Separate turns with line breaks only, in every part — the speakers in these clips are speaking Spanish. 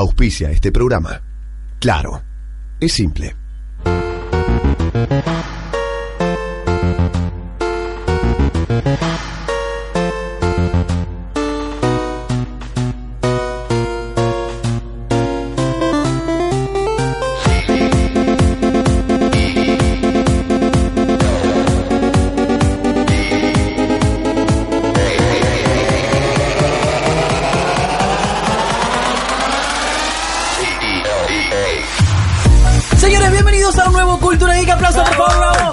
auspicia este programa. Claro, es simple.
Señores, bienvenidos a un nuevo Cultura Geek. Aplausos, por favor.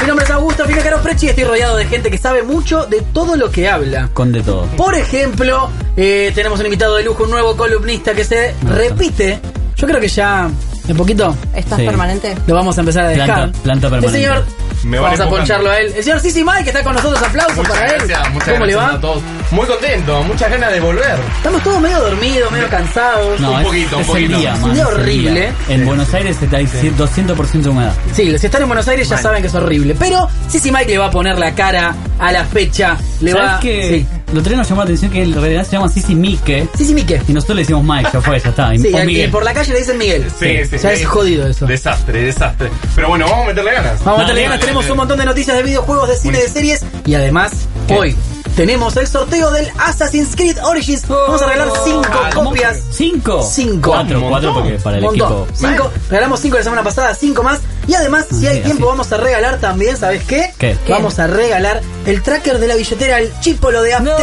Mi nombre es Augusto Fijacaro Frechi y estoy rodeado de gente que sabe mucho de todo lo que habla.
Con de todo.
Por ejemplo, eh, tenemos un invitado de lujo, un nuevo columnista que se repite. Yo creo que ya, en poquito,
¿Estás
Sí.
permanente?
lo vamos a empezar a dejar.
Planta- planta permanente.
El señor,
Me
vamos
van
a
empujando.
poncharlo a él. El señor Sisi Mike que está con nosotros. Aplausos
Muchas
para
gracias,
él.
muchas
¿Cómo
gracias
le va?
a todos. Muy contento, muchas ganas de volver.
Estamos todos medio dormidos, medio cansados.
No,
Un
es,
poquito, un
es
poquito.
el día,
Es
un
man,
día
es el
horrible,
día.
¿eh?
En Buenos Aires está el 200% de humedad.
Sí, si están en Buenos Aires ya saben que es horrible. Pero Sisi Mike le va a poner la cara a la fecha. Le
¿Sabes
va.
que
Sí.
Lo otro día nos llamó la atención que en realidad se llama Sisi Mike
Sisi Mike.
y nosotros le decimos Mike, ya fue, ya está. y-
Sí,
o
aquí
Miguel.
por la calle le dicen Miguel.
Sí, sí,
Ya
sí.
es jodido eso.
Desastre, desastre. Pero bueno, vamos a meterle ganas.
Vamos a
Dale,
terminar,
dale,
tenemos
dale.
un montón de noticias de videojuegos, de cine, de series y además
¿Qué?
hoy tenemos el sorteo del Assassin's Creed Origins.
Oh.
Vamos a regalar cinco
Ah, ¿cómo?
copias.
¿Cinco?
Cinco.
Cuatro,
Un
cuatro
montón.
porque para el
Montón.
equipo.
Cinco. Regalamos cinco la semana pasada, cinco más. Y además, si hay
Mira,
tiempo,
sí.
vamos a regalar también, ¿sabes qué?
¿Qué?
Vamos a regalar el tracker de la billetera, el chipolo de Aptec.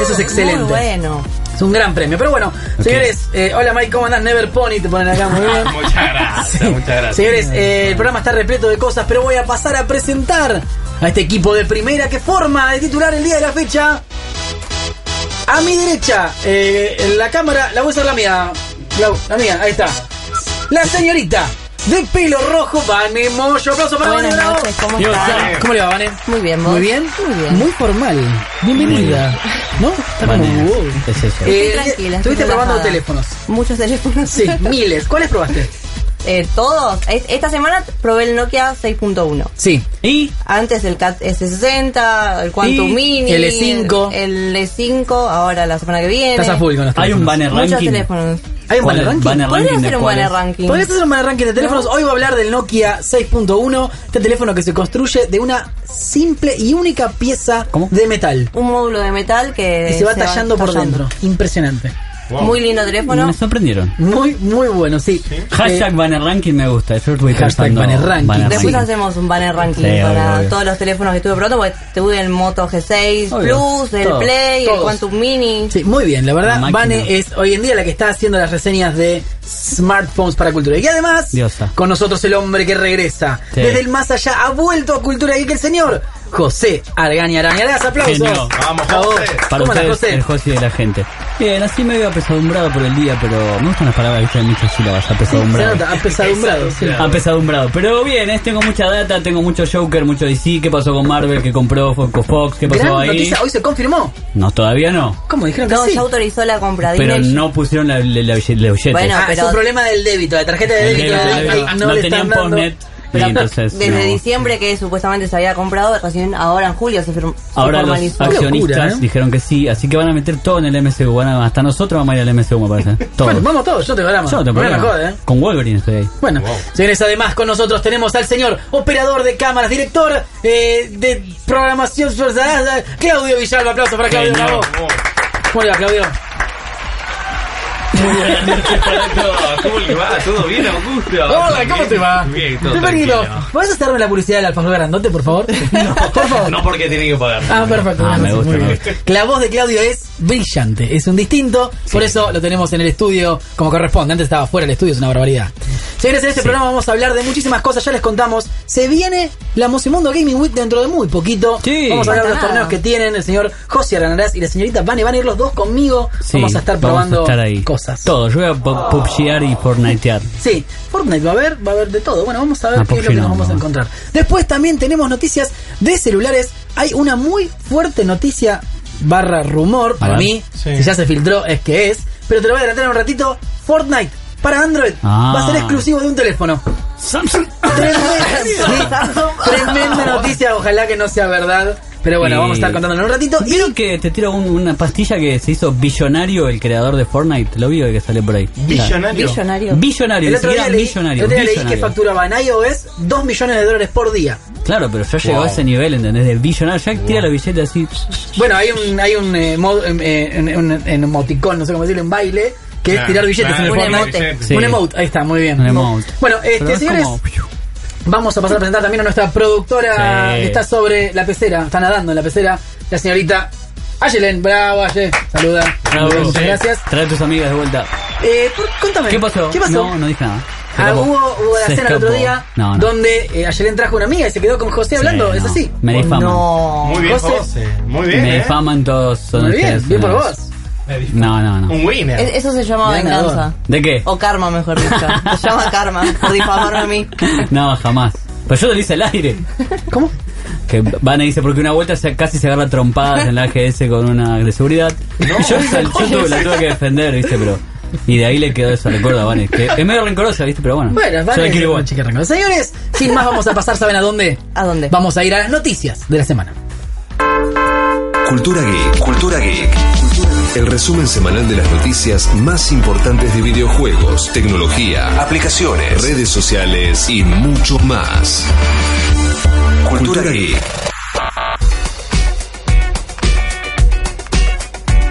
Eso es excelente.
Muy bueno.
Es un gran premio. Pero bueno, señores, eh, hola Mike, ¿cómo andás? Never Pony, te ponen acá muy bien.
Muchas gracias, muchas gracias.
Señores, eh, el programa está repleto de cosas, pero voy a pasar a presentar a este equipo de primera que forma de titular el día de la fecha. A mi derecha, eh, en la cámara, la voy a usar la mía. La, la mía, ahí está. La señorita de pelo rojo, Vane Moyo. Aplauso para Vane
Buenas
Bravo.
noches, ¿cómo
Dios,
estás?
ya.
¿Cómo le va, Vane?
Muy bien, ¿vos?
Muy bien.
Muy bien.
Muy formal. Bienvenida. ¿No? Está como,
Vane,
wow.
es
Eh,
eso.
Estoy tranquila, estoy
Estuviste probando
relajada.
teléfonos.
Muchos teléfonos.
Sí, miles. ¿Cuáles probaste?
Eh, todos. Es- Esta semana probé el Nokia 6.1.
Sí.
Y
Antes el CAT S60, el Quantum
Y
Mini.
el E5.
El E5 ahora la semana que viene.
Estás a full con los
hay un
teléfonos.
banner
Muchos
ranking.
teléfonos.
¿Hay un
¿Cuál
banner
es?
ranking?
Banner
Podría
ranking de
hacer un
cuál
buen
es.
ranking.
Podrías hacer un buen ranking de teléfonos.
No.
Hoy voy a hablar del Nokia 6.1, este teléfono que se construye de una simple y única pieza
¿Cómo? Eh,
de metal.
Un módulo de metal que.
Y se va tallando por dentro. Impresionante.
Wow.
Muy lindo teléfono.
Me sorprendieron.
Muy, muy bueno, sí.
Hashtag
Eh,
banner ranking me gusta. Yo estuve
Hashtag
pensando
banner ranking.
Después
Sí.
hacemos un banner ranking
Sí,
para
obvio, obvio.
todos los teléfonos que estuve probando, porque tuve el Moto G6
Obvio,
Plus, el
todos,
Play,
todos.
el Quantum Mini.
sí, muy bien, la verdad,
La máquina.
Vane es hoy en día la que está haciendo las reseñas de smartphones para cultura. Y además,
Diosa.
con nosotros el hombre que regresa
Sí.
desde el más allá, ha vuelto a cultura y que el señor José Argaña Araña. Le das aplausos.
Genio.
Por
Vamos,
favor.
José.
Para
¿Cómo andás,
ustedes,
José?
el José de la gente. Bien, así medio apesadumbrado por el día, pero me gustan las palabras que hay muchas sílabas,
Se
apesadumbrado.
nota, apesadumbrado. sí.
Apesadumbrado. Pero bien, eh, tengo mucha data, tengo mucho Joker, mucho DC, qué pasó con Marvel, qué compró Fox Fox, qué pasó
Gran
ahí.
noticia, hoy se confirmó.
No, todavía no.
¿Cómo dijeron que
No,
sí?
ya autorizó la compra.
Pero
Disney.
no pusieron la, la, la bille- la billete.
Bueno,
Ah, es
pero-
un problema del débito, la tarjeta de
El
débito.
débito,
de
el
Disney
débito.
no
No
le
tenían
están dando.
postnet, y
La-
entonces
Desde
no.
diciembre que supuestamente se había comprado, recién ahora en julio se, firm- se
Ahora los
formalizó.
accionistas
locura, ¿eh?
dijeron que sí, así que van a meter todo en el MCU. Van a- hasta nosotros vamos a ir al MCU, me parece. Todo.
Bueno, vamos todos, yo te programo.
Yo no
No
tengo
me
problema.
jode, ¿eh?
Con Wolverine estoy ahí.
Bueno,
Wow.
señores, además con nosotros tenemos al señor operador de cámaras, director eh, de programación, Claudio Villalba. Aplauso para Claudio.
Genio.
Bravo. ¿Cómo le va, Claudio?
Muy buenas noches para todos. ¿Cómo le va? ¿Todo bien, Augusto?
Hola, ¿cómo
Bien,
te va?
Bien, todo
Bienvenido.
tranquilo.
¿Puedes hacerme la publicidad del alfajor grandote, por favor? No, por favor.
No porque tiene que pagar.
Ah, perfecto.
Ah, me
Sí,
gusta,
muy
me
bien. La voz de Claudio es brillante, es un distinto, por eso lo tenemos en el estudio como corresponde. Antes estaba fuera del estudio, es una barbaridad. Señores, en este programa vamos a hablar de muchísimas cosas, ya les contamos. Se viene la Musimundo Gaming Week dentro de muy poquito.
Sí.
Vamos a hablar de los
Falta
torneos
nada.
que tienen el señor José Aranarás y la señorita Vane. Van a ir los dos conmigo.
Sí,
vamos a estar
vamos
probando
estar ahí.
cosas.
Todo. Yo voy a pop- popchear y fortnitear.
Sí, Fortnite va a haber, va a haber de todo. Bueno, vamos a ver
Ah,
qué es lo que
porque
nos
no,
vamos a
no.
encontrar. Después también tenemos noticias de celulares. Hay una muy fuerte noticia barra rumor para
ver.
mí.
Sí.
Si ya se filtró es que es. Pero te lo voy a adelantar en un ratito. Fortnite para Android
Ah.
va a ser exclusivo de un teléfono.
Samsung.
Tremenda, sí, tremenda noticia, ojalá que no sea verdad. Pero bueno,
Y-
vamos a estar contándolo en un ratito. Y
¿Vieron que te tiro un- una pastilla que se hizo billonario el creador de Fortnite? Lo vio que sale por ahí.
Billonario.
Billonario.
Billonario,
el
ni
otro día
siquiera
leí,
millonario.
el otro día leí que
billonario.
facturaba en iOS 2 millones de dólares por día.
Claro, pero ya llegó a ese nivel, ¿entendés? De billonario. Ya tira los billetes así.
Bueno, hay un, hay un, eh, mod- em, eh, un- un- un emoticón, no sé cómo decirle, un baile, que es tirar billetes en el
un
Fortnite.
emote.
Sí.
Un emote, ahí está, muy bien.
Un emote.
Bueno,
Pero
este,
es
señores,
como-
vamos a pasar a presentar también a nuestra productora
Sí.
que está sobre la pecera, está nadando en la pecera, la señorita Ayelen. Bravo, Ayelen, saluda.
Bravo.
Muchas gracias.
Trae a tus amigas de vuelta.
Eh, por- contame,
¿Qué pasó?
¿Qué pasó?
No, no dije nada. Se
Ah,
escapó.
hubo, hubo la
Se
cena el otro
escapó.
día
No, no.
donde eh, Ayelen trajo una amiga y se quedó con José hablando,
Sí,
¿es
no.
así? Oh,
Me difaman.
No.
Muy bien,
José.
José. Muy bien.
Me
eh.
difaman todos. son
Muy bien,
ustedes,
bien por
¿no?
vos. Oh,
No, no, no.
Un winner.
Eh,
Es- E-, Eso se llama
Ganador.
venganza.
¿De qué?
oh,
O karma, mejor dicho. Se llama karma, por difamarme a mí.
No, jamás. Pero yo lo hice al aire.
¿Cómo?
Que van y dice, porque una vuelta se- casi se agarra trompadas en la AGS con una de seguridad. Y yo, sal- yo tuve- la tuve que defender, ¿viste? Pero. Y de ahí le quedó eso, recuerdo a Vanes. Que es medio rencorosa, ¿viste? Pero bueno.
Bueno,
yo
vale.
la quiero igual.
Bueno, chica, arrancamos. Señores, sin más vamos a pasar, ¿saben a dónde?
¿A dónde?
Vamos a ir a las noticias de la semana.
Cultura Geek. Cultura Geek. El resumen semanal de las noticias más importantes de videojuegos, tecnología, aplicaciones, redes sociales y mucho más. Cultura Geek.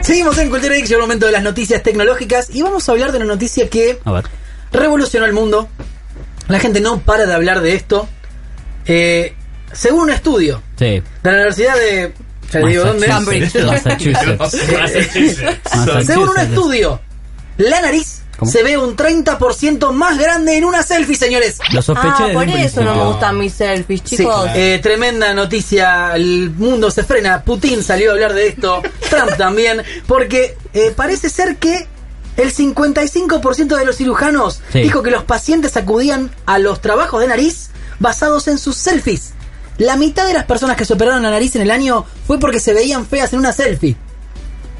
Seguimos en Cultura Geek, llegó el momento de las noticias tecnológicas y vamos a hablar de una noticia que
A ver.
revolucionó el mundo. La gente no para de hablar de esto. Eh, según un estudio
Sí.
de la Universidad de... Ya le digo dónde.
Massachusetts. Massachusetts. Massachusetts.
Según un estudio, la nariz
¿Cómo?
se ve un 30% más grande en una selfie, señores.
Lo sospeché
Ah,
desde
por
un
eso no me
principio.
gustan mis selfies,
Sí,
chicos.
eh, tremenda noticia, el mundo se frena, Putin salió a hablar de esto, Trump también, porque eh, parece ser que el 55% de los cirujanos
Sí.
dijo que los pacientes acudían a los trabajos de nariz basados en sus selfies. La mitad de las personas que se operaron la nariz en el año fue porque se veían feas en una selfie.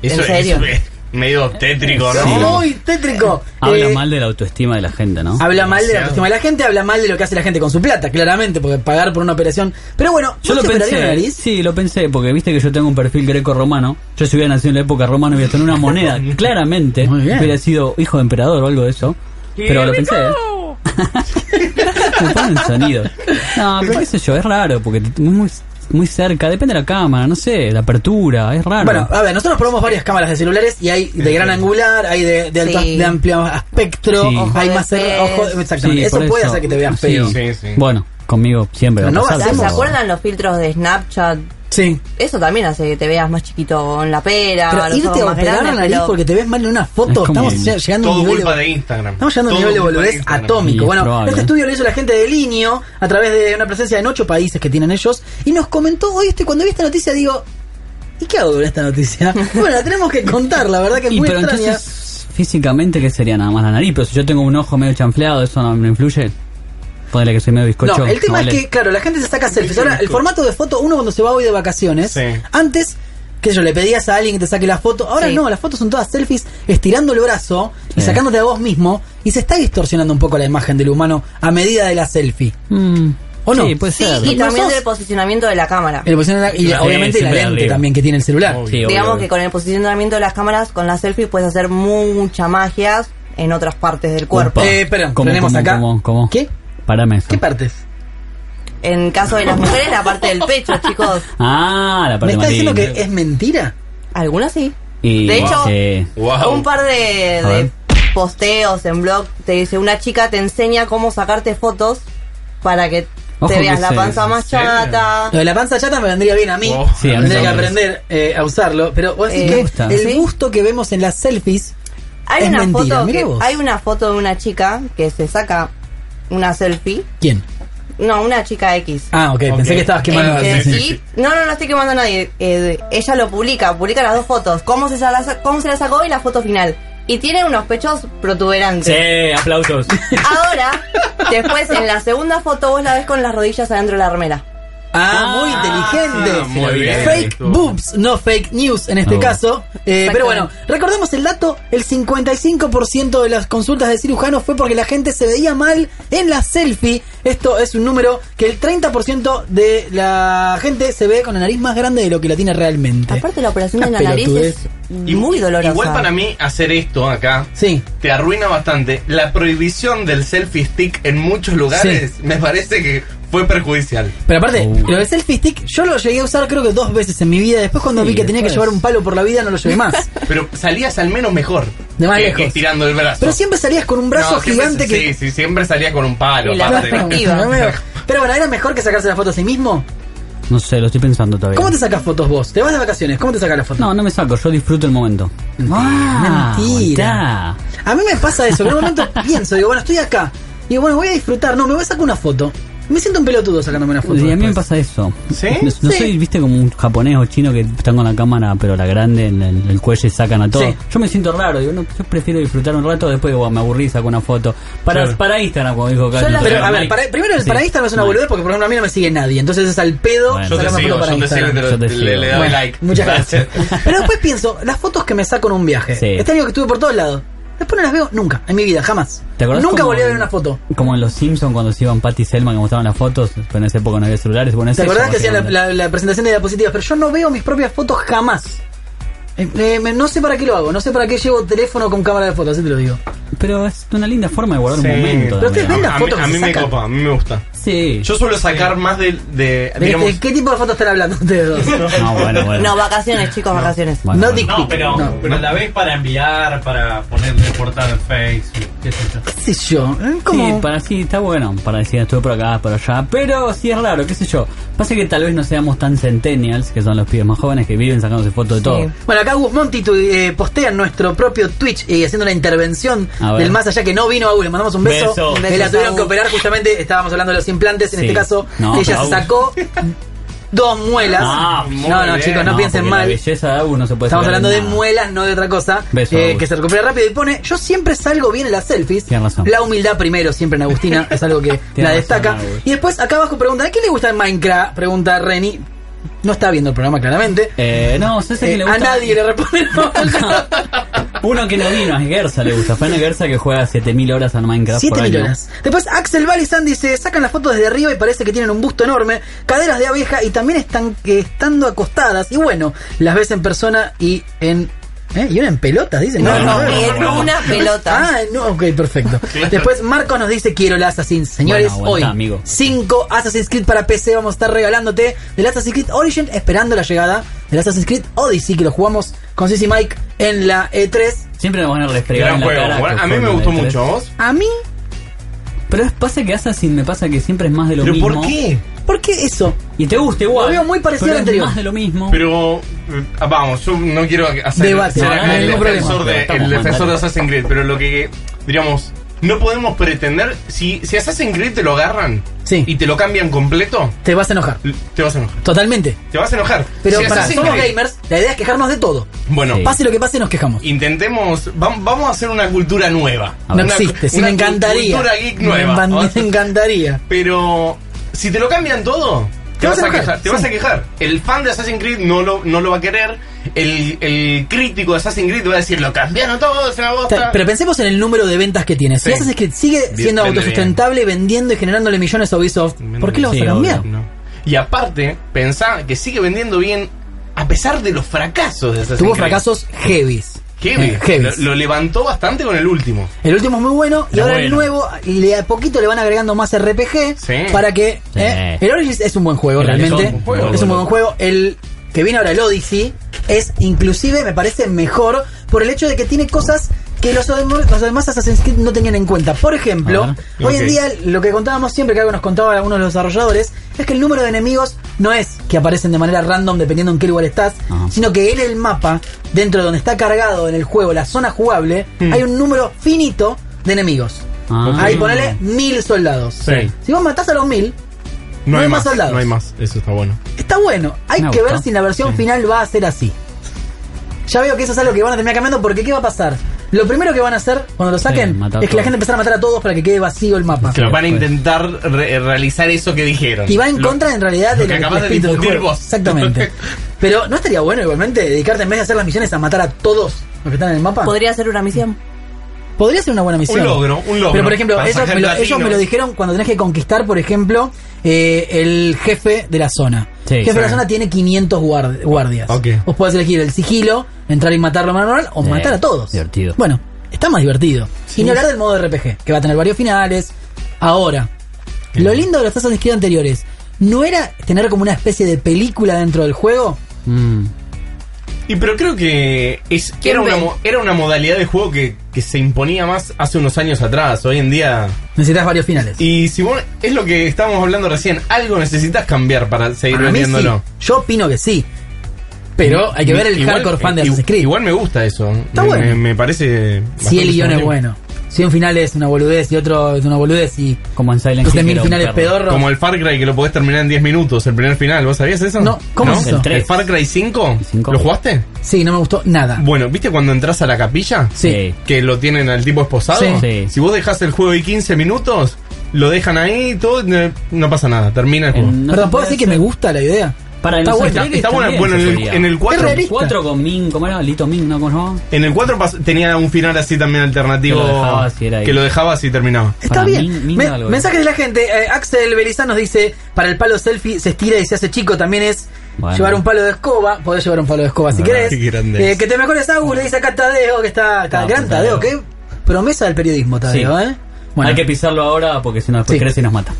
Eso
¿En
es-
serio?
eso es medio tétrico, ¿no?
Sí.
Muy tétrico.
Habla
Eh,
mal de la autoestima de la gente, ¿no?
Habla mal de la
Demasiado.
autoestima de la gente, habla mal de lo que hace la gente con su plata, claramente, porque pagar por una operación. Pero bueno,
Yo
¿vos
lo
te operarías
pensé.
la nariz?
Sí, lo pensé, porque viste que yo tengo un perfil greco-romano. Yo si hubiera nacido en la época romana hubiera tenido una moneda, claramente.
Muy bien.
Hubiera sido hijo de emperador o algo de eso. Pero lo pensé. ¿eh? Me ponen sonido. No, pero qué sé yo, es raro, porque es muy, muy cerca. Depende de la cámara, no sé, la apertura, es raro.
Bueno, a ver, nosotros probamos varias cámaras de celulares y hay de gran angular, hay de, de alto-
Sí.
de amplio espectro,
Sí.
hay
Ojo
más
de
cerca-
pez.
ojo, exactamente.
Sí,
eso
por
puede hacer que te veas
Sí.
feo. Sí.
Sí, sí.
Bueno, conmigo siempre va a
Pero no
pasar,
vas a-
¿Se
supongo.
acuerdan los filtros de Snapchat? Eso también hace que te veas más chiquito en la pera,
Pero
los ojos
irte a
más
operar la
grandes.
nariz
pero-
porque te ves mal en una foto,
Es como
estamos ya- llegando a un
Todo
nivel
culpa
de...
de Instagram.
Estamos llegando a un
Todo
nivel de
culpa de
boludez
Instagram.
atómico.
Y es
Bueno,
probable,
este
¿eh?
estudio lo hizo la gente de Linio a través de una presencia en ocho países que tienen ellos y nos comentó hoy esto y cuando vi esta noticia digo, ¿y qué hago con esta noticia? bueno, la tenemos que contar, la verdad que es
Y
muy
pero
extraña.
entonces, físicamente, ¿qué sería nada más la nariz? Pero si yo tengo un ojo medio chanfleado, ¿eso no me influye? Ponele que soy medio bizcocho.
No, el tema
vale.
es que, claro, la gente se saca selfies. Ahora, el formato de foto, uno cuando se va hoy de vacaciones,
Sí.
antes, que yo le pedías a alguien que te saque la foto, ahora
Sí.
no, las fotos son todas selfies, estirando el brazo y
Sí.
sacándote a vos mismo, y se está distorsionando un poco la imagen del humano a medida de la selfie.
Mm.
¿O no?
Sí, puede
Sí,
ser.
y
¿No
también
sos?
del posicionamiento de la cámara.
El posicionamiento de la- y
Sí,
obviamente la
siempre
lente
arriba.
también que tiene el celular.
Sí, obvio,
Digamos
obvio.
que con el posicionamiento de las cámaras, con la selfie puedes hacer mucha magia en otras partes del cuerpo.
Opa.
Eh, espera,
¿Cómo,
tenemos
cómo,
acá-
cómo, cómo?
¿Qué?
Parame eso.
¿Qué partes?
En caso de las mujeres, la parte del pecho, chicos.
ah, la
¿Me
parte
está diciendo
maligna.
que es mentira?
Algunas sí.
Y- eh,
De hecho,
sí.
Wow.
un par de,
A
de
ver.
posteos en blog te dice una chica te enseña cómo sacarte fotos para que
Ojo
te veas
que
la
se-
panza más
¿en serio?
chata.
Lo de la panza chata me vendría bien a mí.
Oh,
sí, a mí
Tendría que
también.
aprender eh, a usarlo. Pero vos decís
Eh,
que
me gusta.
el
¿Sí?
gusto que vemos en las selfies
Hay
es
una
mentira,
foto
mirá
que-
vos.
hay una foto de una chica que se saca una selfie.
¿Quién?
No, una chica X.
Ah, ok, pensé
Ok.
que estabas quemando.
Bueno,
Eh,
sí,
que-
sí, sí.
y- No, no, no estoy quemando a nadie. Eh, ella lo publica, publica las dos fotos. Cómo se, sa- la, cómo se la sacó y la foto final. Y tiene unos pechos protuberantes.
Sí, aplausos.
Ahora, después en la segunda foto vos la ves con las rodillas adentro de la remera.
Ah, muy inteligente.
muy bien.
Fake boobs, no fake news en este
Oh.
caso. Eh,
Exactamente.
pero bueno, recordemos el dato, el 55% de las consultas de cirujanos fue porque la gente se veía mal en la selfie. Esto es un número que el 30% de la gente se ve con la nariz más grande de lo que la tiene realmente.
Aparte la operación en la
Una
nariz es
pelotudez.
Y-
muy dolorosa.
Igual para mí hacer esto acá
Sí.
te arruina bastante. La prohibición del selfie stick en muchos lugares me parece que fue perjudicial.
Pero aparte,
Uh.
lo del selfie stick, yo lo llegué a usar creo que dos veces en mi vida. Después cuando
Sí,
vi que tenía que
después.
llevar un palo por la vida, no lo llevé más.
Pero salías al menos mejor.
De más
que-
lejos.
que Estirando el brazo.
Pero siempre salías con un brazo
No, siempre-
gigante que...
Sí, sí, siempre salía con un palo.
Y la
aparte.
perspectiva.
No veo. Pero bueno, ¿era mejor que sacarse la foto a sí mismo?
No sé, lo estoy pensando todavía.
¿Cómo te sacas fotos vos? ¿Te vas de vacaciones? ¿Cómo te sacas la foto?
No, no me saco, yo disfruto el momento. Ah,
mentira.
aguantá.
A mí me pasa eso. En un momento pienso, digo, bueno, estoy acá. Digo, bueno, voy a disfrutar. No, me voy a sacar una foto. Me siento un pelotudo sacándome una foto.
Y a mí me
después.
pasa eso.
¿Sí?
No, no
Sí.
soy, viste, como un japonés o chino que están con la cámara, pero la grande en el, el cuello y sacan a todo.
Sí.
Yo me siento raro, digo, no, yo prefiero disfrutar un rato, después digo, me aburrí, saco una foto. Para,
Claro.
para Instagram, como
Yo
dijo Katy.
la- pero, a ver,
Mike.
para- primero el
Sí.
para Instagram es una
Mike.
boludez porque por ejemplo a mí no me sigue nadie. Entonces es al pedo
Bueno.
Yo te
sacarme
sigo,
foto para
yo te sigo,
Instagram.
te lo-
Yo te sigo.
le, le doy
Bueno,
like.
Muchas gracias. Pero después pienso, las fotos que me saco en un viaje,
Sí.
este año que estuve por todos lados, después no las veo nunca, en mi vida, jamás.
¿Te acordás
nunca
como
volví a ver
en-
una foto.
Como en los Simpsons cuando se iban Patty y Selma que mostraban las fotos, pero en esa época no había celulares. Bueno, es
¿Te
eso,
acordás que hacían la,
básicamente.
la- la presentación de diapositivas? Pero yo no veo mis propias fotos jamás. Eh, eh, me- no sé para qué lo hago, no sé para qué llevo teléfono con cámara de fotos, así te lo digo.
Pero es una linda forma de guardar
Sí.
un momento.
Pero ustedes ven
también, ¿no?
las
A mí,
fotos
a
que
mí me
sacan.
copa, a mí me gusta.
Sí.
Yo suelo sacar más de, de
¿De, este
digamos,
de qué tipo de fotos están hablando ustedes dos?
No, bueno, bueno.
No, vacaciones, chicos, vacaciones.
Bueno,
no
bueno.
dic
No,
pic,
pero,
no.
pero la ves para enviar, para ponerle portada en Facebook, qué sé yo.
¿Qué sé yo? ¿eh?
Sí,
Como...
para sí, está bueno, para decir estuve por acá, por allá, pero sí es raro, qué sé yo. Pasa que tal vez no seamos tan centennials, que son los pibes más jóvenes que viven sacándose fotos de todo.
Bueno, acá Gus Monti tu- eh, postea en nuestro propio Twitch eh, haciendo una intervención
A ver.
del más allá que no vino a Gus. Le mandamos un beso.
Beso.
Que la
Besos,
tuvieron
Agus.
que operar justamente. Estábamos hablando de los implantes. En
Sí.
este caso,
No,
ella
pero
se
Agus.
sacó dos muelas.
Ah,
muy
no, no,
bien.
chicos, no, piensen
porque La
mal.
belleza de Agus no se puede
Estamos
sacar
hablando de
nada.
muelas, no de otra cosa.
Beso,
eh,
Agus.
que se recupera rápido y pone. Yo siempre salgo bien en las selfies.
Tienes razón.
La humildad primero, siempre en Agustina. es algo que la
razón,
destaca.
Agus.
y después acá abajo preguntan: ¿A quién le gusta el Minecraft? Pregunta Reni. No está viendo el programa claramente.
Eh, no, sé si
Eh,
que le gusta.
A nadie le responde.
Uno que no vino, es Gersa le gusta. Fue a Gersa que juega 7000 horas al Minecraft por
7
año.
millones. Después Axel Valizan dice, sacan las fotos desde arriba y parece que tienen un busto enorme, caderas de abeja y también están que estando acostadas. Y bueno, las ves en persona y en... ¿eh? Y una en pelotas, dicen.
No, no, en una pelota.
Ah, no, ok, perfecto. Después Marcos nos dice, quiero el Assassin. Señores,
Bueno, aguantá,
hoy
amigo.
5 Assassin's Creed para PC vamos a estar regalándote del Assassin's Creed Origin, esperando la llegada del Assassin's Creed Odyssey, que lo jugamos con Sissy Mike en la E E3.
Siempre nos van a restregar. en
gran
la
juego.
cara
Bueno,
que
a mí
fue
me
un
gustó
E3.
mucho. ¿Vos?
A mí
Pero es- pasa que Assassin me pasa que siempre es más de lo
¿Pero
mismo.
por qué?
¿Por qué eso?
Y te gusta igual.
Lo veo muy parecido
pero
al
es
anterior.
más de lo mismo.
Pero eh, vamos, yo no quiero hacer
Debate,
ser
no,
acá
no hay
el
ningún
defensor
problema.
de,
Estamos
el
mal,
defensor de
dale.
Assassin's Creed, pero lo que diríamos, no podemos pretender si si Assassin's Creed te lo agarran
Sí.
y te lo cambian completo,
Te vas a enojar.
l- te vas a enojar.
Totalmente.
Te vas a enojar.
Pero
Si
para,
Assassin's
somos
Creed-
gamers, la idea es quejarnos de todo.
Bueno,
Sí.
Pase lo que pase, nos quejamos.
intentemos, vam- vamos a hacer una cultura nueva.
No
Una-
existe, sí
una
me encantaría.
Cultura geek
Me
nueva.
encan-
Vamos a
Me,
hacer-
encantaría.
Pero si te lo cambian todo, te, vas, a quejar. Te vas a quejar. El fan de Assassin's Creed no lo, no lo va a querer. El, el crítico de Assassin's Creed va a decir, lo cambiaron todo, es una bosta.
Pero pensemos en el número de ventas que tiene. Si
Sí.
Assassin's Creed sigue
Bien,
siendo
vende
autosustentable, vendiendo y generándole millones a Ubisoft, ¿por qué lo vas
Sí,
a cambiar?
obvio.
No. Y aparte, pensá que sigue vendiendo bien a pesar de los fracasos de Assassin's
Tuvo
Creed.
fracasos heavies.
Heavy.
Eh, heavies.
Lo, lo levantó bastante con el último.
El último es muy bueno y
Era
ahora el
bueno.
nuevo, y de a poquito le van agregando más RPG
Sí.
para que...
Sí.
eh, el Origins es un buen juego,
El
realmente.
Origins es un buen juego.
es un buen juego. El que viene ahora, el Odyssey, es inclusive, me parece, mejor por el hecho de que tiene cosas que los, dem- los demás Assassin's Creed no tenían en cuenta. Por ejemplo,
Ajá.
hoy en
Ok.
día lo que contábamos siempre, que algo nos contaba algunos de los desarrolladores, es que el número de enemigos no es que aparecen de manera random dependiendo en qué lugar estás,
Ajá.
sino que en el mapa, dentro de donde está cargado en el juego la zona jugable,
Hmm.
hay un número finito de enemigos.
Ah.
Ahí ponele mil soldados.
Sí.
Si vos matás a los mil, No hay más soldados.
No hay más. Eso está bueno.
está bueno. Hay
Me
que
gusta.
ver si la versión final va a ser así. Ya veo que eso es algo que van a terminar cambiando porque ¿qué va a pasar? Lo primero que van a hacer cuando lo saquen
matar
es que la
todos.
gente empezará a matar a todos para que quede vacío el mapa.
Claro, van a
pues.
intentar re- realizar eso que dijeron.
Y va en
Lo-
contra en realidad
lo
del
que acabas de
espíritu del
difundir
juego.
vos.
Exactamente. Pero ¿no estaría bueno igualmente dedicarte en vez de hacer las misiones a matar a todos los que están en el mapa?
Podría ser una misión.
Podría ser una buena misión.
Un logro, un logro.
Pero por ejemplo,
Para
ellos
sacar
me, lo,
platino.
ellos me lo dijeron cuando tenés que conquistar, por ejemplo, eh, el jefe de la zona.
Sí,
el jefe de la
sí.
zona tiene 500 guard- guardias.
Ok.
Vos podés elegir el sigilo, entrar y matarlo de manera normal o
Sí,
matar a todos.
divertido.
Bueno, está más divertido. Y no hablar del modo RPG, que va a tener varios finales. Ahora, lo lindo de los Assassin's Creed anteriores, ¿no era tener como una especie de película dentro del juego?
Mm.
Y pero creo que es,
¿Quién
era, una,
ve?
mo- era una modalidad de juego que, que se imponía más hace unos años atrás. Hoy en día.
Necesitas varios finales.
Y si vos. Es lo que estábamos hablando recién. Algo necesitas cambiar para seguir
Para mí sí.
vendiéndolo.
Yo opino que sí. Pero hay que ver el
Igual-
hardcore fan de
eh,
Assassin's Creed.
Igual me gusta eso.
Está
me,
bueno.
me- me parece.
si
bastante
el guión es
llamativo.
bueno. Si un final es una boludez y otro es una boludez y
Como en Silent Hill.
7000
era un
finales
perro.
pedorros.
Como el Far Cry que lo podés terminar en 10 minutos, el primer final. ¿Vos sabías eso?
No, ¿cómo es eso?
El tres.
¿El Far Cry 5?
Cinco.
¿Lo jugaste?
Sí, no me gustó nada.
Bueno, ¿viste cuando entras a la capilla?
Ah. Sí.
Que lo tienen al tipo esposado.
Sí.
Sí.
Si vos dejás el juego ahí 15 minutos, lo dejan ahí y todo, eh, no pasa nada, termina el juego.
En- no eh.
Perdón, ¿puedo
se puede
decir que me
hacer-
gusta la idea?
Para
Está
no
bueno,
Está,
ser-
está bueno,
también
bueno,
se
en el,
podía.
en el 4,
Es realista.
Cuatro con Min, ¿cómo era? Lito Min, ¿no? ¿Cómo se
en el 4 pas- tenía un final así también
Que
alternativo
lo dejabas y era ahí.
que lo dejabas y terminaba.
Está
Para mí,
bien.
mí
Me-
no algo.
mensajes de la gente. Eh, Axel Belizán nos dice, para el palo selfie se estira y se hace chico. También es
Bueno.
llevar un palo de escoba. Podés llevar un palo de escoba si
Ah,
querés.
qué grande
Eh,
es.
que te mejores Agus, le dice acá Tadeo, que está, está
Ah,
gran Tadeo.
Tadeo.
Qué promesa del periodismo, Tadeo,
Sí.
¿eh?
Bueno. Hay que pisarlo ahora porque si no después
Sí.
crece y nos mata.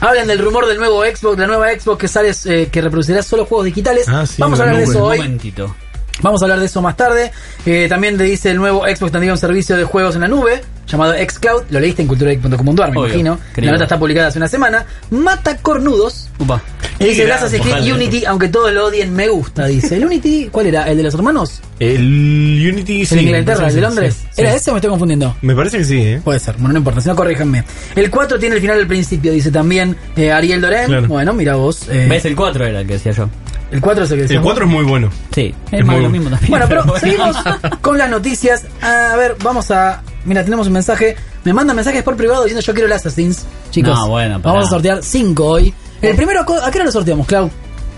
Hablan del rumor del nuevo Xbox, la nueva Xbox que sale eh, que reproducirá solo juegos digitales.
Ah, sí,
Vamos a
la
hablar de
nube.
eso
Un
hoy.
momentito.
Vamos a hablar de eso más tarde. Eh, también te dice el nuevo Xbox tendría un servicio de juegos en la nube llamado Xcloud. Lo leíste en culturageek.com.ar, me
Obvio,
imagino. La
creo.
nota está publicada hace una semana. Mata cornudos.
Upa.
Y dice,
Gran,
gracias Creed
ojalá.
Unity, aunque todos lo odien, me gusta, dice. ¿El Unity cuál era? ¿El de los hermanos?
El Unity sí,
¿El de Inglaterra?
me
¿El de
parece que
Londres?
sí, sí.
¿Era ese o me estoy confundiendo?
Me parece que sí, ¿eh?
Puede ser, bueno, no importa, si no corríjanme. El 4 tiene el final al principio, dice también eh, Ariel Dorén.
Claro.
Bueno, mira vos. eh,
¿Ves? El 4 era el que decía yo.
El 4 es el que
El
decíamos.
4 es muy bueno.
Sí. Es
Es
más
muy-
de lo mismo también.
Bueno, pero seguimos con las noticias. A ver, vamos a. Mira, tenemos un mensaje. Me mandan mensajes por privado diciendo yo quiero el Assassins. Chicos,
No, bueno, pará. Oh.
vamos a sortear 5 hoy. El primero, ¿cu- ¿a qué hora lo sorteamos, Clau?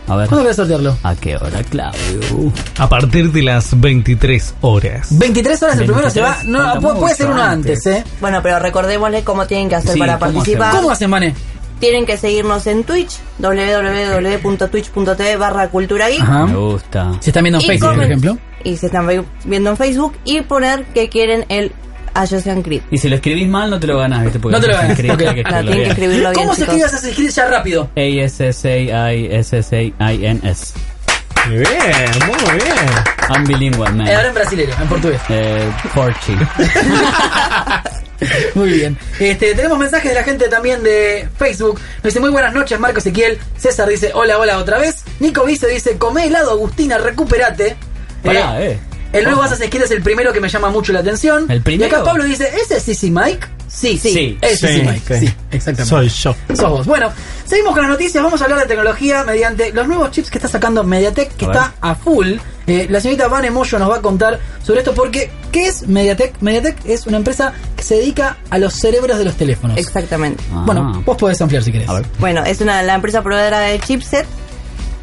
A ver.
¿Cuándo querés sortearlo?
¿A qué hora, Claudio?
A partir de las 23 horas.
23 horas el primero se va.
23,
No,
falta
pu- puede
mucho
ser uno antes, ¿eh?
Bueno, pero recordémosle cómo tienen que hacer
Sí,
para
¿cómo
participar.
¿Cómo hacen, Mané?
Tienen que seguirnos en Twitch, www.twitch.tv barra cultura geek.
Ajá.
Me gusta.
Se están viendo en
Y
Facebook, por
comen-
ejemplo.
Y se están vi- viendo en Facebook y poner que quieren el Assassin's Creed.
Y si lo escribís mal, no te lo ganás, ¿viste? Porque
No te lo
es
ganas,
increíble
ok.
que
Claro,
escribirlo
tienen que
bien.
escribirlo bien.
¿Eh? ¿Cómo se escribe
chicos.
Assassin's Creed ya rápido?
A-S-S-A-I-S-S-A-I-N-S.
Muy bien, muy bien.
I'm bilingual, man.
Eh, Ahora en brasilero, en portugués.
Eh, Porchi.
Muy bien. Este, tenemos mensajes de la gente también de Facebook. Nos dice muy buenas noches, Marco Ezequiel. César dice hola, hola otra vez. Nico Vice dice comé helado, Agustina, recupérate.
Pará, eh.
El nuevo Assassin's Creed es el primero que me llama mucho la atención.
¿El primero?
Y acá Pablo dice, ¿ese es CC Mike? Sí, sí.
Sí.
es
Sí,
CC Mike. Sí,
sí.
exactamente.
Soy yo.
Sos vos. Bueno, seguimos con las noticias. Vamos a hablar de tecnología mediante los nuevos chips que está sacando Mediatek, que
A
está a full. Eh, la señorita Van Emoyo nos va a contar sobre esto porque, ¿qué es Mediatek? Mediatek es una empresa que se dedica a los cerebros de los teléfonos.
Exactamente.
Bueno, vos podés ampliar si querés.
Ah. A ver.
Bueno, es una la empresa proveedora de chipset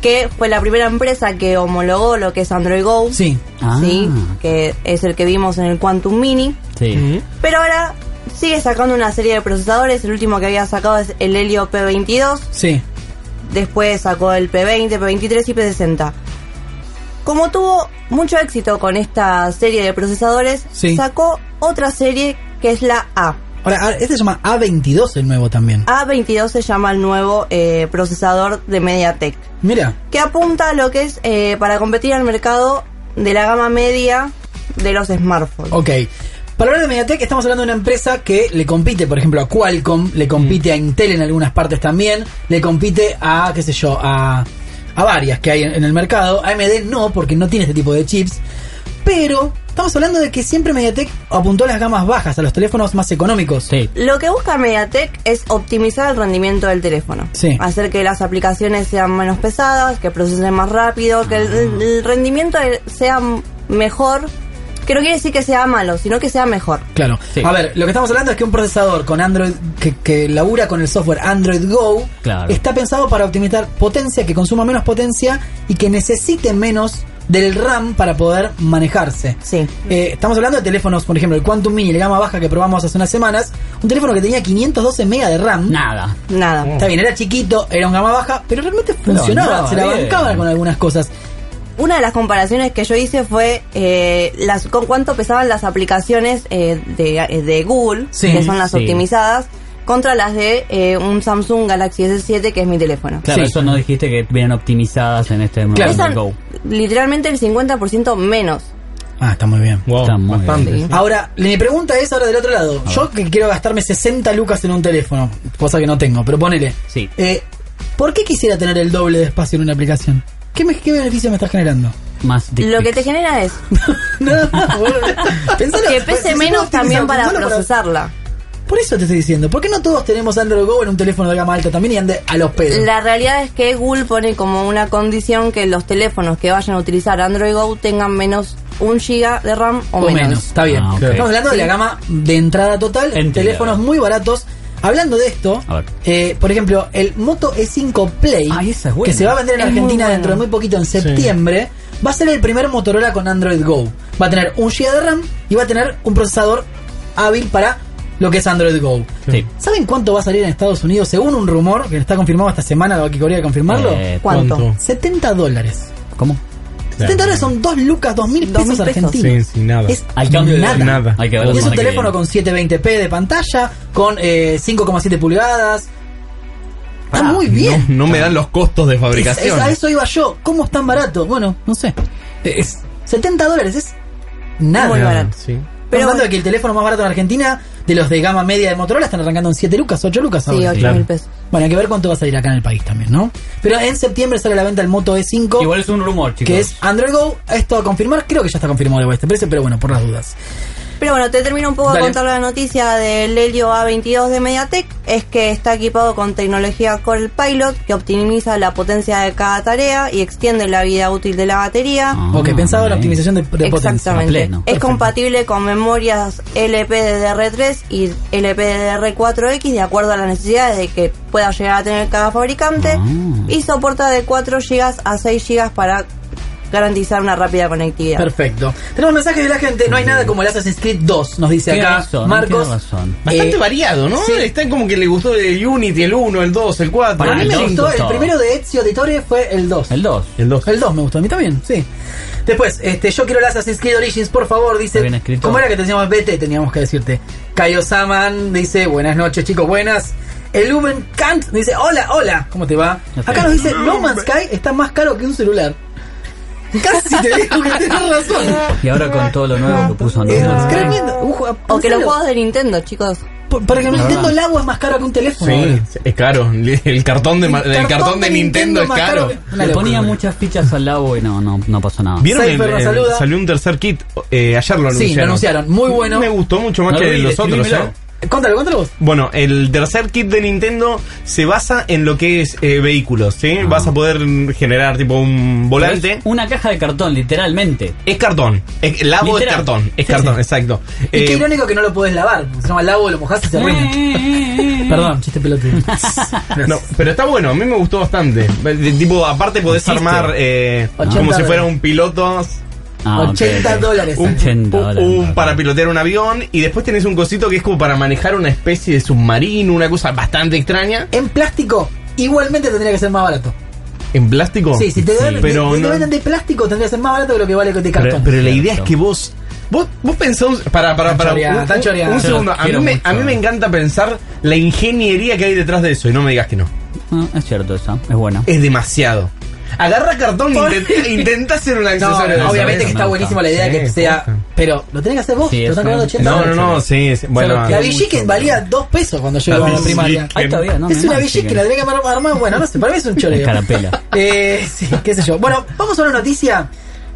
que fue la primera empresa que homologó lo que es Android Go.
Sí.
Ah.
Sí, que es el que vimos en el Quantum Mini.
Sí.
Pero ahora sigue sacando una serie de procesadores. El último que había sacado es el Helio P22.
Sí.
Después sacó el P20, P23 y P60. Como tuvo mucho éxito con esta serie de procesadores,
Sí.
sacó otra serie que es la A.
Ahora, ahora, este se llama A22 el nuevo también.
Ah. A22 se llama el nuevo eh, procesador de MediaTek,
Mira.
que apunta a lo que es eh, para competir al mercado de la gama media de los smartphones.
Ok. Para hablar de Mediatek, estamos hablando de una empresa que le compite, por ejemplo, a Qualcomm, le compite a Intel en algunas partes también, le compite a, qué sé yo, a, a varias que hay en, en el mercado. AMD no, porque no tiene este tipo de chips. Pero estamos hablando de que siempre Mediatek apuntó a las gamas bajas, a los teléfonos más económicos.
Sí.
Lo que busca MediaTek es optimizar el rendimiento del teléfono.
Sí.
Hacer que las aplicaciones sean menos
Ah.
pesadas, que procesen más rápido, que el, el rendimiento sea mejor Que no quiere decir que sea malo, sino que sea mejor.
Claro.
Sí.
A ver, lo que estamos hablando es que un procesador con Android que, que labura con el software Android Go
Claro.
está pensado para optimizar potencia, que consuma menos potencia y que necesite menos del RAM para poder manejarse.
Sí.
Eh, estamos hablando de teléfonos, por ejemplo, el Quantum Mini de gama baja que probamos hace unas semanas, un teléfono que tenía 512 mega de RAM.
Nada.
Nada.
Está bien, era chiquito, era un gama baja, pero realmente funcionaba,
andaba
se la
bien.
bancaba con algunas cosas. Oh.
Una de las comparaciones que yo hice fue eh, las, con cuánto pesaban las aplicaciones eh, de, eh, de Google,
Sí,
que son las
sí.
optimizadas, contra las de eh, un Samsung Galaxy S7, que es mi teléfono.
Claro,
Sí.
eso no dijiste que vienen optimizadas en este momento.
Claro.
Pesan
Go.
literalmente el 50% menos.
Ah, está muy bien.
Wow,
Está muy
bastante.
bien.
Ahora, mi pregunta es ahora del otro lado. Yo que quiero gastarme 60 lucas en un teléfono, cosa que no tengo, pero ponele.
Sí.
Eh, ¿Por qué quisiera tener el doble de espacio en una aplicación? ¿Qué, me- qué beneficio me estás generando?
Más dick
Lo que te
pics.
genera es
Nada más, boludo. Pensalo,
que
si
pese
no
menos
optimizado,
también para
pensalo
procesarla.
Por eso te estoy diciendo, ¿por qué no todos tenemos Android Go en un teléfono de gama alta también y ande a los pedos?
La realidad es que Google pone como una condición que los teléfonos que vayan a utilizar Android Go tengan menos 1 GB de RAM o,
o menos. Está bien.
Ah, ok.
Estamos hablando de la gama de entrada total,
Entiendo.
teléfonos muy baratos. Hablando de esto,
A ver.
eh, por ejemplo, el Moto E5 Play,
Ay, esa es buena.
que se va a vender en
Es muy
Argentina
bueno.
dentro de muy poquito, en septiembre, va a ser el primer Motorola con Android Go. Va a tener un GB de RAM y va a tener un procesador hábil para lo que es Android Go.
Sí.
¿Saben cuánto va a salir en Estados Unidos? Según un rumor que está confirmado esta semana, lo que quería confirmarlo.
Eh,
¿Cuánto?
¿Cuánto?
70 dólares.
¿Cómo?
70 dólares son 2 lucas, 2 mil
Dos
pesos,
mil pesos.
argentinos.
Sí, sin nada.
Es
Al cambio de
nada.
Nada.
Hay que ver la
Y es un
semana que
teléfono
viene.
con 720p de pantalla, con eh, 5,7 pulgadas. Está
Ah,
muy bien.
No, no me dan los costos
Es-
de
es-
fabricación.
a eso iba yo. ¿Cómo es tan barato? Bueno, no sé. Es 70 dólares es nada.
Muy barato.
Sí.
Pero
Pero
hablando
bueno.
de que el teléfono más barato en Argentina, de los de gama media de Motorola, están arrancando en 7 lucas, 8 lucas
Sí,
ahora.
8
claro.
mil pesos.
Bueno, hay que ver cuánto va a salir acá en el país también, ¿no? Pero en septiembre sale a la venta el Moto E E5.
Igual es un rumor, chicos.
que es Android Go, esto a confirmar, creo que ya está confirmado igual este precio, pero bueno, por las dudas.
Pero bueno, te termino un poco de
Dale.
contar la noticia del Helio A22 de MediaTek. Es que está equipado con tecnología Corel Pilot que optimiza la potencia de cada tarea y extiende la vida útil de la batería.
Ah,
ok, pensado en la
ok.
optimización de, de potencia.
Exactamente.
pleno.
Es
Perfecto.
compatible con memorias LPDDR3 y LPDDR4X de acuerdo a las necesidades de que pueda llegar a tener cada fabricante
Ah.
y soporta de 4 GB a 6 GB para garantizar una rápida conectividad.
Perfecto. Tenemos mensajes de la gente. No hay nada como el Assassin's Creed 2, nos dice
Tiene
acá
razón,
Marcos.
tiene razón.
Bastante
Eh,
variado, ¿no?
sí.
Está como que le gustó el Unity, el 1, el 2, el 4.
A
Para
mí
el
me
dos
gustó,
gustó.
el primero de Ezio Auditore fue el 2.
El 2.
El 2.
El 2 me gustó, a mí también, sí. Después, este, yo quiero el Assassin's Creed Origins, por favor, dice.
Está bien escrito.
¿Cómo era que te decíamos BT? Teníamos que decirte. Cayo Saman dice, buenas noches, chicos, buenas. El Lumen Kant dice, hola, hola, ¿cómo te va?
Ok.
Acá nos dice, No Man's Sky está más caro que un celular. Casi te digo que tenés razón.
Y ahora con todo lo nuevo que puso
Eh,
Android.
es tremendo. Un juego-
O que los
pensalo.
juegos de Nintendo, chicos.
Por- Para que
La
Nintendo
verdad.
el agua es más caro que un teléfono.
Sí,
ahora.
es caro. El cartón de, ma- el cartón de Nintendo,
más
es caro.
que- Una
Le ponía
locura.
muchas fichas al labo y no, no, no pasó nada.
¿Vieron?
Cypher
el-
nos
el-
saluda.
salió un tercer kit. eh, ayer lo
Sí,
anunciaron.
lo anunciaron. Muy bueno.
Me gustó mucho más
No
que
lo vi,
los otros.
describímelo.
¿eh?
Contalo, contalo vos.
Bueno, el tercer kit de Nintendo se basa en lo que es eh, vehículos, ¿sí? Vas a poder mm, generar tipo un
Pero
volante.
es Una caja de cartón, literalmente.
Es cartón. Es, el labo es
Literal.
cartón. Es
Sí,
cartón,
sí.
exacto.
Y qué
Eh,
irónico que no lo podés lavar. porque Se llama lavo, lo mojás y se
Eh,
arruina. Perdón, chiste pelotudo.
no, pero está bueno, a mí me gustó bastante. De- de- tipo, aparte podés
Insisto.
armar eh,
80
como si fuera
dólares.
un piloto,
Ah, ok,
80
ok.
dólares.
un,
80
un-
dólares,
un
ok.
para pilotear un avión y después tenés un cosito que es como para manejar una especie de submarino, una cosa bastante extraña.
En plástico, igualmente tendría que ser más barato.
¿En plástico?
Sí, si te, dan- si
Oh, pero
te
no-
venden de plástico, tendría que ser más barato que lo que vale de
Pero,
cartón.
pero la idea es
Cierto.
que vos. Vos, vos pensás. Para, para,
Están
para. un-
choreando,
un-
están choreando.
un
Yo
segundo.
los
A mí,
quiero
me,
mucho.
a mí me encanta pensar la ingeniería que hay detrás de eso. Y no me digas que no.
Ah, es cierto esa, es buena.
Eh,
Es demasiado. Agarra cartón e intenta, intenta hacer un
No,
accesorio. de
no,
eso.
obviamente que
eso
está
me
buenísima la idea
Sí,
que sea.
posta.
Pero lo tenés que hacer vos.
Sí,
te lo están
es
cobrando
una-
80
No,
dólares.
no, no, sí. sí, Bueno,
la Villiquen valía 2 pesos cuando yo
La
iba a la
Villiquen.
primaria.
Ahí todavía no.
eh, es
me
una
manche,
Villiquen, la tenés que armar- armar. Bueno, no sé, para mí es un choreo.
Escarapela.
Eh, sí, qué sé yo. Bueno, vamos a una noticia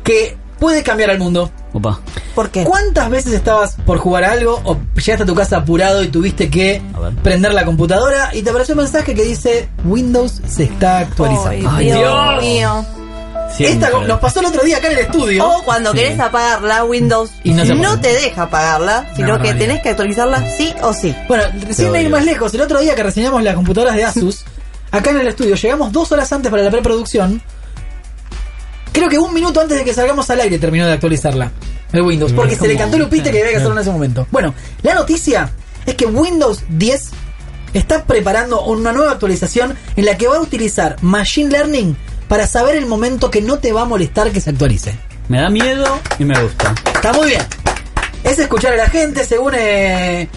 que puede cambiar al mundo.
Opa.
¿Por qué?
¿Cuántas veces estabas por jugar a algo o llegaste a tu casa apurado y tuviste que
A ver.
prender la computadora y te apareció un mensaje que dice Windows se está actualizando?
Ay, Dios mío.
Siempre.
Esta nos pasó el otro día acá en el estudio.
O cuando
Sí.
querés apagarla, Windows
Y no
no,
se puede.
te deja apagarla, sino
No,
que
no.
tenés que actualizarla sí o sí.
Bueno, sin ir
odio.
más lejos, el otro día que reseñamos las computadoras de Asus, acá en el estudio, llegamos dos horas antes para la preproducción. Creo que un minuto antes de que salgamos al aire terminó de actualizarla. El Windows, porque se le cantó Lupita que había que hacerlo en ese momento. Bueno, la noticia es que Windows 10 está preparando una nueva actualización en la que va a utilizar Machine Learning para saber el momento que no te va a molestar que se actualice.
Me da miedo y me gusta.
Está muy bien. Es escuchar a la gente, según eh,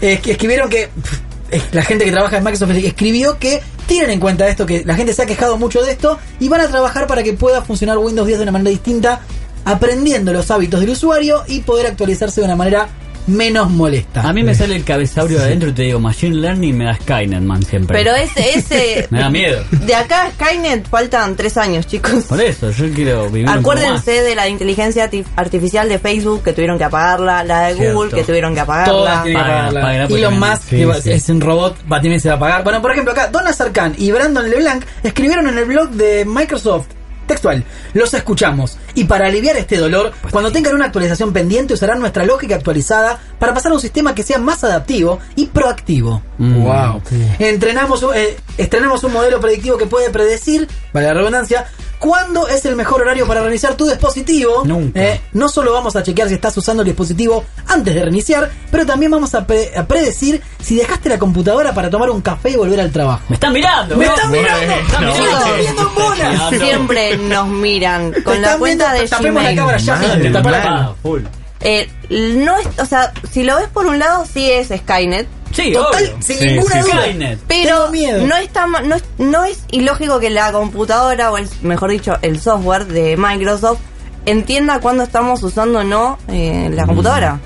eh, que escribieron que pf, eh, la gente que trabaja en Microsoft escribió que tienen en cuenta esto, que la gente se ha quejado mucho de esto y van a trabajar para que pueda funcionar Windows 10 de una manera distinta, aprendiendo los hábitos del usuario y poder actualizarse de una manera menos molesta.
A mí me sale el cabezabrio de adentro y te digo Machine Learning y me da Skynet, man, siempre.
Pero ese, ese.
Me da miedo.
De acá a Skynet faltan tres años, chicos.
Por eso, yo quiero vivir un poco más.
Acuérdense de la inteligencia arti- artificial de Facebook que tuvieron que apagarla, la de
Cierto.
Google que tuvieron que
Todas
apagarla.
tienen que
Pagan,
pagarla.
pagan, porque
Elon
tienen-
Musk
sí,
que va-
sí.
es un robot, va, también se va a pagar. Bueno, por ejemplo, acá Donna Sarkan y Brandon LeBlanc escribieron en el blog de Microsoft. Textual, los escuchamos. Y para aliviar este dolor,
Pues
cuando tengan una actualización pendiente, usarán nuestra lógica actualizada para pasar a un sistema que sea más adaptivo y proactivo.
Wow.
Entrenamos, un- eh, estrenamos un modelo predictivo que puede predecir, vale la redundancia, cuándo es el mejor horario para reiniciar tu dispositivo.
Nunca.
Eh, no solo vamos a chequear si estás usando el dispositivo antes de reiniciar, pero también vamos a, pre- a predecir si dejaste la computadora para tomar un café y volver al trabajo.
Me están mirando,
¡Me
bro.
están mirando! ¡Me están viendo en bolas!
no.
Siempre nos miran
Te
con la
están
cuenta
viendo,
de
tapemos la
Gmail.
cámara ya.
Mal,
te tapá la
mal.
cámara.
Ah, full.
Eh, no es, o sea, si lo ves por un lado sí es Skynet,
Sí,
Total,
obvio.
sin ninguna duda.
Skynet.
pero
Tengo miedo.
no está ma- no es, no es ilógico que la computadora o el, mejor dicho, el software de Microsoft entienda cuándo estamos usando o no eh,
Mm,
la computadora.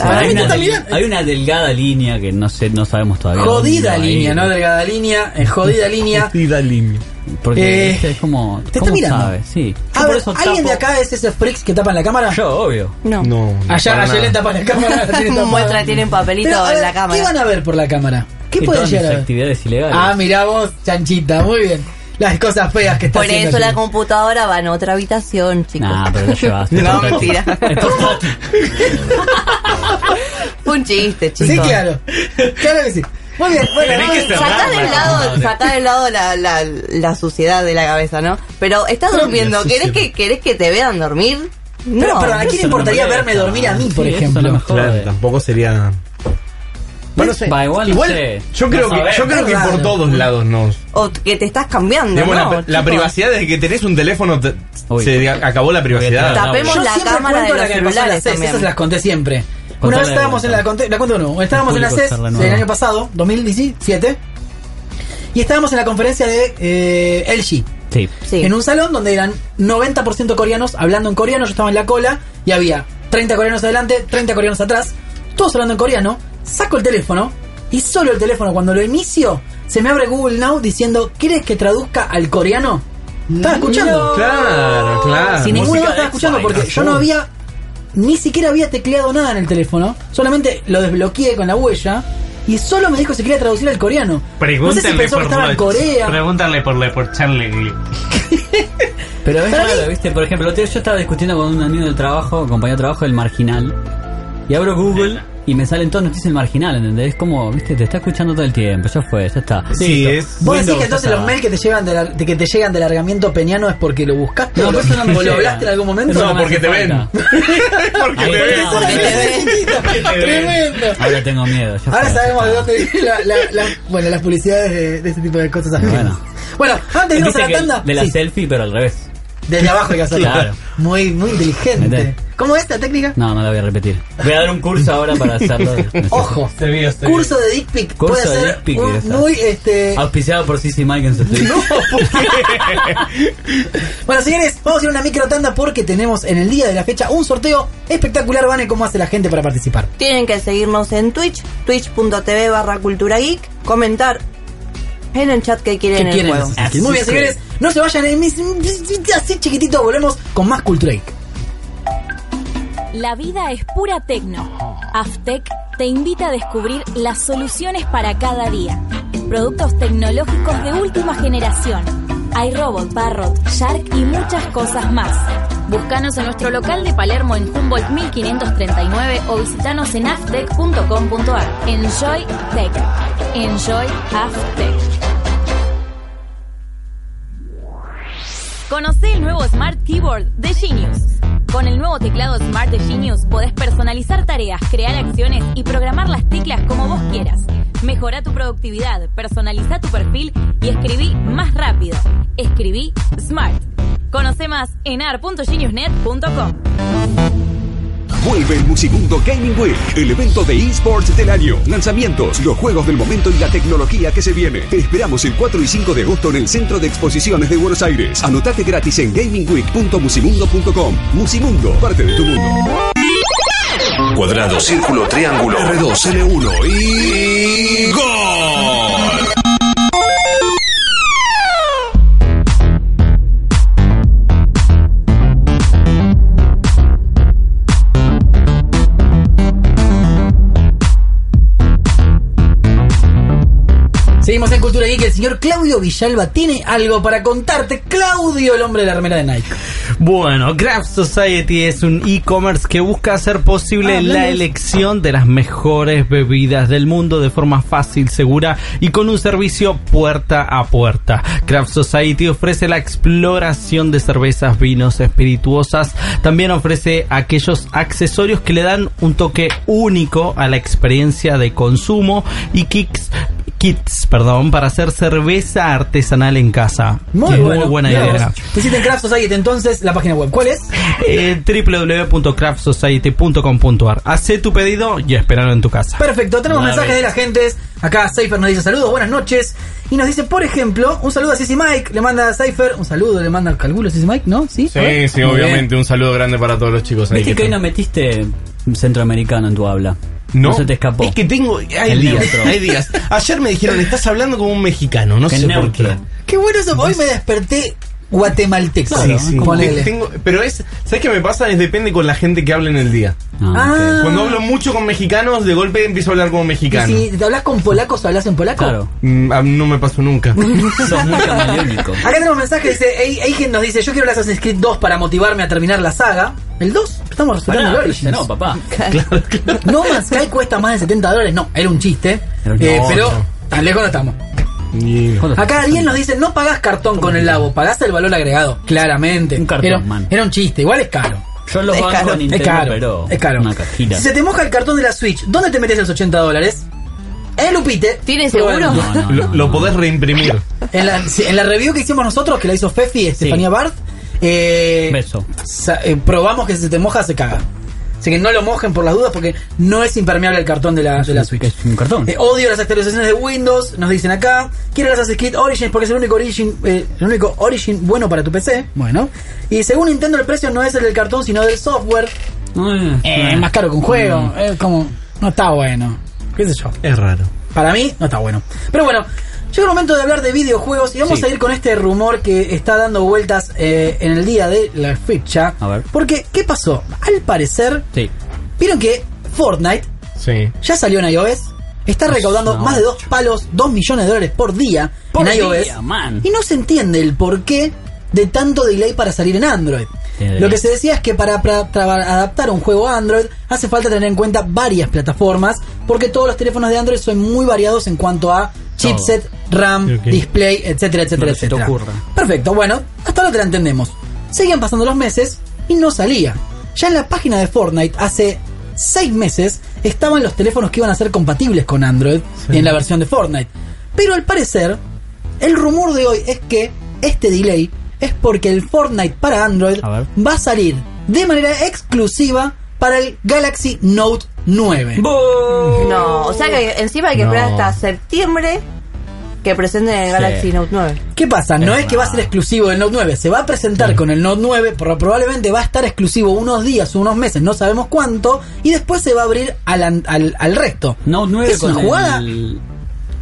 A ver,
Hay
me
una,
está
del-
mirando.
hay una delgada línea que no sé, no sabemos todavía.
Jodida
dónde va
línea,
a ir.
no delgada línea, eh, jodida línea.
Porque
Eh,
viste, es como.
te está
¿cómo
mirando.
sabes? Sí. Yo
A
por
ver,
eso
¿alguien
tapo-
de acá es esos freaks que tapan la cámara?
Yo, obvio.
No.
No.
Allá, allá le tapan la cámara. la tiene
Muestra,
tapada.
tienen papelito
Pero, a
en
ver,
la cámara.
¿Qué van a ver por la cámara? ¿Qué
Y
pueden
todas mis
llegar a ver?
actividades ilegales.
Ah, mirá vos, chanchita, muy bien. Las cosas feas que está
Por
haciendo
eso la
aquí.
computadora va en otra habitación, chicos.
Nah, pero la llevaste.
No, mentira.
Es portátil.
Fue un chiste, chicos.
Sí, claro. Claro que sí. Muy bien, bueno,
Tenés
muy
que
bien.
cerrar.
Sacá del
la
lado,
computadora.
sacá del lado la, la, la suciedad de la cabeza, ¿no? Pero estás durmiendo, ¿querés que, ¿querés que te vean dormir? No.
Pero, perdón, ¿a quién
Eso no
importaría
me
verme
molesta.
dormir a mí, por
Sí, eso no
ejemplo?
me jode.
tampoco sería. Bueno, no sé.
Va, igual no sé.
Yo
No
creo, que, yo
sabemos.
creo que
Es
por
raro.
todos lados nos.
O que te estás cambiando,
Digamos,
¿no?
la, la
chicos?
privacidad desde que tenés un teléfono te-
Uy.
se a- acabó la privacidad.
Tapé-
Tapemos
Yo
la
siempre
cámara de
cuento la
los
que me pasó en la
celulares
CES,
también.
esas las conté siempre.
Contala
Una vez
de
estábamos en
vuelta.
la conté, la cuento no, estábamos en la
público
CES
charla
del
nueva.
año pasado, 2017, y estábamos en la conferencia de eh, LG.
Sí.
Sí.
En un salón donde eran 90% coreanos hablando en coreano, yo estaba en la cola y había 30 coreanos adelante, 30 coreanos atrás, todos hablando en coreano, saco el teléfono y solo el teléfono cuando lo inicio se me abre Google Now diciendo ¿quieres que traduzca al coreano? Estaba escuchando.
Claro, claro.
Sin ningún
música
duda
de
estaba escuchando
X-Files,
porque yo no había ni siquiera había tecleado nada en el teléfono, solamente lo desbloqueé con la huella y solo me dijo si quería traducir al coreano. No sé si
Pregúntale
pensó que
por
estaba en
Roach.
Corea.
Pregúntale por le por Charlie. Glick.
Pero es
Para mí-
raro, ¿viste? Por ejemplo, el otro día yo estaba discutiendo con un amigo de trabajo, compañero de trabajo, el marginal. Y abro Google y me salen todas noticias del marginal, ¿entendés? Es como, ¿viste? Te está escuchando todo el tiempo, ya fue, ya está.
Sí,
Listo.
es-
Vos
Windows,
decís que
ya
entonces
está.
los mails que te llegan de, lar- de que te llegan de largamiento peñano es porque lo buscaste
No,
o lo,
pero eso no me
o lo
llega.
hablaste en algún momento. Ah,
Eso
No,
me
porque
hace
te ven.
falta.
Porque
Ahí está.
te ves.
Ahora
porque
te ven.
te
Tremendo.
Ahora tengo miedo. ya
Ahora
fue,
sabemos
ya
de
está.
dónde vienen la- la- la- bueno, las publicidades de, de este tipo de cosas.
Bueno.
bueno antes de irnos
Viste
a la
que
tanda,
De la
sí,
selfie, pero al revés.
desde abajo hay que hacerlo.
Claro.
Muy, muy inteligente.
¿Entendés?
¿Cómo es la técnica?
No, no la voy a repetir. Voy a dar un curso ahora para hacerlo.
Ojo,
Te vi, te vi.
curso de dick pic
Curso
puede
de
ser
dick pic,
un-
esa.
muy este.
Auspiciado por CC Mike en su estudio.
Bueno, señores, vamos a ir a una micro tanda porque tenemos en el día de la fecha un sorteo espectacular, Vane, cómo hace la gente para participar.
Tienen que seguirnos en Twitch, twitch.tv barra cultura geek, comentar en el chat que quieren
que
el
quieren.
juego.
Así Muy bien,
que-
señores. No se vayan en mis... Así chiquitito volvemos con más Cultura Geek.
La vida es pura tecno. Aftec te invita a descubrir las soluciones para cada día. Productos tecnológicos de última generación. iRobot, Parrot, Shark y muchas cosas más. Búscanos en nuestro local de Palermo en Humboldt 1539 o visitanos en aftec.com.ar. Enjoy Tech. Enjoy Aftec. Conoce el nuevo Smart Keyboard de Genius. Con el nuevo teclado Smart de Genius podés personalizar tareas, crear acciones y programar las teclas como vos quieras. Mejora tu productividad, personaliza tu perfil y escribí más rápido. Escribí Smart. Conoce más en ar.geniusnet.com.
Vuelve el Musimundo Gaming Week, el evento de esports del año. Lanzamientos, los juegos del momento y la tecnología que se viene. Te esperamos el 4 y 5 de agosto en el Centro de Exposiciones de Buenos Aires. Anotate gratis en gamingweek.musimundo.com. Musimundo, parte de tu mundo.
Cuadrado, círculo, triángulo, R2, L1 y. ¡Gol!
Seguimos en Cultura Geek. El señor Claudio Villalba tiene algo para contarte. Claudio, el hombre de la remera de Nike.
Bueno, Graph Society es un e-commerce que busca hacer posible
Ah,
la
hablemos.
elección de las mejores bebidas del mundo de forma fácil, segura y con un servicio puerta a puerta. Craft Society ofrece la exploración de cervezas, vinos, espirituosas. También ofrece aquellos accesorios que le dan un toque único a la experiencia de consumo y kicks- kits, perdón, para hacer cerveza artesanal en casa.
Muy,
Qué
bueno.
buena
Mirá
idea.
vos. Te hiciste en Craft Society entonces la página web. ¿Cuál es?
Eh, www.craftsociety.com.ar Hacé tu pedido y espéralo en tu casa.
Perfecto, tenemos
Una
mensajes
vez.
de la gente. Acá Cypher nos dice saludos, buenas noches. Y nos dice, por ejemplo, un saludo a Sisi Mike. Le manda a Cypher un saludo, le manda calculo a Sisi Mike, ¿no? Sí, A
Sí,
ver.
sí,
Muy bien.
obviamente. Un saludo grande para todos los chicos ahí.
Viste que hoy no
están.
metiste centroamericano en tu habla.
No.
se te escapó.
Es que tengo. Hay
El día,
días.
otro.
Hay días. Ayer me dijeron, estás hablando como un mexicano. No
Que
sé por
neutro.
qué.
Qué bueno eso, hoy me desperté guatemalteco.
Sí, sí.
Ponele.
Te- tengo- pero es. ¿Sabes qué me pasa? Es depende con la gente que hable en el día.
Ah,
Cuando hablo mucho con mexicanos, de golpe empiezo a hablar como
y
mexicano.
si te hablas con polacos, hablas en polaco.
Claro.
Mm, a- no me pasó nunca.
Sos muy camaleónico.
Acá tenemos mensaje, dice, Ei- Eigen nos dice, yo quiero el Assassin's Creed 2 para motivarme a terminar la saga. ¿El 2? Estamos
Pará,
resultando el Origins.
no, papá.
No Man's Sky cuesta más de 70 dólares. No, era un chiste.
Era un-
Eh,
No,
pero
no.
tan lejos no estamos.
Ni-
¿Cuánto-
Acá alguien nos dice, no pagás cartón con el labo, pagás el valor agregado. Claramente.
Un cartón,
era,
man.
era un chiste, igual es caro.
Yo los
Es
banco
caro,
a
es
Es
Nintendo,
caro.
pero
es caro.
una cajita.
Si se te moja el cartón de la Switch, ¿dónde te metes esos 80 dólares? En Lupite.
¿Tiene
Pero
seguro?
bueno,
No, no,
Lo,
no,
lo
no.
podés reimprimir.
En la, sí, en la review que hicimos nosotros, que la hizo Fefi, Estefanía Barth, eh,
Beso.
sa- eh, probamos que si se te moja se caga. Así que no lo mojen por las dudas porque no es impermeable el cartón de la, de la
Es un-
Switch.
es un cartón.
Eh, odio las actualizaciones de Windows, nos dicen acá. Quiero las Assassin's Creed Origins porque es el único Origin, eh, el único Origin bueno para tu PC. Bueno. Y según Nintendo el precio no es el del cartón sino del software. Mm.
Eh,
Eh,
eh.
Más caro que un juego. Es como... No está bueno. ¿Qué sé yo?
Es raro.
Para mí no está bueno. Pero bueno, llega el momento de hablar de videojuegos y vamos
Sí.
a ir con este rumor que está dando vueltas eh, en el día de la fecha.
A ver.
Porque, ¿qué pasó? Al parecer,
Sí.
vieron que Fortnite
Sí.
ya salió en iOS. Está recaudando
no.
más de dos palos, dos millones de dólares por día
Por
en iOS.
día, man.
Y no se entiende el porqué de tanto delay para salir en Android.
Sí,
Lo que se decía es que para, pra- traba- adaptar un juego a Android hace falta tener en cuenta varias plataformas, porque todos los teléfonos de Android son muy variados en cuanto a chipset, RAM,
Ok.
display, etcétera, etcétera,
que se te
etcétera.
ocurra.
Perfecto, bueno, hasta ahora te la entendemos. Seguían pasando los meses y no salía. Ya en la página de Fortnite hace seis meses estaban los teléfonos que iban a ser compatibles con Android en la versión de Fortnite. Pero al parecer, el rumor de hoy es que este delay es porque el Fortnite para Android
A ver.
va a salir de manera exclusiva para el Galaxy Note 9.
No, o sea que encima hay que esperar hasta septiembre que presenten el Galaxy Note 9.
¿Qué pasa? No es que va a ser exclusivo del Note 9, se va a presentar con el Note 9, pero probablemente va a estar exclusivo unos días, unos meses, no sabemos cuánto, y después se va a abrir al, an- al, al resto.
Note 9
es
con,
una jugada
el,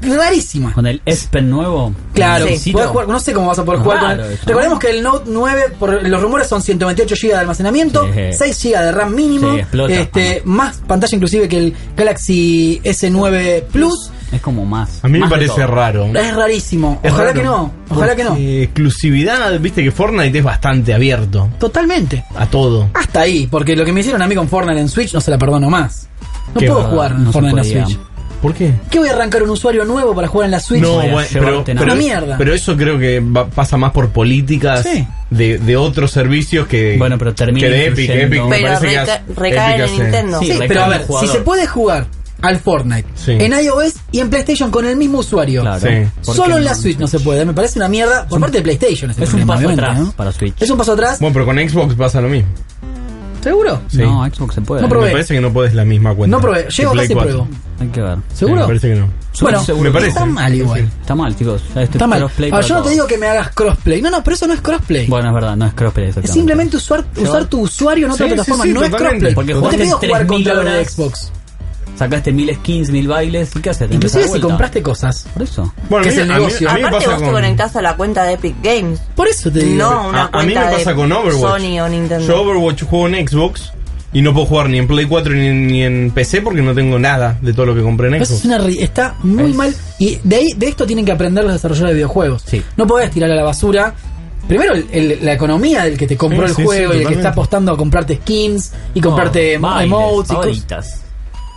rarísima.
con el Espen nuevo.
Claro,
Sí.
podés jugar- no sé cómo vas a poder jugar
Claro,
con él.
eso.
Recordemos que el Note 9, por los rumores son 128 GB de almacenamiento,
Sí.
6 GB de RAM mínimo,
Sí, explota.
este, más pantalla inclusive que el Galaxy S9 Plus.
Es como más.
A mí me
más de
parece
todo.
raro.
Es rarísimo.
Es
Ojalá
raro,
que no. Ojalá que no.
porque Exclusividad, viste que Fortnite es bastante abierto
Totalmente.
a todo.
Hasta ahí, porque lo que me hicieron a mí con Fortnite en Switch no se la perdono más. No
Qué
puedo
va,
jugar
no se
Fortnite en
podía.
la Switch.
¿Por qué?
¿Qué voy a arrancar un usuario nuevo para jugar en la Switch?
No,
voy a
bueno, pero,
llevarte nada.
pero-
Una mierda.
pero eso creo que va- pasa más por políticas
Sí.
de, de otros servicios que,
Bueno, pero termina
que de Epic.
influyendo.
Epic me
Pero
parece que
reca-
hace-
recae en
Epic hace-
Nintendo.
Sí,
Sí,
recae
pero a
en el
ver, si
jugador.
se puede jugar al Fortnite
Sí.
en iOS y en PlayStation con el mismo usuario.
Claro.
Sí.
¿Por
Solo
qué
en la
no?
Switch no se puede. Me parece una mierda por parte de PlayStation. este
Es un
problema,
paso
obviamente,
atrás
¿no?
para Switch.
Es un paso atrás.
Bueno, pero con Xbox pasa lo mismo.
¿Seguro?
Sí.
No, Xbox se puede.
No
Me
probé.
parece que no podés la misma cuenta.
No probé.
que
Llego
Play
acá y
4.
pruebo.
Hay que ver.
Sí,
¿Seguro?
Me parece que no.
Bueno,
Seguro.
Me parece.
está mal igual.
Está mal, chicos. Ya este
Está mal.
crossplay
Ahora,
para
yo no te
todos.
digo que me hagas crossplay. No, no, pero eso no es crossplay.
Bueno, es verdad, no es crossplay.
es
exactamente.
simplemente usar, usar tu usuario en otra
Sí, sí,
plataforma.
sí,
no
totalmente.
es
Porque
crossplay. No te
jugaste
pido jugar
3.000
contra los de
horas.
Xbox.
Sacaste mil skins, mil bailes. ¿Y qué haces? Te empezás
Inclusive
de
si
vuelta.
compraste cosas.
Por eso.
Bueno,
que
a
es
mí-
el
a mí-
negocio.
a mí me
Aparte
pasa
vos te
con-
conectás a la cuenta de Epic Games.
Por eso te digo.
No una
a, a mí
cuenta
me pasa
de
con Overwatch.
Sony o Nintendo.
Yo Overwatch juego en Xbox y no puedo jugar ni en Play 4 ni en, ni en PC porque no tengo nada de todo lo que compré en
Eso es
Xbox.
una ri- está muy
Es-
mal. Y de ahí de esto tienen que aprender los desarrolladores de videojuegos.
Sí.
No podés tirar a la basura. Primero, el- el- la economía del que te compró
Sí,
el
sí, sí,
juego y el que
totalmente.
está apostando a comprarte skins y comprarte
No, bailes,
emotes y cosas.
favoritas.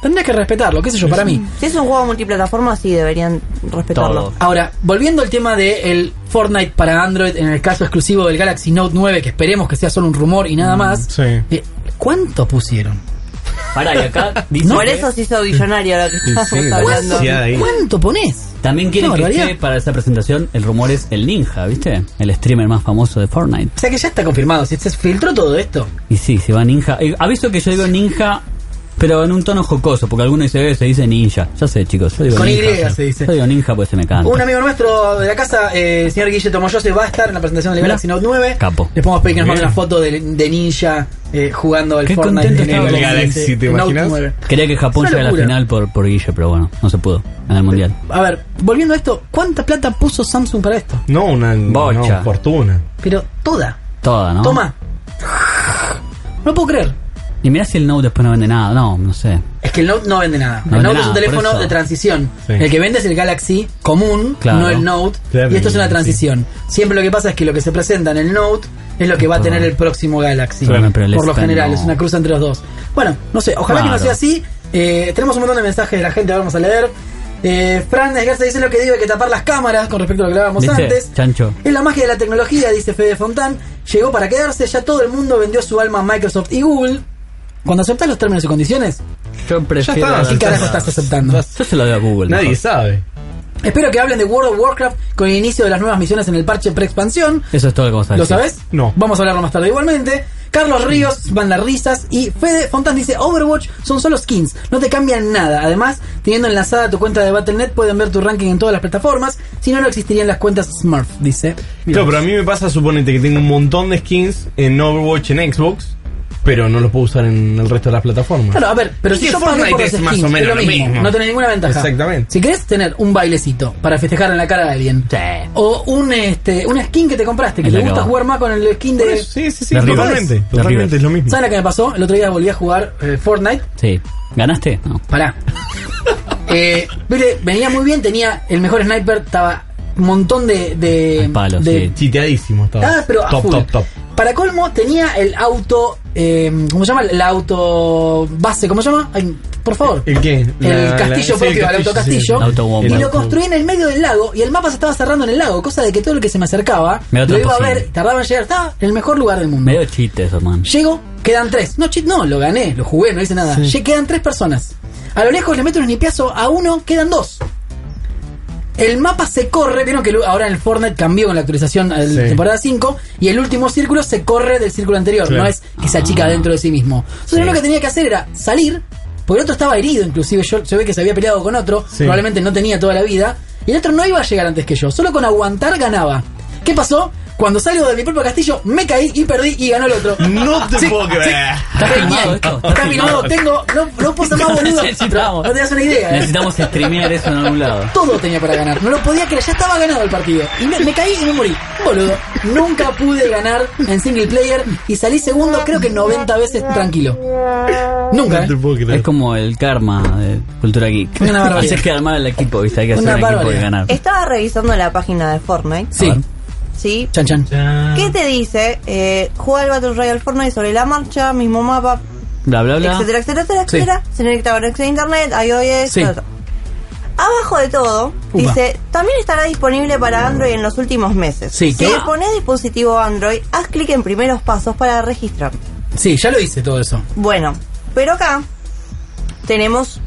Tendrías que respetarlo, qué sé yo, para mí.
Si es un juego multiplataforma, sí deberían respetarlo.
Todo.
Ahora, volviendo al tema del Fortnite para Android, en el caso exclusivo del Galaxy Note 9, que esperemos que sea solo un rumor y
Mm,
nada más.
sí.
eh, ¿Cuánto pusieron?
Pará, y acá dice
Por
que
eso se hizo billonario lo que estamos
sí,
hablando.
demasiado. ahí.
¿Cuánto ponés?
también quieren
Qué
que
barbaridad.
esté para esta presentación, el rumor es el ninja, ¿viste? El streamer más famoso de Fortnite.
O sea que ya está confirmado, se, se filtró todo esto.
Y sí, se va ninja. Eh, aviso que yo digo ninja, pero en un tono jocoso, porque alguno dice, eh, se dice ninja. Ya sé, chicos, yo digo
Con
ninja.
Y se dice.
Yo digo ninja pues se me canta.
Un amigo nuestro de la casa, eh, el señor Guille Tomoyose, va a estar en la presentación del
Mirá.
Galaxy Note 9.
Capo.
Les podemos pedir que nos manden
Bien.
una foto de, de Ninja eh, jugando al
Qué
Fortnite
contento
en
estaba
con el
Galaxy
Galaxy, ¿te
Note
imaginas?
9.
Quería que Japón
Es una
llegara a la
locura.
final por, por Guille, pero bueno, no se pudo en el mundial.
A ver, volviendo a esto, ¿cuánta plata puso Samsung para esto?
No, una
Bocha.
no, fortuna.
Pero toda.
Toda, ¿no?
Toma. No puedo creer.
Y mirá si el Note después no vende nada. No, no sé.
Es que el Note no vende nada.
No
el
vende
Note es
nada,
un
por
teléfono
eso.
de transición.
Sí.
El que vende es el Galaxy común,
Claro.
no el Note.
Claro,
y esto es una
sí.
transición. Siempre lo que pasa es que lo que se presenta en el Note es lo que va a tener el próximo Galaxy.
Ah. Claro, pero el
por lo
Stan
general,
no.
es una cruza entre los dos. Bueno, no sé, ojalá que no
Claro.
sea así. Eh, tenemos un montón de mensajes de la gente, ahora vamos a leer. Eh, Fran Desgracia dice lo que digo, hay que tapar las cámaras con respecto a lo que hablábamos
¿Viste?
antes.
Chancho.
Es la magia de la tecnología, dice Fede Fontán. Llegó para quedarse, ya todo el mundo vendió su alma a Microsoft y Google. Cuando aceptas los términos y condiciones,
Yo prefiero...
está,
la-
¿qué carajo estás aceptando?
Yo se lo doy a Google.
Nadie
mejor.
sabe.
Espero que hablen de World of Warcraft con el inicio de las nuevas misiones en el parche pre-expansión.
Eso es todo lo que vamos a
¿Lo
decir.
sabes?
No.
Vamos a hablarlo más tarde igualmente. Carlos Ríos, van las risas. Y Fede Fontán dice: Overwatch son solo skins, no te cambian nada. Además, teniendo enlazada tu cuenta de Battle.net, pueden ver tu ranking en todas las plataformas. Si no, no existirían las cuentas Smurf, dice.
Claro, pero a mí me pasa, suponete que tengo un montón de skins en Overwatch en Xbox, pero no los puedo usar en el resto de las plataformas.
Claro, a ver, pero
Y
si
que
yo pagué
Fortnite
por los
es
skins,
más o menos
es lo
lo
mismo,
mismo.
No tenés ninguna ventaja.
Exactamente.
Si querés tener un bailecito para festejar en la cara de alguien.
Sí.
O un este, una skin que te compraste, que
Es
te
la que
gusta
va.
jugar más con el skin
Por
de.
eso, sí, sí, sí,
De River.
totalmente.
De
Totalmente
River.
es lo mismo.
¿Sabes lo que me pasó? El otro día volví a jugar eh, Fortnite.
Sí. ¿Ganaste? No.
Pará. Eh, viste, venía muy bien, tenía el mejor sniper, estaba un montón de. de-
Al palo,
de-
sí.
Chiteadísimo estaba.
Ah, pero a
top,
full.
top, top.
Para colmo, tenía el auto. eh, ¿Cómo se llama? El auto base, ¿cómo se llama? Ay, por favor.
¿El qué?
El
La-
castillo
la- sí,
propio, el,
castillo, sí.
autocastillo.
El autobomba.
y
El
lo
auto-
construí en el medio del lago y el mapa se estaba cerrando en el lago, cosa de que todo lo que se me acercaba
Me da
lo iba a
tramposín.
ver, tardaba en llegar, estaba en el mejor lugar del mundo.
Medio chiste eso, man.
Llego, quedan tres. No, chit, no, lo gané, lo jugué, no hice nada. Lle- Quedan tres personas. A lo lejos le meto un snipiazo a uno, quedan dos. El mapa se corre, vieron que lo- ahora en el Fortnite cambió con la actualización de
Sí.
temporada 5 y el último círculo se corre del círculo anterior,
Claro.
no es que se achica dentro de sí mismo. Entonces lo que tenía que hacer era salir, porque el otro estaba herido inclusive, yo se ve que se había peleado con otro,
Sí.
probablemente no tenía toda la vida, y el otro no iba a llegar antes que yo, solo con aguantar ganaba. ¿Qué pasó? Cuando salgo de mi propio castillo, me caí y perdí y ganó el otro.
No te
Sí,
puedo
sí.
creer.
Está filmado esto.
Está filmado, tengo. No, no puedo ser más boludo.
Necesitamos.
No te das una idea. ¿eh?
Necesitamos streamear eso en algún lado.
Todo tenía para ganar. No lo podía creer. Ya estaba ganado el partido. Y me, me caí y me morí. Boludo. Nunca pude ganar en single player y salí segundo, creo que 90 veces tranquilo. Nunca. ¿eh?
Es como el karma de cultura geek.
Una barbaridad.
Haces que armar el equipo, ¿viste? Hay que hacer
Una
un equipo
barbaridad.
y ganar.
Estaba revisando la página de Fortnite.
Sí.
¿Sí?
Chan chan.
Ah.
¿Qué te dice? Eh, juega el Battle Royale Fortnite sobre la marcha, mismo mapa,
Bla, bla, bla.
etcétera, etcétera, etcétera. Se conecta a conexión a internet, iOS,
Sí.
todo eso. Abajo de todo,
Upa.
dice, también estará disponible para Android en los últimos meses.
Sí,
si
¿qué?
dispones de dispositivo Android, haz clic en primeros pasos para registrarte.
Sí, ya lo hice todo eso.
Bueno, pero acá tenemos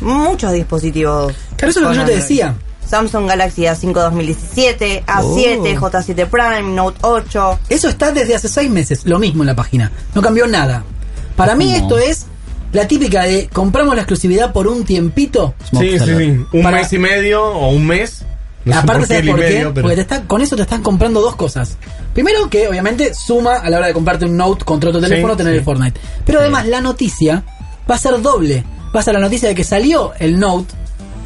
muchos dispositivos.
Claro, eso es lo que
con
yo te
Android.
decía.
Samsung Galaxy A5 2017, A7,
Oh.
J7 Prime, Note 8.
Eso está desde hace seis meses, lo mismo en la página. No cambió nada. Para mí
No.
esto es la típica de compramos la exclusividad por un tiempito.
Smoke
Sí, sí,
Salad.
sí. Un
Para-
mes y medio o un mes. No sé
Aparte,
qué
¿sabes
el
por
y
qué?
medio, pero-
Porque te está- con eso te están comprando dos cosas. Primero, que obviamente suma a la hora de comprarte un Note contra otro teléfono,
Sí,
tener
sí.
el Fortnite. Pero además, la noticia va a ser doble. Va a ser la noticia de que salió el Note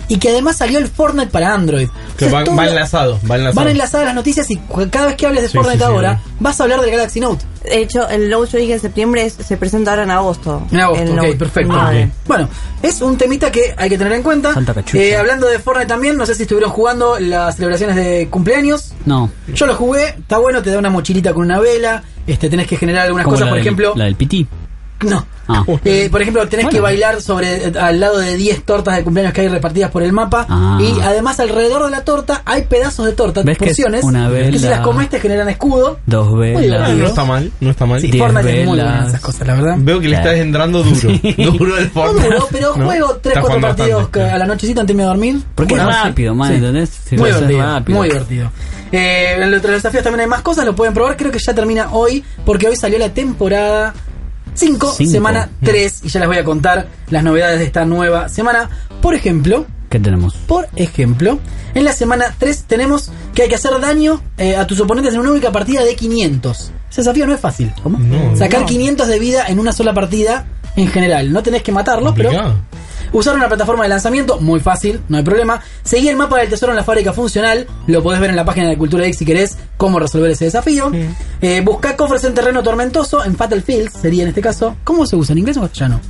y que además salió el Fortnite para Android. O
Que
sea,
va,
todo-
va enlazado, va enlazado.
Van enlazadas las noticias y cu- cada vez que hables de
Sí,
Fortnite
sí, sí,
ahora,
obvio.
vas a hablar del Galaxy Note.
De hecho, el Note yo dije en septiembre, es- se presenta ahora en agosto.
En agosto,
El
ok,
Note.
perfecto.
Vale.
Ok. Bueno, es un temita que hay que tener en cuenta.
Santa cachucha.
Eh, hablando de Fortnite también, no sé si estuvieron jugando las celebraciones de cumpleaños.
No.
Yo lo jugué, está bueno, te da una mochilita con una vela, este tenés que generar algunas
Como
cosas,
la
por
del-
ejemplo...
La del PT.
No.
Ah.
Eh, por ejemplo, tenés que bailar sobre eh, al lado de 10 tortas de cumpleaños que hay repartidas por el mapa.
Ah.
Y además alrededor de la torta hay pedazos de torta,
¿Ves que es
porciones,
una
que si
vela?
las comes te generan escudo.
Dos
Ah,
velas.
no está mal, no está mal.
Sí,
Diez
Fortnite es muy
velas.
buena en esas cosas, la
¿Ah?
verdad.
Veo que le estás entrando duro. Duro el
No
Fortnite.
duro, pero
¿No?
juego
Está
3-4
jugando
partidos
bastante.
que a la nochecita antes de irme a dormir.
Porque
Bueno,
es
sí.
rápido, man,
Sí.
¿entendés? Si
muy,
lo haces
divertido,
rápido.
muy divertido. Eh, en los desafíos también hay más cosas, lo pueden probar. Creo que ya termina hoy, porque hoy salió la temporada 5,
Cinco. Mm.
semana 3, y ya les voy a contar las novedades de esta nueva semana. Por ejemplo,
¿Qué tenemos?
por ejemplo, en la semana 3 tenemos que hay que hacer daño eh, a tus oponentes en una única partida de 500. Ese desafío no es fácil.
No.
Sacar 500 de vida en una sola partida en general. No tenés que matarlos, pero
Complicado.
Usar una plataforma de lanzamiento, muy fácil, no hay problema. Seguir el mapa del tesoro en la fábrica funcional, lo podés ver en la página de Cultura X si querés cómo resolver ese desafío. Eh, buscar cofres en terreno tormentoso, en Battlefields sería en este caso. ¿Cómo se usa? ¿En inglés o en castellano?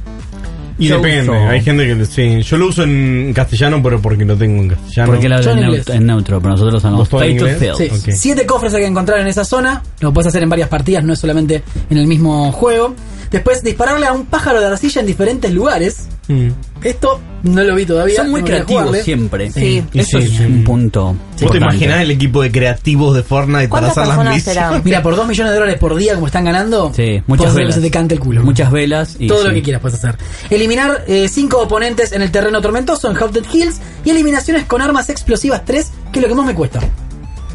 Y
Yo
depende,
uso-
hay gente que le- sí, yo lo uso en castellano, pero porque no tengo en castellano.
Porque él habla
Yo en
en,
inglés.
neut- en neutro, pero nosotros hablamos
¿Vos todo
Fate
en
to
inglés?
Fail.
Sí.
Ok.
Siete cofres hay que encontrar en esa zona. Lo puedes hacer en varias partidas, no es solamente en el mismo juego. Después, dispararle a un pájaro de arcilla en diferentes lugares.
Mm.
Esto no lo vi todavía.
Son muy
tengo que
creativos
jugarle.
siempre.
Sí.
Y
Eso
sí,
es
sí.
un punto.
¿Vos te
importante.
imaginás el equipo de creativos de Fortnite para
¿Cuántas
hacer las
personas
misiones?
serán?
Mira, por 2 millones de dólares por día, como están ganando,
Sí,
podés
muchas
hacer que
velas.
se te cante el culo.
Muchas velas y
Todo lo
sí.
que quieras puedes hacer. Eliminar 5 oponentes en el terreno tormentoso en Haunted Hills y eliminaciones con armas explosivas 3, que es lo que más me cuesta.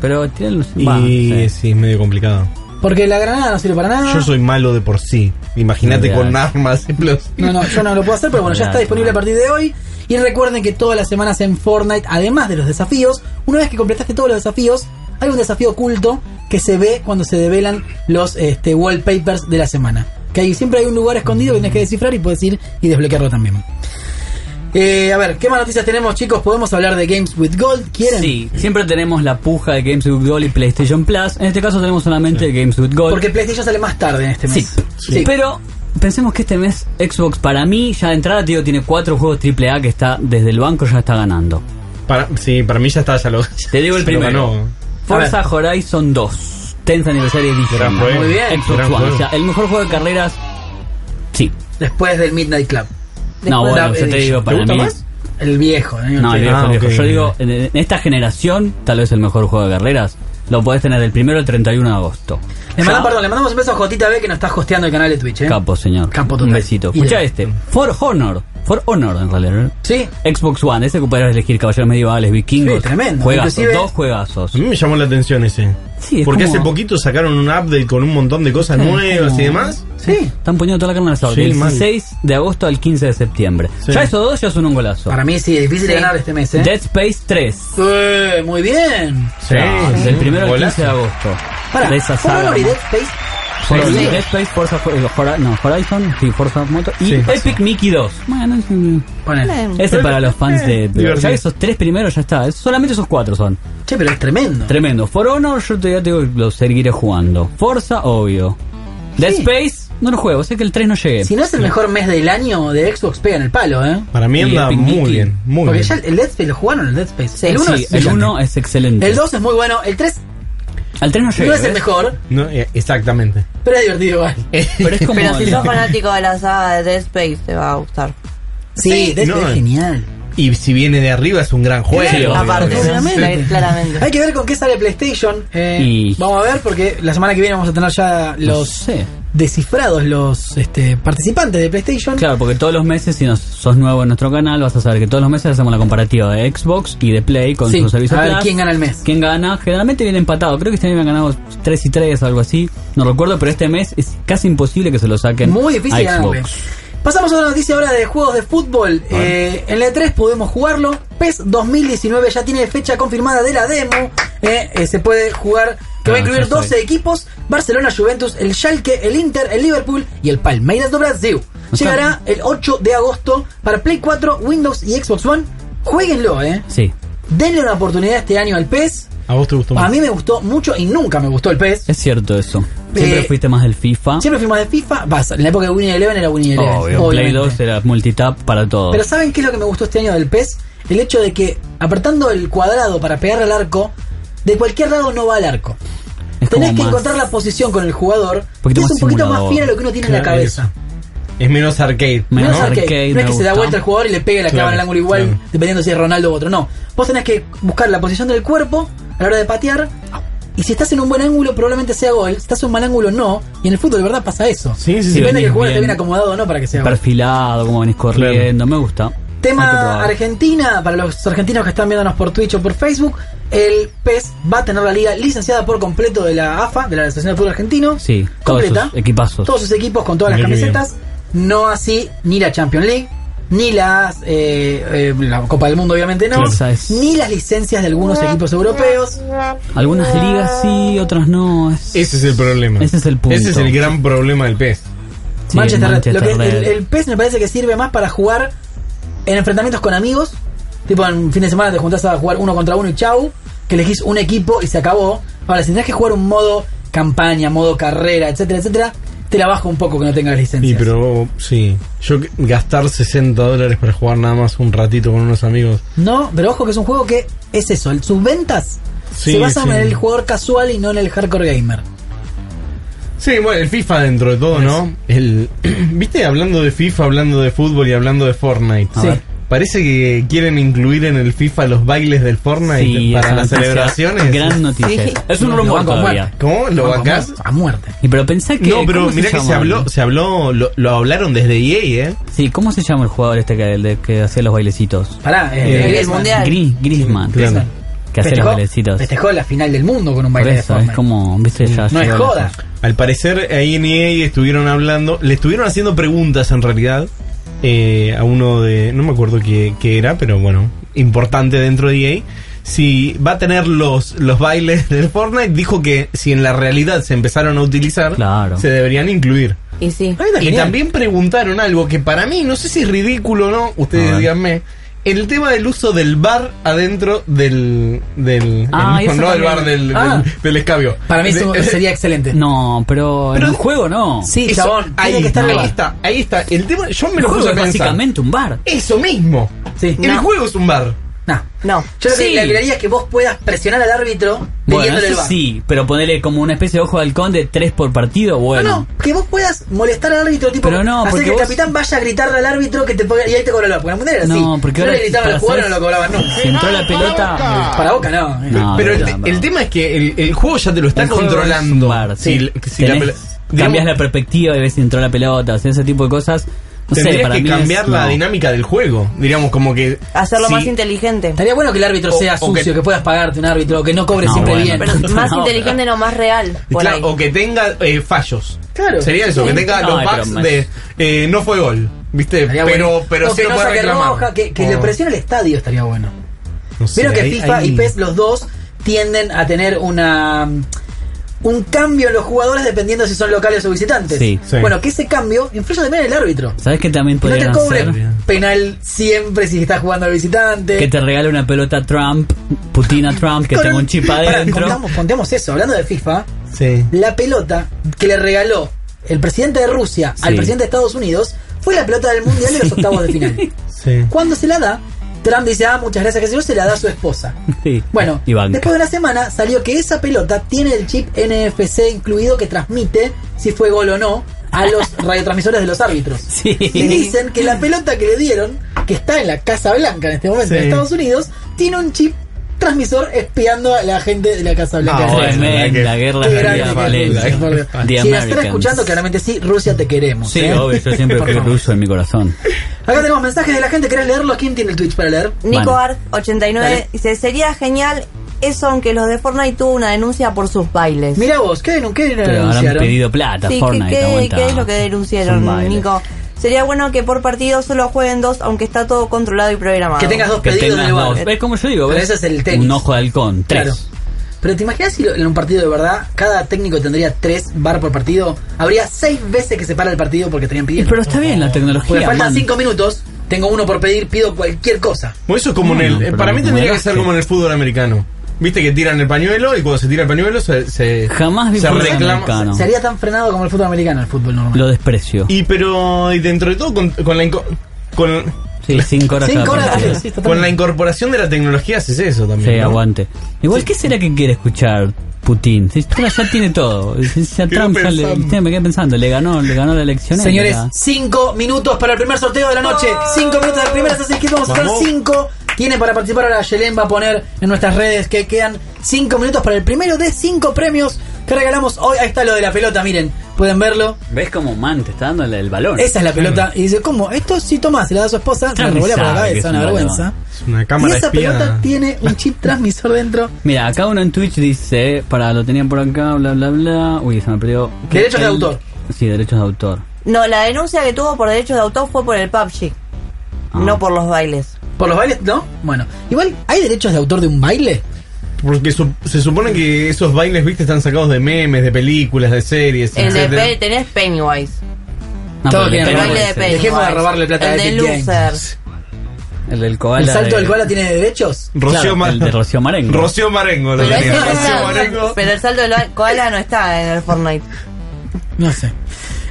Pero tienen los.
Y
va, sí. Ah.
sí, es medio complicado.
Porque la granada no sirve para nada.
Yo soy malo de por sí. Imagínate
Mira.
con armas explosivas.
No, no, yo no lo puedo hacer, pero bueno, ya está disponible a partir de hoy. Y recuerden que todas las semanas en Fortnite, además de los desafíos, una vez que completaste todos los desafíos, hay un desafío oculto que se ve cuando se develan los este, wallpapers de la semana. Que ahí siempre hay un lugar escondido que tienes que descifrar y puedes ir y desbloquearlo también. Eh, a ver, ¿qué más noticias tenemos, chicos? ¿Podemos hablar de Games with Gold? ¿Quieren?
Sí, siempre tenemos la puja de Games with Gold y PlayStation Plus. En este caso tenemos solamente Games with Gold.
Porque PlayStation sale más tarde en este
Sí.
mes. Sí.
Pero pensemos que este mes Xbox para mí ya de entrada tío tiene cuatro juegos AAA que está desde el banco ya está ganando.
Para, sí, para mí ya está, ya lo.
Te digo el
ya lo
primero.
ganó.
Forza Horizon 2. 10 aniversario edition.
Gran juego.
Muy bien.
Xbox
Gran
One.
juego.
O sea, el mejor juego de carreras. Sí.
Después del Midnight Club.
no,
Después
bueno,
de-
yo te digo
¿Te
para
gusta
mí.
más?
El viejo. ¿eh?
No, el viejo,
Ah,
el viejo.
ok.
Yo digo, en- en esta generación, tal vez el mejor juego de carreras, lo podés tener del primero al 31 de agosto.
Le
Ya-
mandamos, perdón, le mandamos un beso a Jotita B que nos está hosteando el canal de Twitch, ¿eh?
Capo, señor.
Capo total.
Un besito.
Y
Escucha
de-
este. For Honor. For Honor, en realidad. ¿eh?
Sí.
Xbox One, ese que podrás elegir caballeros medievales, vikingos.
Sí, tremendo.
Juegazos,
Inclusive- ¿Mm?
dos juegazos.
A mí me llamó la atención ese.
Sí, es
Porque
como-
hace poquito sacaron un update con un montón de cosas
Sí,
nuevas
como-
y demás.
Sí.
Están poniendo toda la carne al asador.
Sí,
del
mal.
16 de agosto al 15 de septiembre.
Sí.
Ya esos dos ya son un golazo.
Para mí sí, es difícil de ganar este mes, ¿eh?
Dead Space 3.
Eh, muy bien.
O sea,
Ah, Sí.
Del primero al
Golazo.
15 de agosto.
Pará,
de esa
¿Forza
saga.
Honor y Dead
nomás.
Space?
Forza
Sí.
Dead Space, Forza, Hor- no, Horizon, sí, Forza Moto y
Sí.
Epic Mickey 2. Bueno, es un-
Ponele.
ese para los fans de.
Divertido.
Ya esos tres primeros ya está. es- Solamente esos cuatro son.
Che, pero es tremendo.
Tremendo. For Honor, yo te ya te digo que lo seguiré jugando. Forza, obvio. Dead
Sí.
Space, no lo juego. Sé que el 3 no llegué.
Si no es el mejor mes del año de Xbox, pegan el palo, ¿eh?
Para mí
Y
anda
Epic
muy
Mickey.
bien, muy
Porque
bien.
ya el Dead Space lo jugaron, el Dead Space.
Sí,
el 1
sí,
es
el 1 es excelente.
El 2 es muy bueno, el 3
Al 3 no llegué.
no es el
¿ves?
mejor,
No, eh, exactamente.
pero es divertido igual.
Eh,
Pero es como.
Pero si
el-
sos fanático de la saga de Dead Space, te va a gustar.
Sí,
Sí,
Dead
no,
Space es
eh.
genial.
Y si viene de arriba es un gran juego.
Pues Sí, obvio,
Aparte,
obvio.
obviamente.
Sí, claramente.
Hay que ver con qué sale PlayStation. eh,
Y-
Vamos a ver, porque la semana que viene vamos a tener ya
No
los
sé.
descifrados, los este, participantes de PlayStation.
Claro, porque todos los meses, si nos, sos nuevo en nuestro canal, vas a saber que todos los meses hacemos la comparativa de Xbox y de Play con
Sí,
su servicio
a ver
Plus.
quién gana el mes.
¿Quién gana? Generalmente viene empatado. Creo que este año han ganado 3 y 3 o algo así. No recuerdo, pero este mes es casi imposible que se lo saquen
Muy difícil
a
ganarle.
Xbox.
Pasamos a otra noticia ahora de juegos de fútbol. Eh, en la E3 pudimos jugarlo. PES 2019 ya tiene fecha confirmada de la demo. Eh, eh, se puede jugar, que va a
Ah,
incluir
ya
12
estoy.
equipos. Barcelona, Juventus, el Schalke, el Inter, el Liverpool y el Palmeiras do Brasil.
está.
Llegará el 8 de agosto para Play 4, Windows y Xbox One. Jueguenlo, eh.
Sí.
Denle una oportunidad este año al PES.
¿A vos te gustó
A mí me gustó mucho y nunca me gustó el PES.
Es cierto eso. Siempre
Eh,
fuiste más del FIFA.
Siempre fui más de FIFA. Vas, en la época de Winnie Eleven era Winnie Eleven.
Ah. Obvio. Play
obviamente.
2 era multitap para todo.
Pero ¿saben qué es lo que me gustó este año del PES? El hecho de que apretando el cuadrado para pegar al arco, de cualquier lado no va al arco.
Es como
Tenés que
más-
encontrar la posición con el jugador, que
Poquito
es
más
un poquito más
simulador.
fiel a lo que uno tiene en la
Claro,
cabeza.
Es menos arcade.
Me-
Menos
¿no?
arcade.
Arcade
no es
me
que se da
gusta.
vuelta el jugador y le pega y la clava
Claro,
en el ángulo igual,
claro.
dependiendo si es Ronaldo u otro. No, vos tenés que buscar la posición del cuerpo a la hora de patear. Y si estás en un buen ángulo, probablemente sea gol. Si estás en un mal ángulo, no. Y en el fútbol, de verdad, pasa eso.
Sí, sí,
Depende de que
sí.
el
venís
jugador te
bien.
viene acomodado o no para que sea gol.
Perfilado, como venís corriendo. Me gusta. Hay que
Tema
probar.
Argentina, para los argentinos que están viéndonos por Twitch o por Facebook, el PES va a tener la liga licenciada por completo de la AFA, de la Asociación de Fútbol Argentino.
Sí, todos
completa.
sus equipazos.
Todos sus equipos con todas las
Mirá qué
camisetas. No así ni la Champions League, ni las eh, eh, la Copa del Mundo, obviamente no,
Claro, esa es-
ni las licencias de algunos equipos europeos.
Algunas ligas sí, otras no. Es-
Ese es el problema.
Ese es el punto.
Ese es el gran problema del PES.
Sí,
Manchester, Red.
Manchester
Lo que-
Red.
el, el PES me parece que sirve más para jugar en enfrentamientos con amigos. Tipo, en un fin de semana te juntás a jugar uno contra uno y chau. Que elegís un equipo y se acabó. Ahora, si tenés que jugar un modo campaña, modo carrera, etcétera, etcétera, te la bajo un poco que no tengas licencia.
Sí, pero sí. Yo que- gastar 60 dólares para jugar nada más un ratito con unos amigos.
No, pero ojo que es un juego que es eso. el- Sus ventas
Sí,
se basan
sí.
en el jugador casual y no en el hardcore gamer.
Sí, bueno, el FIFA dentro de todo, ¿no? El, Viste, hablando de FIFA, hablando de fútbol y hablando de Fortnite.
Sí. ver.
Parece que quieren incluir en el FIFA los bailes del Fortnite
Sí,
para
esa
las
noticia,
celebraciones.
Gran noticia.
Sí.
Es un
Lo
rumor
banco
todavía.
muerto.
¿Cómo? ¿Lo
Vamos,
bancás?
vamos, A muerte.
Y pero pensá que.
No, pero
¿cómo se
mirá que se
llama?
habló, se habló, lo, lo hablaron desde EA, ¿eh?
Sí, ¿cómo se llama el jugador este que, el de- que hacía los bailecitos?
Pará, eh,
Eh,
El,
Griezmann
mundial.
Gris, Grisman.
Claro.
Que hacía los
festejó-
bailecitos.
Festejó la final del mundo con un
Por
baile de
eso, es
Fortnite.
como. ¿Viste? Ya
No es
llegó la-
joda.
Al parecer ahí en EA estuvieron hablando, le estuvieron haciendo preguntas en realidad eh, a uno de, no me acuerdo qué, qué era, pero bueno, importante dentro de EA. Si va a tener los, los bailes del Fortnite, dijo que si en la realidad se empezaron a utilizar,
Claro.
se deberían incluir.
Y sí.
Ahí está
Y
genial.
también preguntaron algo que para mí, no sé si es ridículo o no,
A
ustedes
ver.
díganme. El tema del uso del bar adentro del. del
Ah,
el-
eso
no, el
también.
bar del, del-
Ah.
del escabio.
Para mí eso
De- eh,
sería excelente.
No, pero,
Pero-
en un juego no.
Sí,
Eso,
chabón.
ahí,
tiene que estar en el
ahí
bar.
está, ahí está. El tema, yo me
El
lo
juego
puse a
es
pensar.
básicamente un bar.
Eso mismo.
Sí.
El
No.
juego es un bar.
No.
No.
Yo lo que
Sí.
le agregaría es que vos puedas presionar al árbitro
Bueno,
pidiéndole el
eso
bar.
sí, pero ponerle como una especie de ojo de halcón de tres por partido,
No,
bueno.
no, que vos puedas molestar al árbitro, tipo,
Pero no,
hacer
porque
que el
vos-
capitán vaya a gritarle al árbitro que te ponga- y ahí te cobra el bar. Porque en el mundial era así.
No, porque
Yo
ahora
le gritaban al
para
jugador y no
hacer-
lo cobraban nunca.
Si entró la pelota.
Para boca no.
No,
Pero el,
no, no.
el tema es que el, el juego ya te lo está
El juego es
controlando.
un bar,
Si-
sí.
si la
Tenés-
pelo-
cambias
digamos,
la perspectiva y ves si entró la pelota, o sea, ese tipo de cosas. No sé,
Tendrías
para
que
mí es-
cambiar la
no.
dinámica del juego. Diríamos como que.
Hacerlo
si-
más inteligente.
Estaría bueno que el árbitro
O-
sea
o que-
sucio, que... puedas pagarte un árbitro, que no cobre
No,
siempre
bueno,
bien.
Pero
No,
más
no.
inteligente, no más real. Por
claro,
ahí.
o que tenga eh, fallos.
Claro.
Sería eso, que tenga
No,
los
pero
bugs
más-
de. eh, no fue gol. ¿Viste?
Estaría
Pero,
bueno. Oh.
pero
O
sí
que
lo
no
puede
saque
reclamar.
roja, que, que
O-
le presione el estadio estaría bueno.
no sé,
Vieron que
ahí-
FIFA
ahí-
y PES, los dos, tienden a tener una. mm, un cambio en los jugadores dependiendo si son locales o visitantes.
Sí. Sí.
Bueno, que ese cambio influye también en el árbitro.
¿Sabes que también
Que no te
podrían hacer?
cobren penal siempre si estás jugando al visitante.
Que te regale una pelota Trump, Putina Trump, que
Con
tenga
un-
un chip
Pará,
adentro.
contamos- contemos eso, hablando de FIFA,
Sí.
la pelota que le regaló el presidente de Rusia al
Sí.
presidente de Estados Unidos fue la pelota del Mundial de los octavos de final.
Sí.
Cuando se la da, Trump dice, ah, muchas gracias, que se yo, se la da a su esposa.
Sí.
Bueno,
Y banca.
después de una semana salió que esa pelota tiene el chip NFC incluido que transmite si fue gol o no a los radiotransmisores de los árbitros.
Sí.
Y dicen que la pelota que le dieron, que está en la Casa Blanca en este momento
Sí.
en Estados Unidos, tiene un chip transmisor espiando a la gente de la Casa Blanca.
Ah, bueno,
Tremenda
que-
guerra
Qué grande
fría
que
Valencia.
es Rusia, por
The
Dios. Si la están
Americans.
escuchando, claramente sí, Rusia te queremos.
Sí,
¿eh?
obvio, yo siempre
Por
fui
favor.
ruso en mi corazón.
Acá tenemos mensajes de la gente, ¿querés leerlos? ¿Quién tiene el Twitch para leer?
Bueno.
NicoArt89
Dale.
dice, sería genial eso aunque los de Fortnite tuvo una denuncia por sus bailes.
Mira vos, ¿qué, denun- qué
Pero habrán
denunciaron?
pedido plata,
Sí, ¿qué-
Fortnite.
qué,
aguanta.
qué es lo que
Son
denunciaron,
bailes.
Nico? Sería bueno que por partido solo jueguen dos, aunque está todo controlado y programado.
Que tengas dos
Que
pedidos
tengas
de bar.
dos. Es como yo digo,
Pero
¿ves?
ese es el tenis.
Un ojo de halcón, tres.
Claro. Pero te imaginas si lo- en un partido de verdad cada técnico tendría tres bar por partido, habría seis veces que se para el partido porque estarían pidiendo.
Pero está bien la
Porque
tecnología.
faltan
man.
cinco minutos, tengo uno por pedir, pido cualquier cosa.
Bueno, eso es como
Bueno,
en el. eh,
Mm, pero
para mí
como
tendría
el
que ser
básquet.
como en el fútbol americano. Viste que tiran el pañuelo y cuando se tira el pañuelo se. se
Jamás vi
se
fútbol
reclama.
americano.
Sería tan frenado como el fútbol americano, el fútbol normal.
Lo desprecio.
Y pero. Y dentro de todo, con, con la. inco- Con,
Sí, cinco horas
Cinco
cada
horas,
partido.
sí, totalmente.
con la incorporación de la tecnología haces eso también.
Sí,
¿no?
aguante. Igual, ¿qué será que quiere escuchar Putin? Si Trump ya tiene todo. Si ya
Quedo
Trump ya le-
pensando.
me quedé pensando, le ganó, le ganó la elección. él,
Señores,
era-
cinco minutos para el primer sorteo de la noche. Cinco minutos del primer Assassin's Creed. Vamos a sacar
Vamos.
cinco. Tienen para participar ahora. Yelén va a poner en nuestras redes que quedan cinco minutos para el primero de cinco premios que regalamos hoy. Ahí está lo de la pelota, miren. Pueden verlo.
¿Ves como man te está dando el balón?
Esa es la pelota. Y dice, ¿cómo? Esto sí Tomás se la da a su esposa, se la
Trump
revolea por la
sabe que es
cabeza,
un
una vergüenza.
balón.
Es una
Y
cámara
esa
espía.
pelota tiene un chip transmisor dentro.
Mira, acá uno en Twitch dice, para lo tenían por acá, bla, bla, bla. Uy, se me perdió.
Derechos de
El-
autor.
Sí, derechos de autor.
No, la denuncia que tuvo por derechos de autor fue por el PUBG,
Ah.
no por los bailes.
Por los bailes, ¿no? Bueno, igual, ¿hay derechos de autor de un baile?
Porque su- se supone que esos bailes, viste, están sacados de memes, de películas, de series,
El de
etcétera.
Pe- tenés Pennywise.
No,
Todo
pero
tiene
El
tengo
baile de
ese.
Pennywise.
Dejemos de robarle plata a
El de
Epic Games.
Loser.
El del
¿El
koala.
salto
de-
del koala tiene derechos?
Rocío
Claro,
Mar-
el de Rocío Marengo.
Rocío Marengo lo
Pero, ese
tenía.
no
Rocío
está-
Marengo.
pero el salto del ba- koala no está en el Fortnite.
No sé.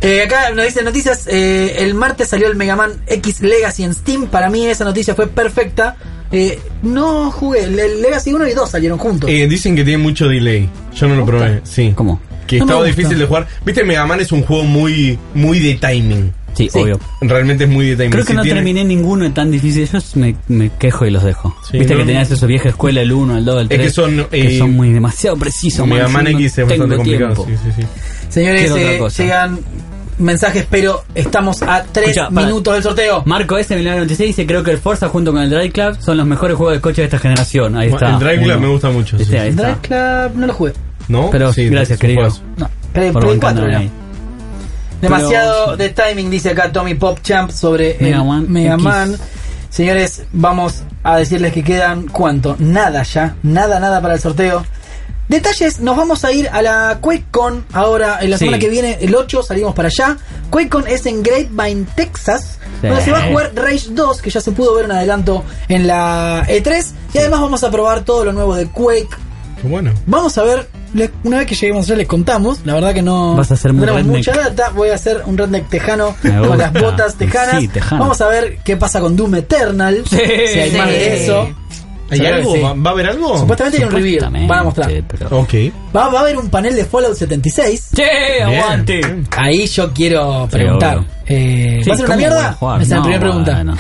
Eh, acá nos dicen noticias. eh, el martes salió el Mega Man X Legacy en Steam. Para mí esa noticia fue perfecta. Eh, no jugué. El, el Legacy 1 y 2 salieron juntos.
Eh, dicen que tiene mucho delay. Yo no lo probé, sí.
¿Cómo?
Que
No me
estaba
gusta.
difícil de jugar. Viste, Mega Man es un juego muy, muy de timing.
Sí,
Sí.
obvio.
Realmente es muy de timing.
Creo que
Si
no
tiene-
terminé ninguno tan difícil. Yo me, me quejo y los dejo.
Sí,
Viste
no,
que tenías esa vieja escuela, el 1, el 2, el
que
3.
son, eh,
son muy demasiado precisos.
Mega
man,
Man
yo no
X es bastante
tengo
complicado.
tiempo.
Sí, sí, sí.
Señores,
quiero otra
eh,
cosa.
llegan mensajes, pero estamos a 3
Escuchá, para.
minutos del sorteo.
Marco S. 1996 dice: Creo que el Forza junto con el Drive Club son los mejores juegos de coche de esta generación. Ahí
Bueno,
está.
el Drive Club
uno.
me gusta mucho,
Este,
sí,
ahí
sí.
está.
Drive Club no lo jugué.
¿No?
Pero
Sí,
gracias,
es un
querido.
juego.
No. Play,
Por
Play
bancarme
4 era.
ahí.
Demasiado
Pero-
de timing, dice acá Tommy Pop Champ sobre el
Mega Man
Mega
X.
Man. Señores, vamos a decirles que quedan cuánto. Nada ya. Nada, nada para el sorteo. Detalles, nos vamos a ir a la QuakeCon ahora, en la
Sí.
semana que viene, el 8, salimos para allá. QuakeCon es en Grapevine, Texas,
Sí.
donde se va a jugar Rage 2, que ya se pudo ver en adelanto en la E3. Y además vamos a probar todo lo nuevo de Quake,
Qué bueno.
Vamos a ver, le- una vez que lleguemos allá les contamos, la verdad que no
Vas a hacer
no
muy
tenemos
redneck.
mucha data, voy a hacer un redneck tejano
Me
con
gusta.
las botas tejanas.
Sí, tejano.
Vamos a ver qué pasa con Doom Eternal,
Sí.
si hay
Sí.
más de eso.
¿Hay
Claro que
algo?
sí.
¿Va, va a haber algo?
Supuestamente hay un review,
Exactamente,
van a mostrar.
pero-
Ok.
Va, va a haber un panel de Fallout 76.
¡Che! ¡Aguante!
Bien.
Ahí yo quiero preguntar.
obvio.
Eh,
Sí,
¿Va a ser una
¿cómo voy
mierda?
a
Esa
jugar?
es
No,
la primera pregunta.
bueno.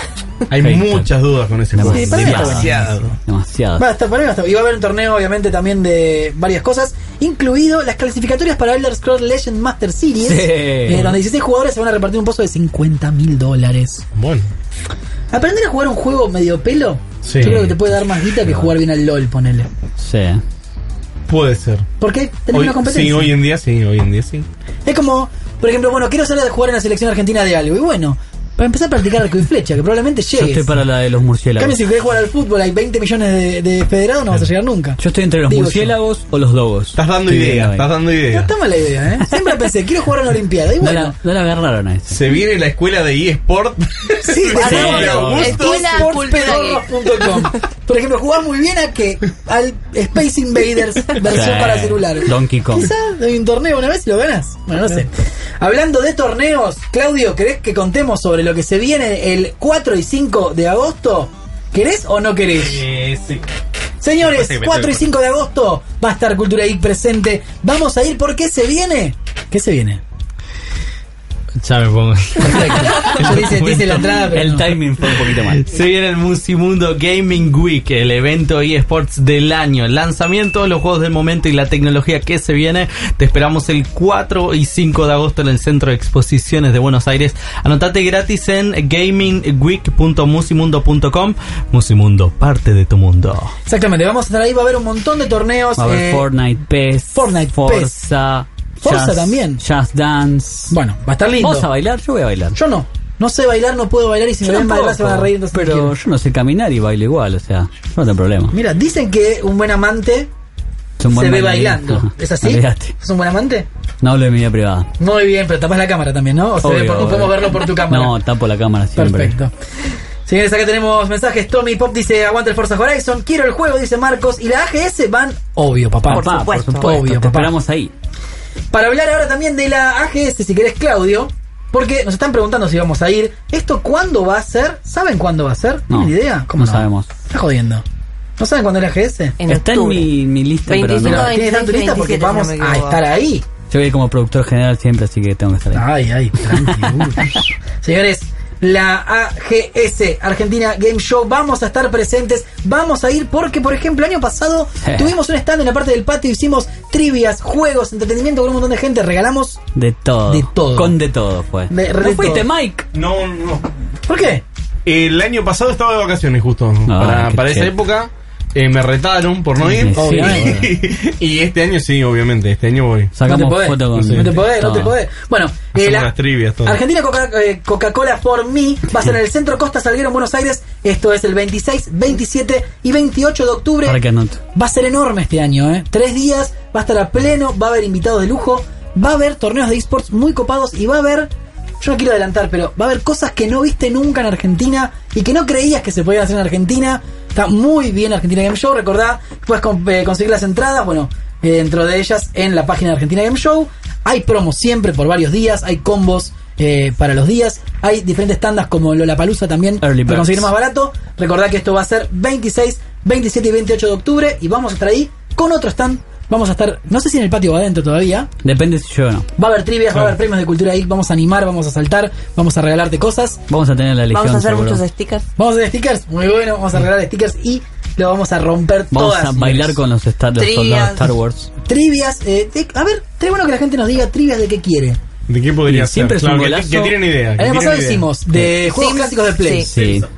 Hay
Perfecto.
muchas dudas con ese juego.
Sí, para mí está bueno.
Demasiado.
Demasiado.
Va a estar, para mí va a estar. Y va a haber un torneo, obviamente, también de varias cosas, incluido las clasificatorias para Elder Scrolls Legend Master Series,
Sí.
eh, donde 16 jugadores se van a repartir un pozo de 50 mil dólares.
Bueno.
Aprender a jugar un juego medio pelo,
Sí.
yo creo que te puede dar más guita que jugar bien al LOL, ponele.
Sí.
Puede ser.
Porque tenés
Hoy-
una
sí,
competencia.
hoy en día sí, hoy en día sí.
Es como, por ejemplo, bueno, quiero salir a jugar en la selección argentina de algo. Y bueno, Para empezar a practicar arco y flecha, que probablemente
Yo estoy
llegues.
para la de los
En cambio,
murciélagos.
si querés jugar al fútbol, hay 20 millones de, de federados, no vas a llegar nunca.
Yo estoy entre los
Digo yo.
murciélagos o los dogos.
Estás dando
Estoy
ideas,
viendo ahí.
estás dando
No
ideas.
está mala idea, ¿eh? Siempre pensé, quiero jugar a una Olimpiada. Y
No
bueno,
la, no la agarraron a ese.
Se viene la escuela de eSport.
sí,
Sí,
ganamos
Augusto.
sportspedorros.com. Por ejemplo, jugás muy bien a que al Space Invaders versión
Sí.
para celulares.
Donkey Kong.
Quizás hay un torneo una vez y lo ganas. Bueno, no sé. Hablando de torneos, Claudio, ¿querés que contemos sobre lo que se viene el 4 y 5 de agosto? ¿Querés o no querés?
Eh, sí.
Señores,
Parece que me
4 y
estoy
5 de agosto va a estar Cultura Geek presente. Vamos a ir porque se viene. ¿Qué se viene?
Ya me pongo.
Yo dice, dice la entrada, Ah, pero
El
no.
timing fue un poquito mal.
Se viene el Musimundo Gaming Week, el evento eSports del año. El lanzamiento, los juegos del momento y la tecnología que se viene. Te esperamos el 4 y 5 de agosto en el Centro de Exposiciones de Buenos Aires. Anotate gratis en gamingweek.musimundo.com. Musimundo, parte de tu mundo.
Exactamente, vamos a estar ahí, va a haber un montón de torneos.
Va a haber
eh,
Fortnite, PES,
Fortnite, E
Forza,
Forza también.
Just Dance.
Bueno, va a estar lindo.
¿Vos a bailar? Yo voy a bailar.
Yo no. No sé bailar, no puedo bailar y si me ven bailar se van a reír. entonces no
pero
quiero.
yo no sé caminar y bailo igual, o sea, no tengo problema.
Mira, dicen que un buen amante
Soy un buen
se ve
bailarín.
bailando.
Ajá.
¿Es así?
Olvídate.
¿Es un buen amante?
No hablo de mi vida privada.
Muy bien, pero tapas la cámara también, ¿no? O se ve
Obvio,
por-
obvio.
podemos verlo por tu cámara.
No, tapo la cámara siempre.
Perfecto. Señores, acá tenemos mensajes. Tommy Pop dice, aguanta el Forza Horizon. Quiero el juego, dice Marcos. Y la AGS van, obvio, papá.
Papá, por supuesto.
Obvio,
te
papá.
esperamos ahí.
Para hablar ahora también de la AGS, si querés, Claudio. Porque nos están preguntando si vamos a ir. ¿Esto cuándo va a ser? ¿Saben cuándo va a ser?
No,
¿Tienen idea?
no sabemos.
Está jodiendo. ¿No saben cuándo es la AGS?
En
Está en
octubre.
mi, mi lista, pero
25
Pues no.
Pero tiene tanto lista porque
27,
vamos
si no me
a
equivoco.
estar ahí.
Yo voy como productor general siempre, así que tengo que estar ahí.
Ay, ay, tranquilo. Señores, la AGS, Argentina Game Show, vamos a estar presentes, vamos a ir porque, por ejemplo, el año pasado tuvimos un stand en la parte del patio, hicimos trivias, juegos, entretenimiento con un montón de gente, regalamos...
De todo.
De todo.
Con de todo pues. fue.
De- de
¿No
todo.
fuiste, Mike?
No, no.
¿Por qué?
El año pasado estaba de vacaciones
Ah,
justo. para
qué
para esa
che.
época eh, me retaron por no
Sí,
ir.
sí, Obviamente.
y este año sí, obviamente. Este año voy.
Sacamos
no te podés,
foto con
no te podés, no te
todo.
podés. Bueno, eh,
Hacemos las trivias, todo.
Argentina Coca- eh, Coca-Cola por mí va a ser en el centro Costa Salguero en Buenos Aires, esto es el 26, 27 y 28 de octubre.
Para que anote.
Va a ser enorme este año, ¿eh? Tres días, va a estar a pleno, va a haber invitados de lujo, va a haber torneos de esports muy copados y va a haber, yo no quiero adelantar, pero va a haber cosas que no viste nunca en Argentina y que no creías que se podían hacer en Argentina. Está muy bien Argentina Game Show, recordá, puedes con- eh, conseguir las entradas, bueno, eh, dentro de ellas en la página de Argentina Game Show. Hay promos siempre por varios días, hay combos eh, para los días, hay diferentes tandas como Lollapalooza también para
Early birds.
conseguir más barato. Recordad que esto va a ser 26, 27 y 28 de octubre y vamos a estar ahí con otro stand. Vamos a estar, no sé si en el patio o adentro todavía.
Depende si yo o no.
Va a haber trivias, va a haber premios de cultura ahí, vamos a animar, vamos a saltar, vamos a regalarte cosas.
Vamos a tener la legión.
Vamos a hacer
seguro.
muchos stickers.
Vamos a hacer stickers, muy bueno, vamos a regalar stickers y lo vamos a romper
Vamos
todas.
a bailar con los, Star, los
Trivias.
soldados Star Wars.
Trivias, eh, te- a ver, estaría bueno que la gente nos diga trivias de qué quiere.
¿De qué podría
Y
ser?
siempre es un
que-
golazo.
que, tienen idea.
El
que
año
tienen
pasado
idea.
hicimos de juegos
Sims,
clásicos de Play.
sí.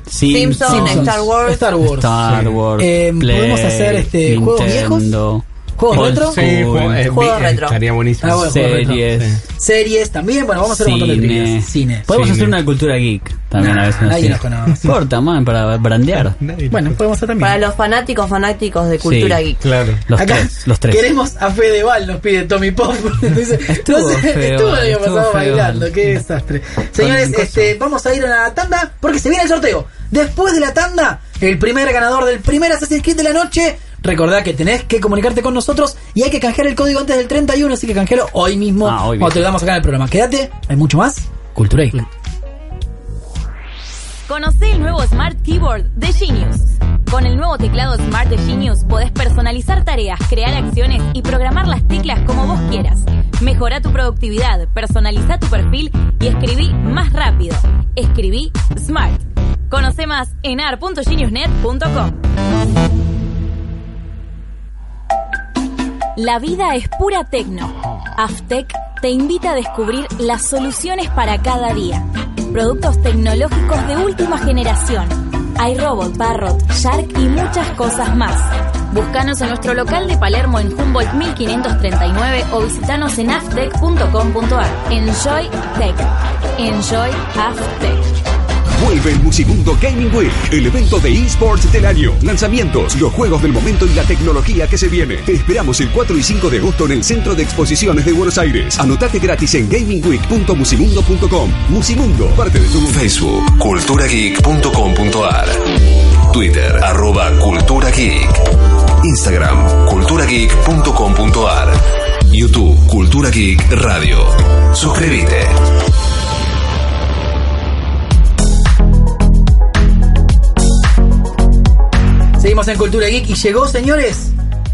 Sí.
Simpsons,
Simpsons,
Star Wars.
Star Wars.
Star Wars.
Eh, podemos hacer, este, juegos
Nintendo,
¿Juegos
Old
retro?
Sí,
School,
juego- eh,
Juego
vi- eh,
retro.
Estaría buenísimo.
Ah, bueno, juego retro.
series.
Series también, bueno, vamos a hacer un montón de
Cine.
trivias. Cine.
Podemos
Cine.
hacer una cultura geek también
Nah,
a veces. no
nadie
sé.
nos conoce.
Corta, man, para brandear.
Nadie-
Ah. Bueno, pues, podemos hacer también.
Para los fanáticos fanáticos de cultura
Sí.
geek.
Claro.
Los
Acá
tres, los tres.
Queremos a Fedeval, nos pide Tommy Pop. Dice,
Estuvo
no sé,
feo,
estuvo el año
estuvo
pasado
feo.
bailando, qué desastre. Señores,
Con-
este, vamos a ir a la tanda porque se viene el sorteo. Después de la tanda, el primer ganador del primer Assassin's Creed de la noche. Recordá que tenés que comunicarte con nosotros y hay que canjear el código antes del 31, así que canjealo hoy mismo
Ah, hoy
cuando te
mismo.
lo damos acá en el programa. Quédate, hay mucho más. Cultura Geek.
Conoce el nuevo Smart Keyboard de Genius. Con el nuevo teclado Smart de Genius podés personalizar tareas, crear acciones y programar las teclas como vos quieras. Mejora tu productividad, personaliza tu perfil y escribí más rápido. Escribí Smart. Conoce más en ar.geniusnet.com. La vida es pura tecno. Aftec te invita a descubrir las soluciones para cada día. Productos tecnológicos de última generación. Hay robot, parrot, shark y muchas cosas más. Búscanos en nuestro local de Palermo en Humboldt 1539 o visitanos en aftec.com.ar. Enjoy Tech. Enjoy Aftec.
Vuelve el Musimundo Gaming Week, el evento de esports del año. Lanzamientos, los juegos del momento y la tecnología que se viene. Te esperamos el 4 y 5 de agosto en el Centro de Exposiciones de Buenos Aires. Anotate gratis en gamingweek.musimundo.com. Musimundo, parte de tu
Facebook, culturageek.com.ar. Twitter, arroba Cultura Geek. Instagram, culturageek.com.ar. YouTube, Cultura Geek Radio. Suscríbete.
Seguimos en Cultura Geek y llegó, señores,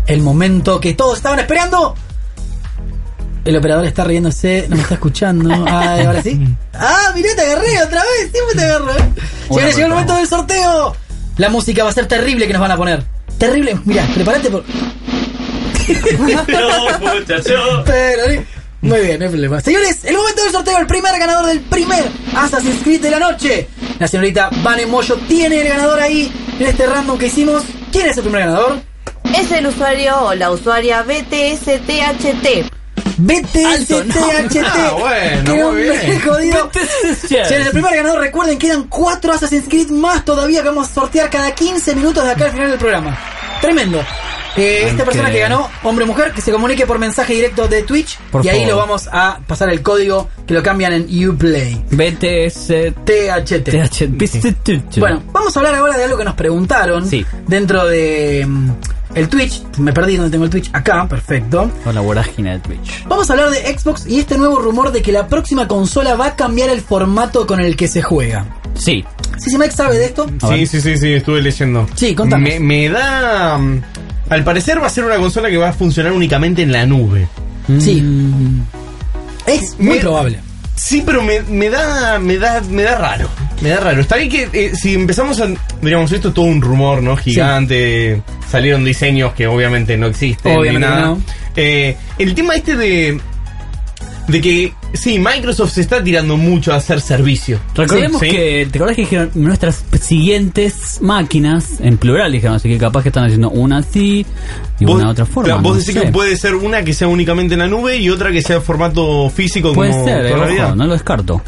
el momento que todos estaban esperando. El operador está riéndose, no me está escuchando. Ay, ahora sí. Ah, mirá, te agarré otra vez, siempre te agarro. eh. Señores, llegó el momento del sorteo. La música va a ser terrible que nos van a poner. Terrible, mirá, prepárate por. Pero, muy bien, no hay problema. Señores, el momento del sorteo, el primer ganador del primer Assassin's Creed de la noche. La señorita Vanemoyo tiene el ganador ahí en este random que hicimos. ¿Quién es el primer ganador?
Es el usuario o la usuaria BTSTHT.
BTSTHT.
Ah, bueno,
Qué
muy
nombre
bien.
jodido. Señores, el primer ganador, recuerden, quedan cuatro Assassin's Creed más todavía que vamos a sortear cada 15 minutos de acá al final del programa. Tremendo. Eh, esta persona que ganó, hombre o mujer, que se comunique por mensaje directo de Twitch
Por
y ahí
favor.
lo vamos a pasar el código que lo cambian en Uplay.
BTS.
THT.
THT.
Bueno, vamos a hablar ahora de algo que nos preguntaron
Sí.
dentro de mm, el Twitch. Me perdí donde tengo el Twitch. Acá, perfecto.
Con la vorágine de Twitch.
Vamos a hablar de Xbox y este nuevo rumor de que la próxima consola va a cambiar el formato con el que se juega.
Sí.
Si Max sabe de esto,
A
Sí,
ver.
sí, sí, sí, estuve leyendo.
Sí, contanos.
Me, me da. mm, Al parecer va a ser una consola que va a funcionar únicamente en la nube.
sí,
Mm,
es muy
Me-
probable.
Sí, pero me, me da. me da. me da raro. Me da raro. Está bien que eh, si empezamos a. Digamos, esto es todo un rumor, ¿no? Gigante. Salieron diseños que obviamente no existen. ni
Obviamente
nada.
no.
Eh, el tema este de. de que. Sí, Microsoft se está tirando mucho a hacer servicio.
Recordemos
Sí.
que, ¿te acordás que dijeron nuestras siguientes máquinas? En plural dijeron, así que capaz que están haciendo una así y
Vos-
una de otra forma.
claro, Vos
no
decís
sé.
que puede ser una que sea únicamente en la nube y otra que sea formato físico
Puede
como
ser, eh,
toda la
ojo,
vida.
no lo descarto.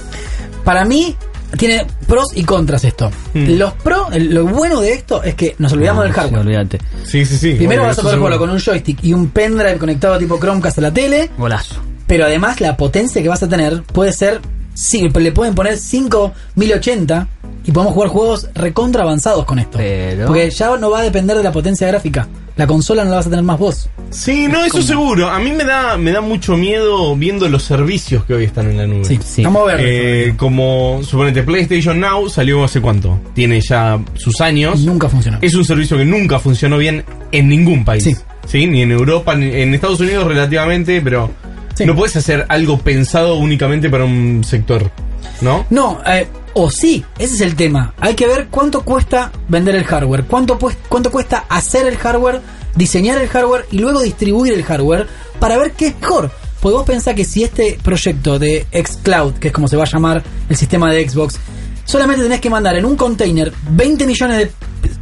Para mí, tiene pros y contras esto.
Mm.
Los pros, lo bueno de esto es que nos olvidamos del
Sí,
hardware.
olvídate.
Sí, sí, sí.
Primero
obvio,
vas a
eso
poder
seguro.
jugarlo con un joystick y un pendrive conectado tipo Chromecast a la tele.
Golazo.
Pero además la potencia que vas a tener puede ser... Sí, le pueden poner 5080 y podemos jugar juegos recontra avanzados con esto.
Pero-
Porque ya no va a depender de la potencia gráfica. La consola no la vas a tener más vos.
Sí, no, eso seguro. A mí me da, me da mucho miedo viendo los servicios que hoy están en la nube.
Sí,
Pues Sí.
vamos a ver.
Eh, como suponete PlayStation Now salió hace cuánto? Tiene ya sus años.
Nunca funcionó.
Es un servicio que nunca funcionó bien en ningún país.
Sí.
Ni en Europa, ni en Estados Unidos relativamente, pero
Sí.
no puedes hacer algo pensado únicamente para un sector, ¿no?
No, eh, o sí, ese es el tema. Hay que ver cuánto cuesta vender el hardware, cuánto, pues- cuánto cuesta hacer el hardware, diseñar el hardware y luego distribuir el hardware para ver qué es mejor. Porque vos pensás que si este proyecto de xCloud, que es como se va a llamar el sistema de Xbox, solamente tenés que mandar en un container 20 millones de,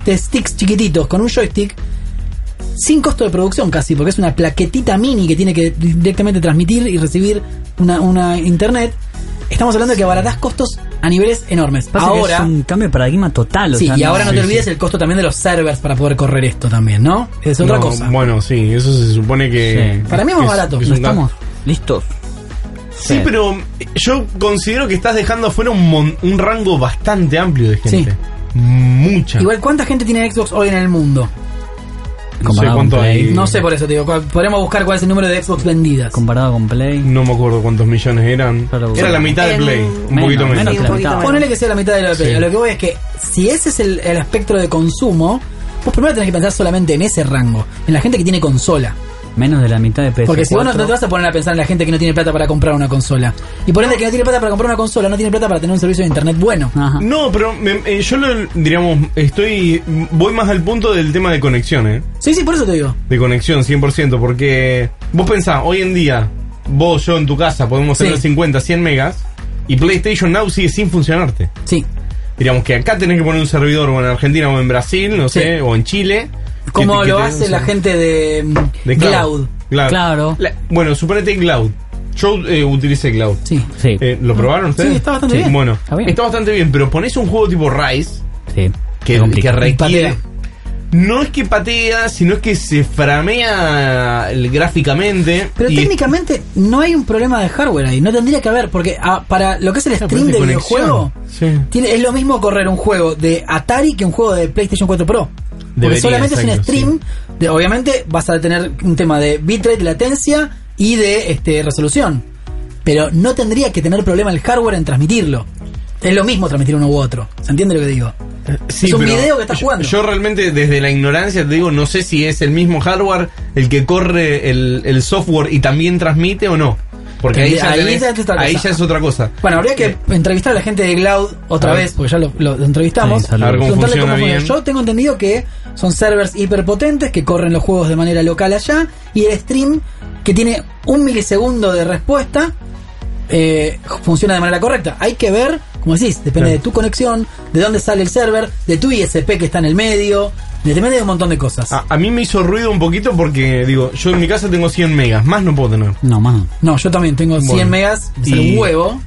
de sticks chiquititos con un joystick, sin costo de producción casi, porque es una plaquetita mini que tiene que directamente transmitir y recibir una, una internet. Estamos hablando de que abaratás costos a niveles enormes.
Pasa que
ahora,
es un cambio de paradigma total. o
sí,
sea,
y ahora no te
sí,
olvides el costo también de los servers para poder correr esto también, ¿no? Es otra
No,
cosa.
Bueno, sí, eso se supone que.
Sí. Para mí es más
que
barato,
que
no
un gasto.
estamos listos.
Sí, pero eh, yo considero que estás dejando afuera un, mon- un rango bastante amplio de gente.
Sí.
Mucha.
Igual, ¿cuánta gente tiene Xbox hoy en el mundo?
no sé
Comparado con
cuánto
Play.
hay.
No sé por eso, te digo. cuál- Podremos buscar cuál es el número de Xbox vendidas.
Comparado con Play.
No me acuerdo cuántos millones eran.
Pero-
Era la mitad de
En-
Play. Un
menos,
poquito menos.
menos que la
Sí, un poquito
mitad.
menos.
Ponele que sea la mitad de lo de Play.
Sí.
Lo que voy es que si ese es el, el espectro de consumo, vos primero tenés que pensar solamente en ese rango, en la gente que tiene consola.
Menos de la mitad de PS4.
Porque si vos no no te vas a poner a pensar en la gente que no tiene plata para comprar una consola. Y por ende, que no tiene plata para comprar una consola, no tiene plata para tener un servicio de internet bueno.
Ajá.
No, pero me- eh, yo lo, diríamos, estoy, voy más al punto del tema de conexión, ¿eh?
Sí, sí, por eso te digo.
De conexión, 100%, porque vos pensás, hoy en día, vos, yo en tu casa podemos tener
Sí.
50, 100 megas y PlayStation Now sigue sin funcionarte.
Sí.
Diríamos que acá tenés que poner un servidor o en Argentina o en Brasil, no
Sí.
sé, o en Chile.
Como
que te-
lo
que te-
hace la gente de, mm,
de
Cloud.
Cloud.
Claro.
La- bueno, suponete Cloud. Yo eh, utilicé Cloud.
Sí, sí.
Eh, ¿Lo probaron ustedes?
Sí, está bastante
Sí.
bien.
Bueno,
Está bien.
está bastante bien, pero ponés un juego tipo Rise
Sí.
que,
Es complicado.
que requiere.
Patea.
No es que patea, sino es que se framea el- gráficamente.
Pero
y-
técnicamente no hay un problema de hardware ahí. No tendría que haber, porque ah, para lo que es el
pero
stream
es
de
de
videojuego,
conexión. Sí.
tiene- es lo mismo correr un juego de Atari que un juego de PlayStation 4 Pro.
Debería,
porque solamente es un
exacto,
stream. de- obviamente vas a tener un tema de bitrate, latencia y de este, resolución. Pero no tendría que tener problema el hardware en transmitirlo. Es lo mismo transmitir uno u otro. ¿Se entiende lo que digo?
Sí,
es un
pero
video que estás
yo-
jugando.
Yo realmente, desde la ignorancia, te digo, no sé si es el mismo hardware el que corre el, el software y también transmite o no. Porque ahí, ya,
Ahí
tenés-
ya es otra
ahí
cosa.
ya es otra cosa.
Bueno, habría que entrevistar a la gente de Cloud otra vez, porque ya lo, lo- lo entrevistamos.
Sí, saludos.
A ver cómo
Preguntarle
funciona bien.
Yo tengo entendido que son servers hiperpotentes que corren los juegos de manera local allá y el stream que tiene un milisegundo de respuesta eh, funciona de manera correcta. Hay que ver, como decís, depende
Claro.
de tu conexión, de dónde sale el server, de tu ISP que está en el medio, depende de un montón de cosas.
A, a mí me hizo ruido un poquito porque, digo, yo en mi casa tengo 100 megas, más no puedo tener.
No, más.
No, yo también tengo 100
Bueno,
megas, es el
y-
huevo,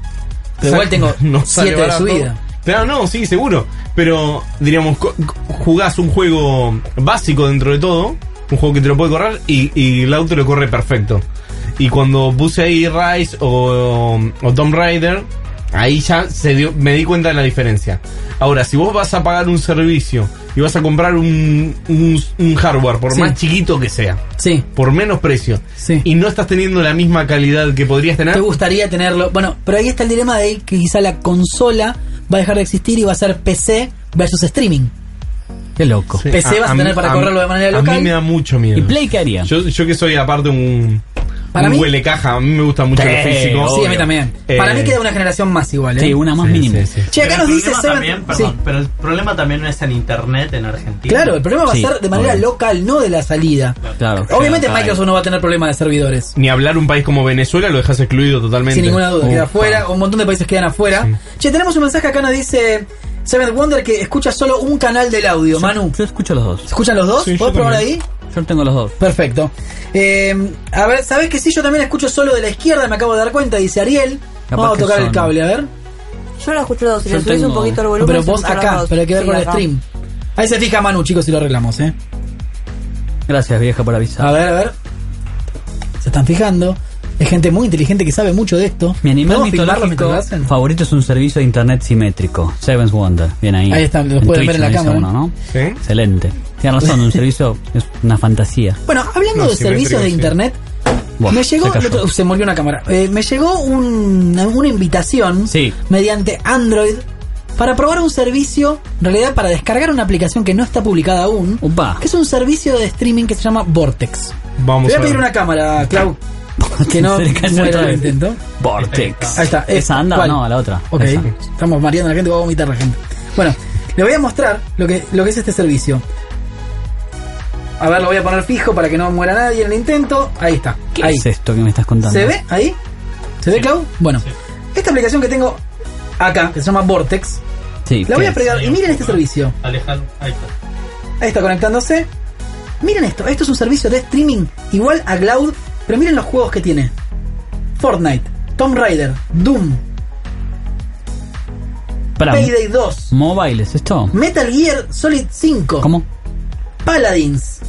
pero igual tengo
No
7
sale
de
barato.
subida.
Claro, no, sí, seguro. Pero, diríamos, co- co- jugás un juego básico dentro de todo, un juego que te lo puede correr y, y el auto lo corre perfecto. Y cuando puse ahí Rise o, o Tomb Raider, ahí ya se dio, me di cuenta de la diferencia. Ahora, si vos vas a pagar un servicio y vas a comprar un, un- un hardware, por
Sí.
más chiquito que sea,
Sí.
por menos precio,
Sí.
y no estás teniendo la misma calidad que podrías tener,
Te gustaría tenerlo. Bueno, pero ahí está el dilema de que quizá la consola va a dejar de existir y va a ser PC versus streaming.
Qué loco.
Sí,
PC vas a tener para
mí-
correrlo de manera
A
local.
mí me da mucho miedo.
¿Y Play qué haría?
Yo, yo que soy aparte un,
Para
un
mí-
huele caja, a mí me gusta mucho
Sí,
lo físico.
sí, a mí también.
Eh,
Para mí queda una generación más igual, ¿eh?
Sí, una más
Sí,
mínima.
sí, sí.
Che, acá
Pero
nos
el
dice
problema
Seven-
también, perdón,
Sí.
pero el problema también es el internet en Argentina.
Claro, el problema va a
Sí,
ser de manera
obvio.
local, no de la salida.
Claro.
Obviamente
claro.
Microsoft no va a tener problema de servidores.
Ni hablar un país como Venezuela lo dejas excluido totalmente.
Sin ninguna duda, queda
Ufa.
afuera, un montón de países quedan afuera. Che, tenemos un mensaje acá, nos dice Seven Wonder que escucha solo un canal del audio, Manu.
Yo escucho los dos.
¿Se escuchan los dos?
Sí, yo
¿Puedes probar
también.
ahí?
Yo tengo los dos.
Perfecto. Eh, a ver, ¿sabés que sí? Yo también escucho solo de la izquierda, me acabo de dar cuenta, dice Ariel.
Capaz
Vamos a
que
tocar el
son-
cable, a ver.
Yo lo escucho los dos, si
Yo
le subís un
tengo-
poquito el
No,
volumen.
pero
se
vos
escuchan
acá,
los dos.
pero hay que ver
Sí,
con el
acá.
stream. Ahí se fija Manu, chicos, si lo arreglamos, ¿eh?
Gracias, vieja, por avisar.
A ver, a ver. Se están fijando. Es gente muy inteligente que sabe mucho de esto.
Mi animal
Ah, ¿Podemos filmarlo
mitológico
mientras lo hacen?
favorito es un servicio de internet simétrico, Seven's Wonder. Bien ahí.
Ahí está, lo
En
pueden ver
Twitch
en la
me dice
cámara.
uno, ¿no?
Sí.
Excelente. Tienes razón, un servicio es una fantasía.
Bueno, hablando
No,
de
simétrico,
servicios de
sí.
internet,
Buah,
me llegó.
se cayó.
el otro- se murió una cámara. Eh, me llegó un- una invitación
Sí.
mediante Android para probar un servicio, en realidad para descargar una aplicación que no está publicada aún,
Upa.
que es un servicio de streaming que se llama Vortex. Te
Vamos
voy
a
a pedir
ver.
una cámara, Clau, que no
Se le cayó
muera
otra
el
vez.
intento.
Vortex.
Eh, Ahí está.
¿Esa anda?
¿Cuál?
No, la otra.
Ok,
Esa.
estamos mareando a la gente, va a vomitar la gente. Bueno, le voy a mostrar lo que, lo que es este servicio. A ver, lo voy a poner fijo para que no muera nadie en el intento. Ahí está.
¿Qué
ahí.
es esto que me estás contando?
¿Se ve ahí? ¿Se ve, Clau? Bueno, esta aplicación que tengo acá, que se llama Vortex,
Sí.
la voy
¿qué
a
es? Ah.
pregar y miren este servicio.
Alejandro, ahí está.
Ahí está conectándose. Miren esto, esto es un servicio de streaming igual a Cloud, pero miren los juegos que tiene. Fortnite, Tomb Raider, Doom,
Pará,
Payday 2,
¿Mobile es esto?
Metal Gear Solid 5,
¿Cómo?
Paladins,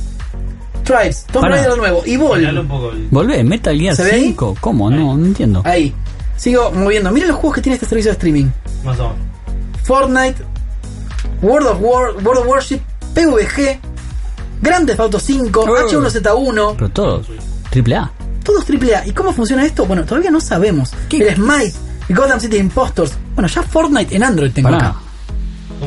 Tribes, Tomb
Pará.
Raider de nuevo y
Dale un
Vol.
poco el-
¿Volvé? ¿Metal Gear
¿Se ve ahí? Ah.
5? ¿Cómo? No, no entiendo.
Ahí. Sigo moviendo. Miren los juegos que tiene este servicio de streaming.
más o menos.
Fortnite, World of War, World of Warship, PvG, Grand Theft Auto 5,
Oh.
H1Z1,
Pero todos. Triple A.
todos AAA. ¿Y cómo funciona esto? Bueno, todavía no sabemos.
¿Qué?
El Smite, el Gotham City Impostors. Bueno, ya Fortnite en Android tengo
Pará.
acá.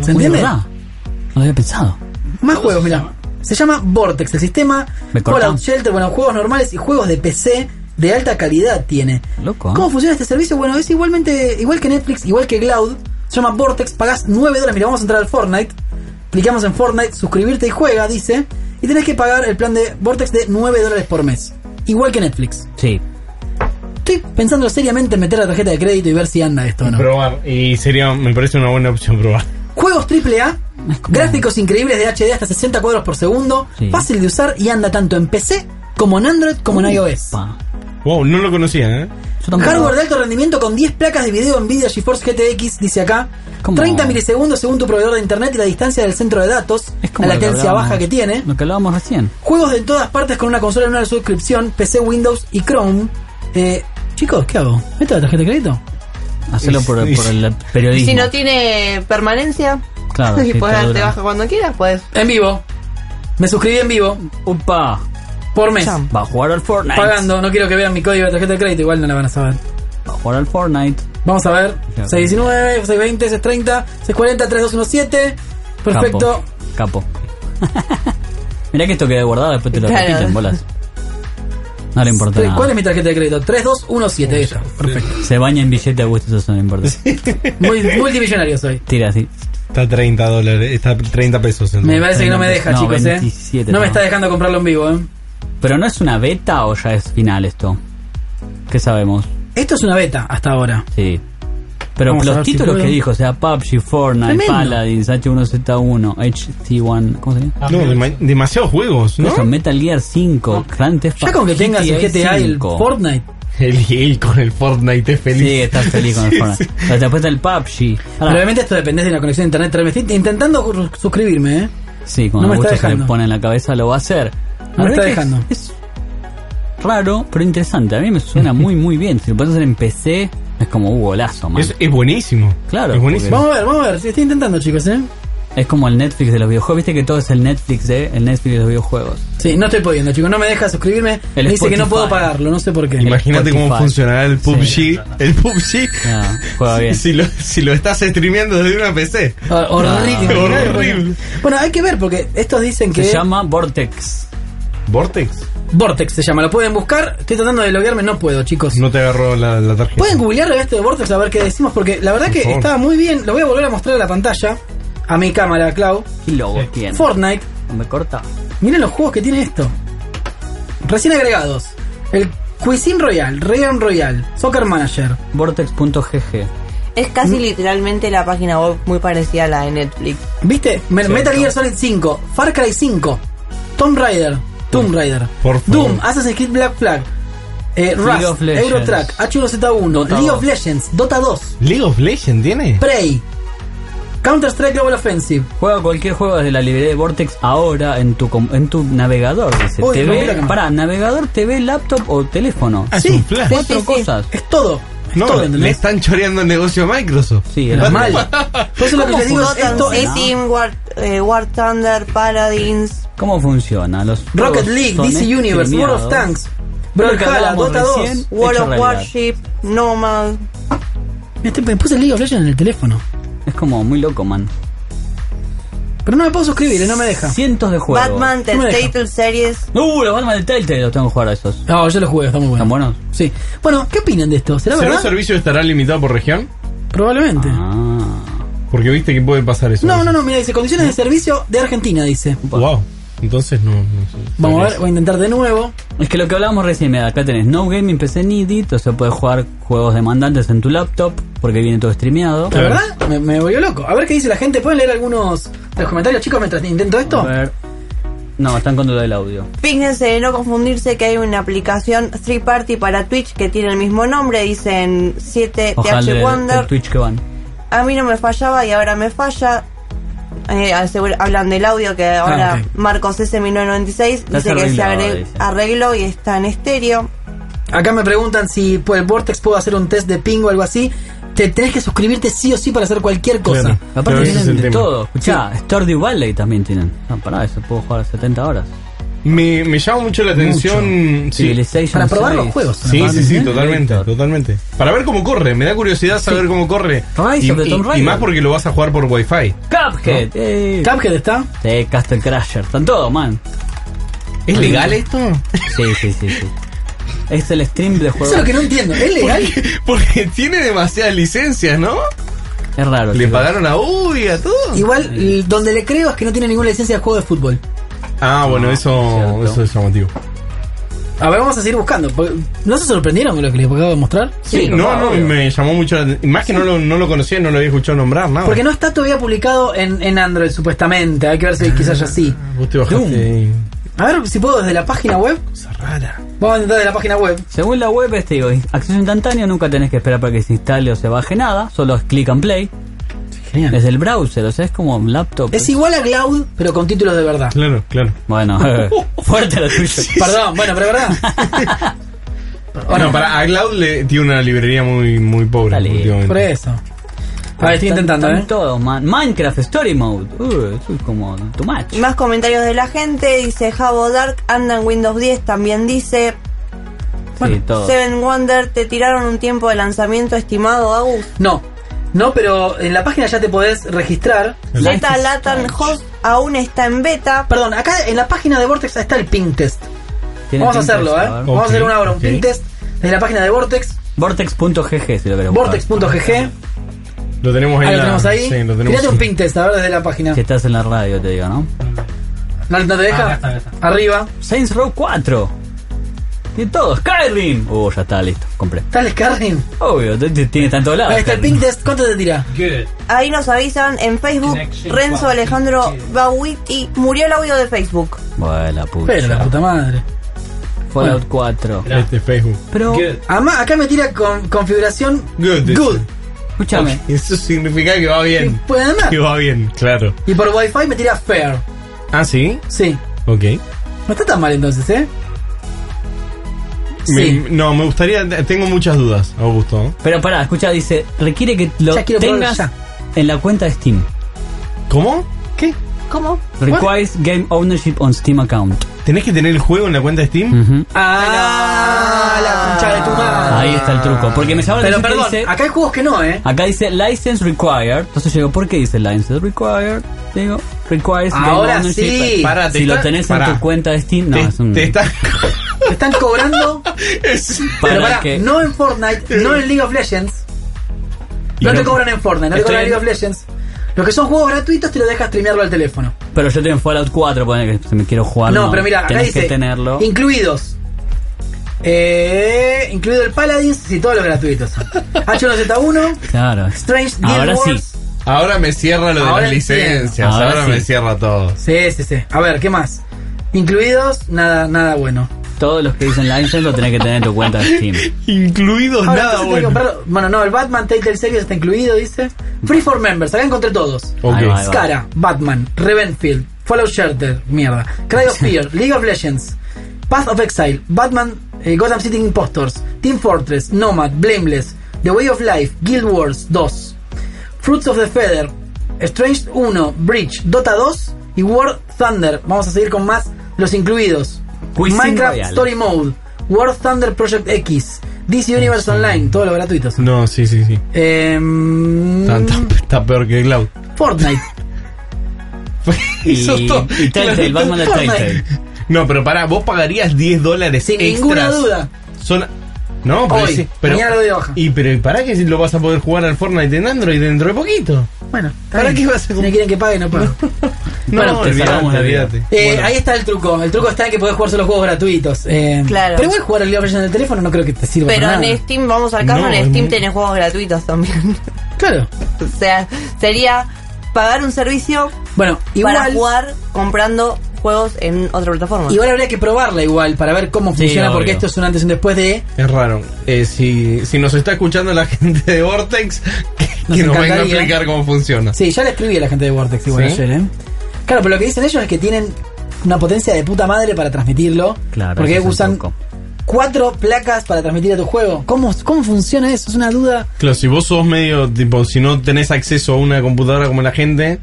¿Se entiende?
¿Verdad? No lo había pensado.
Más juegos, mira. Se llama Vortex, el sistema
Me cortan.
Fallout Shelter, bueno, juegos normales y juegos de PC de alta calidad tiene.
Loco, ¿eh?
¿Cómo funciona este servicio? Bueno, es igualmente, igual que Netflix, igual que Cloud. Se llama Vortex, pagás 9 dólares. Mira, vamos a entrar al Fortnite. Clicamos en Fortnite, suscribirte y juega, dice. Y tenés que pagar el plan de Vortex de 9 dólares por mes. Igual que Netflix.
Sí.
Estoy pensando seriamente en meter la tarjeta de crédito y ver si anda esto o no.
Probar. Y sería, me parece una buena opción probar.
Juegos AAA, gráficos increíbles de HD hasta 60 cuadros por segundo,
Sí.
fácil de usar y anda tanto en PC como en Android como en iOS.
Pa.
Wow, no lo conocía, ¿eh?
tampoco.
Hardware de alto rendimiento con 10 placas de video NVIDIA GeForce GTX, dice acá.
¿Cómo?
30 milisegundos según tu proveedor de internet y la distancia del centro de datos, la
lo que
latencia
hablábamos-
baja que tiene.
Lo que hablábamos recién.
Juegos de todas partes con una consola en una suscripción, PC, Windows y Chrome. Eh, chicos, ¿qué hago? ¿Meto la tarjeta de crédito?
Hacerlo por,
Sí, sí.
por el
Y
periodismo.
si no tiene permanencia,
Claro,
y
sí,
puedes
está
darte
duro.
baja cuando quieras, pues.
En vivo. Me suscribí en vivo
Upa,
por mes.
Cham.
va a jugar al Fortnite.
Pagando, no quiero que vean mi código de tarjeta de crédito, igual no la van a saber.
Va a jugar al Fortnite.
Vamos a ver.
Ya.
619, 620, 630, 640, 3217. Perfecto.
Capo. Capo. Mirá que esto queda guardado, después te lo
Claro.
repiten, bolas. No le importa
Tre-
nada.
¿Cuál es mi tarjeta de crédito? 3217. esa. Perfecto.
Se baña en billete a gusto, eso no le importa.
Muy, multimillonario soy.
Tira así.
Está 30 dólares, está 30 pesos.
Me parece que no me
No,
deja, chicos, eh.
27,
No me
no.
está dejando comprarlo en vivo, eh.
Pero no es una beta o ya es final esto. ¿Qué sabemos?
Esto es una beta hasta ahora.
Sí. Pero
Vamos a
los
ver si
títulos
puedo.
que dijo, o sea, PUBG, Fortnite,
Tremendo.
Paladins, H1Z1, HT1, ¿cómo se llama?
Ah,
No, dema- demasiados juegos, ¿no?
Eso, Metal Gear 5, Grand Theft
Ya con que tengas el GTA y el
5.
Fortnite.
Ah.
El Yale con el Fortnite es feliz.
Sí, estás feliz con el Fortnite. Pero después está el PUBG. Ahora,
Pero obviamente esto depende de la conexión de internet. Pero me estoy intentando ru- suscribirme, eh.
Sí,
No
cuando
me
el
está
gusto se le
dejando.
pone en la cabeza lo va a hacer.
No me
La verdad
está
que
dejando.
Es, es raro, pero interesante. A mí me suena muy, muy bien. Si lo puedes hacer en PC, es como un golazo, man.
Es, es buenísimo.
Claro,
Es buenísimo.
Vamos a ver, vamos a ver. Sí, estoy intentando, chicos, eh.
Es como el Netflix de los videojuegos. Viste que todo es el Netflix, ¿eh? El Netflix de los videojuegos.
Sí, no estoy pudiendo, chicos. No me deja suscribirme.
El
me dice que no puedo
Spotify.
pagarlo, no sé por qué.
Imagínate
Spotify.
cómo funcionará el PUBG.
Sí.
El PUBG.
No, juega
si-
bien.
Si, lo, si lo estás streameando desde una PC.
Ah, Horrible.
Ah, horrible.
Bueno, hay que ver porque estos dicen que
Se llama Vortex.
¿Vortex?
Vortex se llama. Lo pueden buscar. Estoy tratando de loguearme, no puedo, chicos.
No te agarró la, la tarjeta.
Pueden googlear este de Vortex a ver qué decimos porque la verdad
Por
que
favor.
estaba muy bien. Lo voy a volver a mostrar a la pantalla a mi cámara, Clau.
¿Qué logo tiene?
Fortnite.
¿No ¿Me corta?
Miren los juegos que tiene esto. Recién agregados. El Cuisine Royal, Rayon Royal, Soccer Manager.
Vortex.gg.
Es
Mm.
casi literalmente la página web muy parecida a la de Netflix.
¿Viste? Me- Metal Gear Solid 5, Far Cry 5, Tomb Raider, Tomb Raider,
Por favor.
Doom, Assassin's Creed Black Flag, eh, Rust,
of Legends.
Eurotrack, H1Z1,
Dota
League
2.
of Legends, Dota 2,
¿League of Legends tiene?
Prey, Counter-Strike Global Offensive.
Juega cualquier juego desde la librería de Vortex ahora en tu com- en tu navegador. Dice.
Uy, rompí la
TV,
cámara.
para navegador, TV, laptop o teléfono.
Ah, es
Sí.
un flash.
Sí,
Cuatro
sí, sí.
cosas.
Es todo. Es
No,
todo,
le
¿entendés?
están choreando el negocio a Microsoft.
Sí,
Pero
era
mal.
mal.
Por eso lo que
¿Cómo
les digo es
funciona?
esto es
Sí, Steam, War, eh, War Thunder, Paladins.
¿Cómo funciona? Los
Rocket
juegos
League,
son este
este
DC Universe, World of
exterminados.
Tanks,
Creo que
Brawlhalla,
hablábamos
Dota 2.
recién.
World
Hecho
of
realidad.
Warship, Nomad.
Me estoy- Este, me puse el League of Legends en el teléfono.
Es como muy loco, man.
Pero no me puedo suscribir, eh, no me deja.
Cientos de juegos.
Batman,
No me
The
deja.
Title Series.
Uh, los Batman de Telltale los tengo que jugar a esos.
No, yo lo jugué, está muy bueno.
¿Están buenos?
Sí. Bueno, ¿qué opinan de esto? ¿Será
¿Será el
verdad?
servicio estará limitado por región?
Probablemente.
Ah,
Porque viste que puede pasar eso.
No, no, no, mira, dice condiciones de servicio de Argentina, dice.
Wow. Entonces no. no sé.
Vamos a ver, voy a intentar de nuevo.
es que lo que hablábamos recién, mira, acá tenés No Gaming PC Needed, o sea, puedes jugar juegos demandantes en tu laptop, porque viene todo streameado.
La verdad, me, me volvió loco. A ver qué dice la gente. ¿Pueden leer algunos de los comentarios, chicos, mientras intento
A
esto?
ver. No, están con lo del audio.
Fíjense de no confundirse que hay una aplicación Street Party para Twitch que tiene el mismo nombre. Dicen
Eh,
7
Ojalá
TH
el,
Wonder.
Twitch que van.
A mí no me fallaba y ahora me falla. Eh, asegura- hablan del audio que ahora
Ah, ok.
Marcos S1996
Ya se
dice que se
arregló,
agre-
dice.
arregló y está en estéreo.
Acá me preguntan si por el Vortex puedo hacer un test de ping o algo así. Te tenés que suscribirte sí o sí para hacer cualquier cosa.
Claro. Pero
Aparte
ese es
tienen
el
de
tema.
todo. Escuchá, Stardew Valley también tienen. No, pará, eso puedo jugar 70 horas.
Me, me llama mucho la atención. Sí, sí,
Civilization
Para probar
6.
los juegos.
sí, sí,
Batman,
totalmente,
Terminator.
totalmente. Para ver cómo corre, me da curiosidad saber cómo corre.
Rise
y,
of the
y-
Tomb
y
Raider.
más porque lo vas a jugar por Wi-Fi.
Cuphead. eh.
Cuphead está.
Sí, Castle Crasher. Están todos, man.
¿Es legal esto?
Sí, sí, sí, sí. Es el stream de juegos.
Eso es lo que no entiendo. ¿Es legal?
Porque tiene demasiadas licencias, ¿no?
Es raro.
Le
chicos.
pagaron a Ubi, a todo.
Igual, l- donde le creo es que no tiene ninguna licencia de juego de fútbol.
Ah, bueno, eso,
Cierto.
eso es llamativo.
A ver, vamos a seguir buscando. ¿No se sorprendieron con lo que les acabo de mostrar?
Sí,
no,
papá,
no,
obvio.
me llamó mucho la atención. Más que no, lo, no lo conocía, no lo había escuchado nombrar, nada.
Porque no está todavía publicado en, en Android, supuestamente. Hay que ver si quizás ya sí.
Vos te bajaste.
A ver si puedo desde la página web.
Cosa rara.
Vamos a intentar de la página web.
Según la web, este digo, acceso instantáneo, nunca tenés que esperar para que se instale o se baje nada, solo es click and play.
Genial.
Desde el browser, o sea, es como un laptop.
Es igual a Cloud, pero con títulos de verdad.
Claro, claro.
Bueno, fuerte lo tuyo.
Perdón, bueno, pero es verdad.
Bueno, para a Cloud le tiene una librería muy, muy pobre
Dale.
últimamente.
Por eso. A ver, estoy
Están-
intentando,
están
¿eh?
todos, man. Minecraft Story Mode. Uh, eso es como too much.
Más comentarios de la gente. Dice Javo Dark, anda en Windows 10. También dice
sí, todo.
Seven Wonder, te tiraron un tiempo de lanzamiento estimado, Agus.
No. No, pero en la página ya te podés registrar.
Zeta Latan Host aún está en beta.
Perdón, acá en la página de Vortex está el ping test.
Tiene
Vamos a
pinta
hacerlo,
de
¿eh?
saber.
Vamos a hacer
Ok,
una hora, un
ok.
ping test. Desde la página de Vortex,
Vortex.gg si lo querés buscar.
vortex.gg.
Lo tenemos ahí.
Ahí lo
en la-
tenemos ahí.
Sí, lo tenemos
Tirate un
ahí.
ping test, a ver, desde la página.
Si estás en la radio, te digo, ¿no?
¿No, no te
Ah, acá
deja?
está, acá está.
Arriba.
Saints Row 4. Y todo, Skyrim. Uh, ya está, listo, compré.
¿Está el Skyrim?
Obvio, t- t- tiene tanto
Ah,
lado.
Ahí está el ping test. ¿Cuánto te tira?
Good.
Ahí nos avisan en Facebook.
Connection
Renzo
Wow.
Alejandro Bawiti murió el audio de Facebook.
Bueno, la puta.
Pero la puta madre.
Fallout 4.
Este Facebook.
Pero,
Good.
Además, acá me tira con configuración
Good, dice.
Good.
escúchame.
Eso significa que va
Y
bien.
puede andar.
Que va bien, claro.
Y por Wi-Fi me tira Fair.
Ah, sí.
Sí.
Ok.
No está tan mal entonces, ¿eh?
Me-
Sí.
no, me gustaría. Tengo muchas dudas, Augusto.
Pero pará, escucha, dice, requiere que lo
Ya quiero
tengas
probar
en la cuenta de Steam.
¿Cómo? ¿Qué?
¿Cómo?
Requires game ownership on Steam account.
¿Tenés que tener el juego en la cuenta de Steam?
Ujú.
Ah, la concha de tu madre.
Ahí está el truco. Porque me llamaron
Pero
la gente
perdón,
dice,
acá hay juegos que no,
Ah.
¿eh?
Acá dice license required. Entonces yo digo, ¿por qué dice license required? Digo, requires game
Ahora
ownership.
sí.
Pará, te
si lo
está-
tenés
pará.
en tu cuenta de Steam, no,
te,
es un.
te está.
Te están cobrando.
es-
pero
Para
pará,
que-
no en Fortnite, no en League of Legends. No te cobran en Fortnite, no te
Estoy
cobran en
en-
League of Legends. Lo que son juegos gratuitos te lo dejas streamearlo al teléfono.
Pero yo tengo Fallout 4, ponele que si me quiero jugar.
no, pero mira, acá
tenés
dice
que tenerlo.
incluidos. Eh, incluido el Paladins y todos los gratuitos. H1Z1,
Claro.
Strange Guild
Ahora sí.
Wars.
Ahora me cierra lo de
Ahora
las
entiendo.
licencias.
Ahora
Ahora,
sí.
me cierra todo.
Sí, sí, sí. A ver, ¿qué más? Incluidos, nada, nada bueno.
Todos los que dicen license lo tenés que tener en tu cuenta de Steam.
Incluidos
Ahora, entonces
nada
tengo que
bueno.
comprarlo. Bueno, no, el Batman Telltale Series está incluido, dice. Free for Members, acá encontré todos.
Ok.
Ahí va, ahí va.
Scara, Batman, Revenfield, Fallout Shelter, mierda. Cry of Fear, League of Legends, Path of Exile, Batman, eh, Gotham City Impostors, Team Fortress, Nomad, Blameless, The Way of Life, Guild Wars 2, Fruits of the Feather, Strange 1, Bridge, Dota 2 y War Thunder. Vamos a seguir con más los incluidos.
Quizzing
Minecraft
Royale.
Story Mode, War Thunder Project X, DC Universe Online, todos los gratuitos.
No, sí, sí,
Mm.
sí.
Em,
Está, está- está peor que Cloud.
Fortnite.
Y,
Eso es todo.
y Telltale, Batman de
Fortnite.
Telltale.
No, pero pará, vos pagarías 10 dólares
Sin
extras.
ninguna duda.
Son. No, pero,
Hoy,
sí, pero-
mañana lo doy de baja.
Y pero ¿para qué si lo vas a poder jugar al Fortnite en Android dentro de poquito?
Bueno, está
¿Para
bien.
qué vas a
Si no
comprar?
quieren que pague, no pago.
No,
Bueno, te salvamos la vida.
Eh, Ahí está el truco. El truco está en que podés jugar solo juegos gratuitos. Eh,
Claro.
Pero igual jugar el League of Legends en el teléfono no creo que te sirva
Pero
para nada.
en Steam, vamos al caso,
No, es
en Steam
muy-
tiene juegos gratuitos también.
Claro.
o sea, sería pagar un servicio
Bueno,
para
igual,
jugar comprando juegos en otra plataforma.
igual habría que probarla igual para ver cómo
Sí,
funciona
obvio.
porque esto es un antes y un después de...
Es raro. Eh, si, si nos está escuchando la gente de Vortex, que que
Nos
nos, venga a
encantaría.
explicar cómo funciona.
Sí, ya le escribí a la gente de Vortex igual
¿Sí?
ayer, ¿eh? Claro, pero lo que dicen ellos es que tienen una potencia de puta madre para transmitirlo.
Claro.
Porque
ese es el
usan
truco.
cuatro placas para transmitir a tu juego. ¿Cómo, cómo funciona eso? Es una duda...
Claro, si vos sos medio, tipo, si no tenés acceso a una computadora como la gente,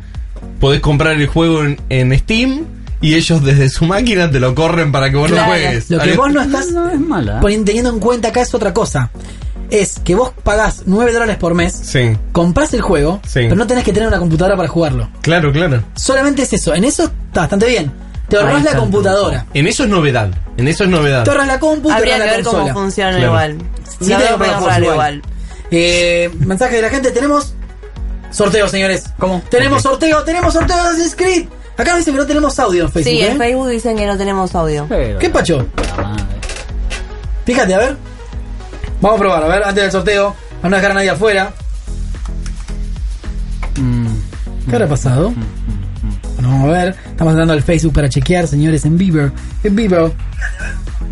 podés comprar el juego en, en Steam y ellos desde su máquina te lo corren para que vos
Claro,
lo juegues.
Lo que
Ahí-
vos no estás
No es mala.
¿Ah?
¿eh?
poni- teniendo en cuenta acá es otra cosa. Es que vos pagás 9 dólares por mes,
Sí,
comprás el juego,
Sí.
pero no tenés que tener una computadora para jugarlo.
claro, claro.
Solamente es eso. En eso está bastante bien. Te
Ahí
ahorrás
está
la
el
computadora.
En eso es novedad. En eso es novedad.
Te ahorras la compu, te
Habría
ahorras
que
la
ver cómo
consola.
funciona
Claro.
igual.
Sí,
La
te
veo
lo
medio
propongo
raro
igual.
igual.
Eh, mensaje de la gente. Tenemos sorteo, señores. ¿Cómo? Tenemos sorteo, tenemos sorteo de Assassin's Creed. Acá me dicen que no tenemos audio en Facebook.
Sí,
¿eh?
en Facebook dicen que no tenemos audio.
Pero- ¿eh?
¿Qué pacho?
La madre.
Fíjate, a ver. Vamos a probar, a ver, antes del sorteo. Para no dejar a nadie afuera. Mm. ¿Qué habrá pasado? Bueno, vamos a ver. Estamos entrando al Facebook para chequear, señores, en Bieber. En Bieber.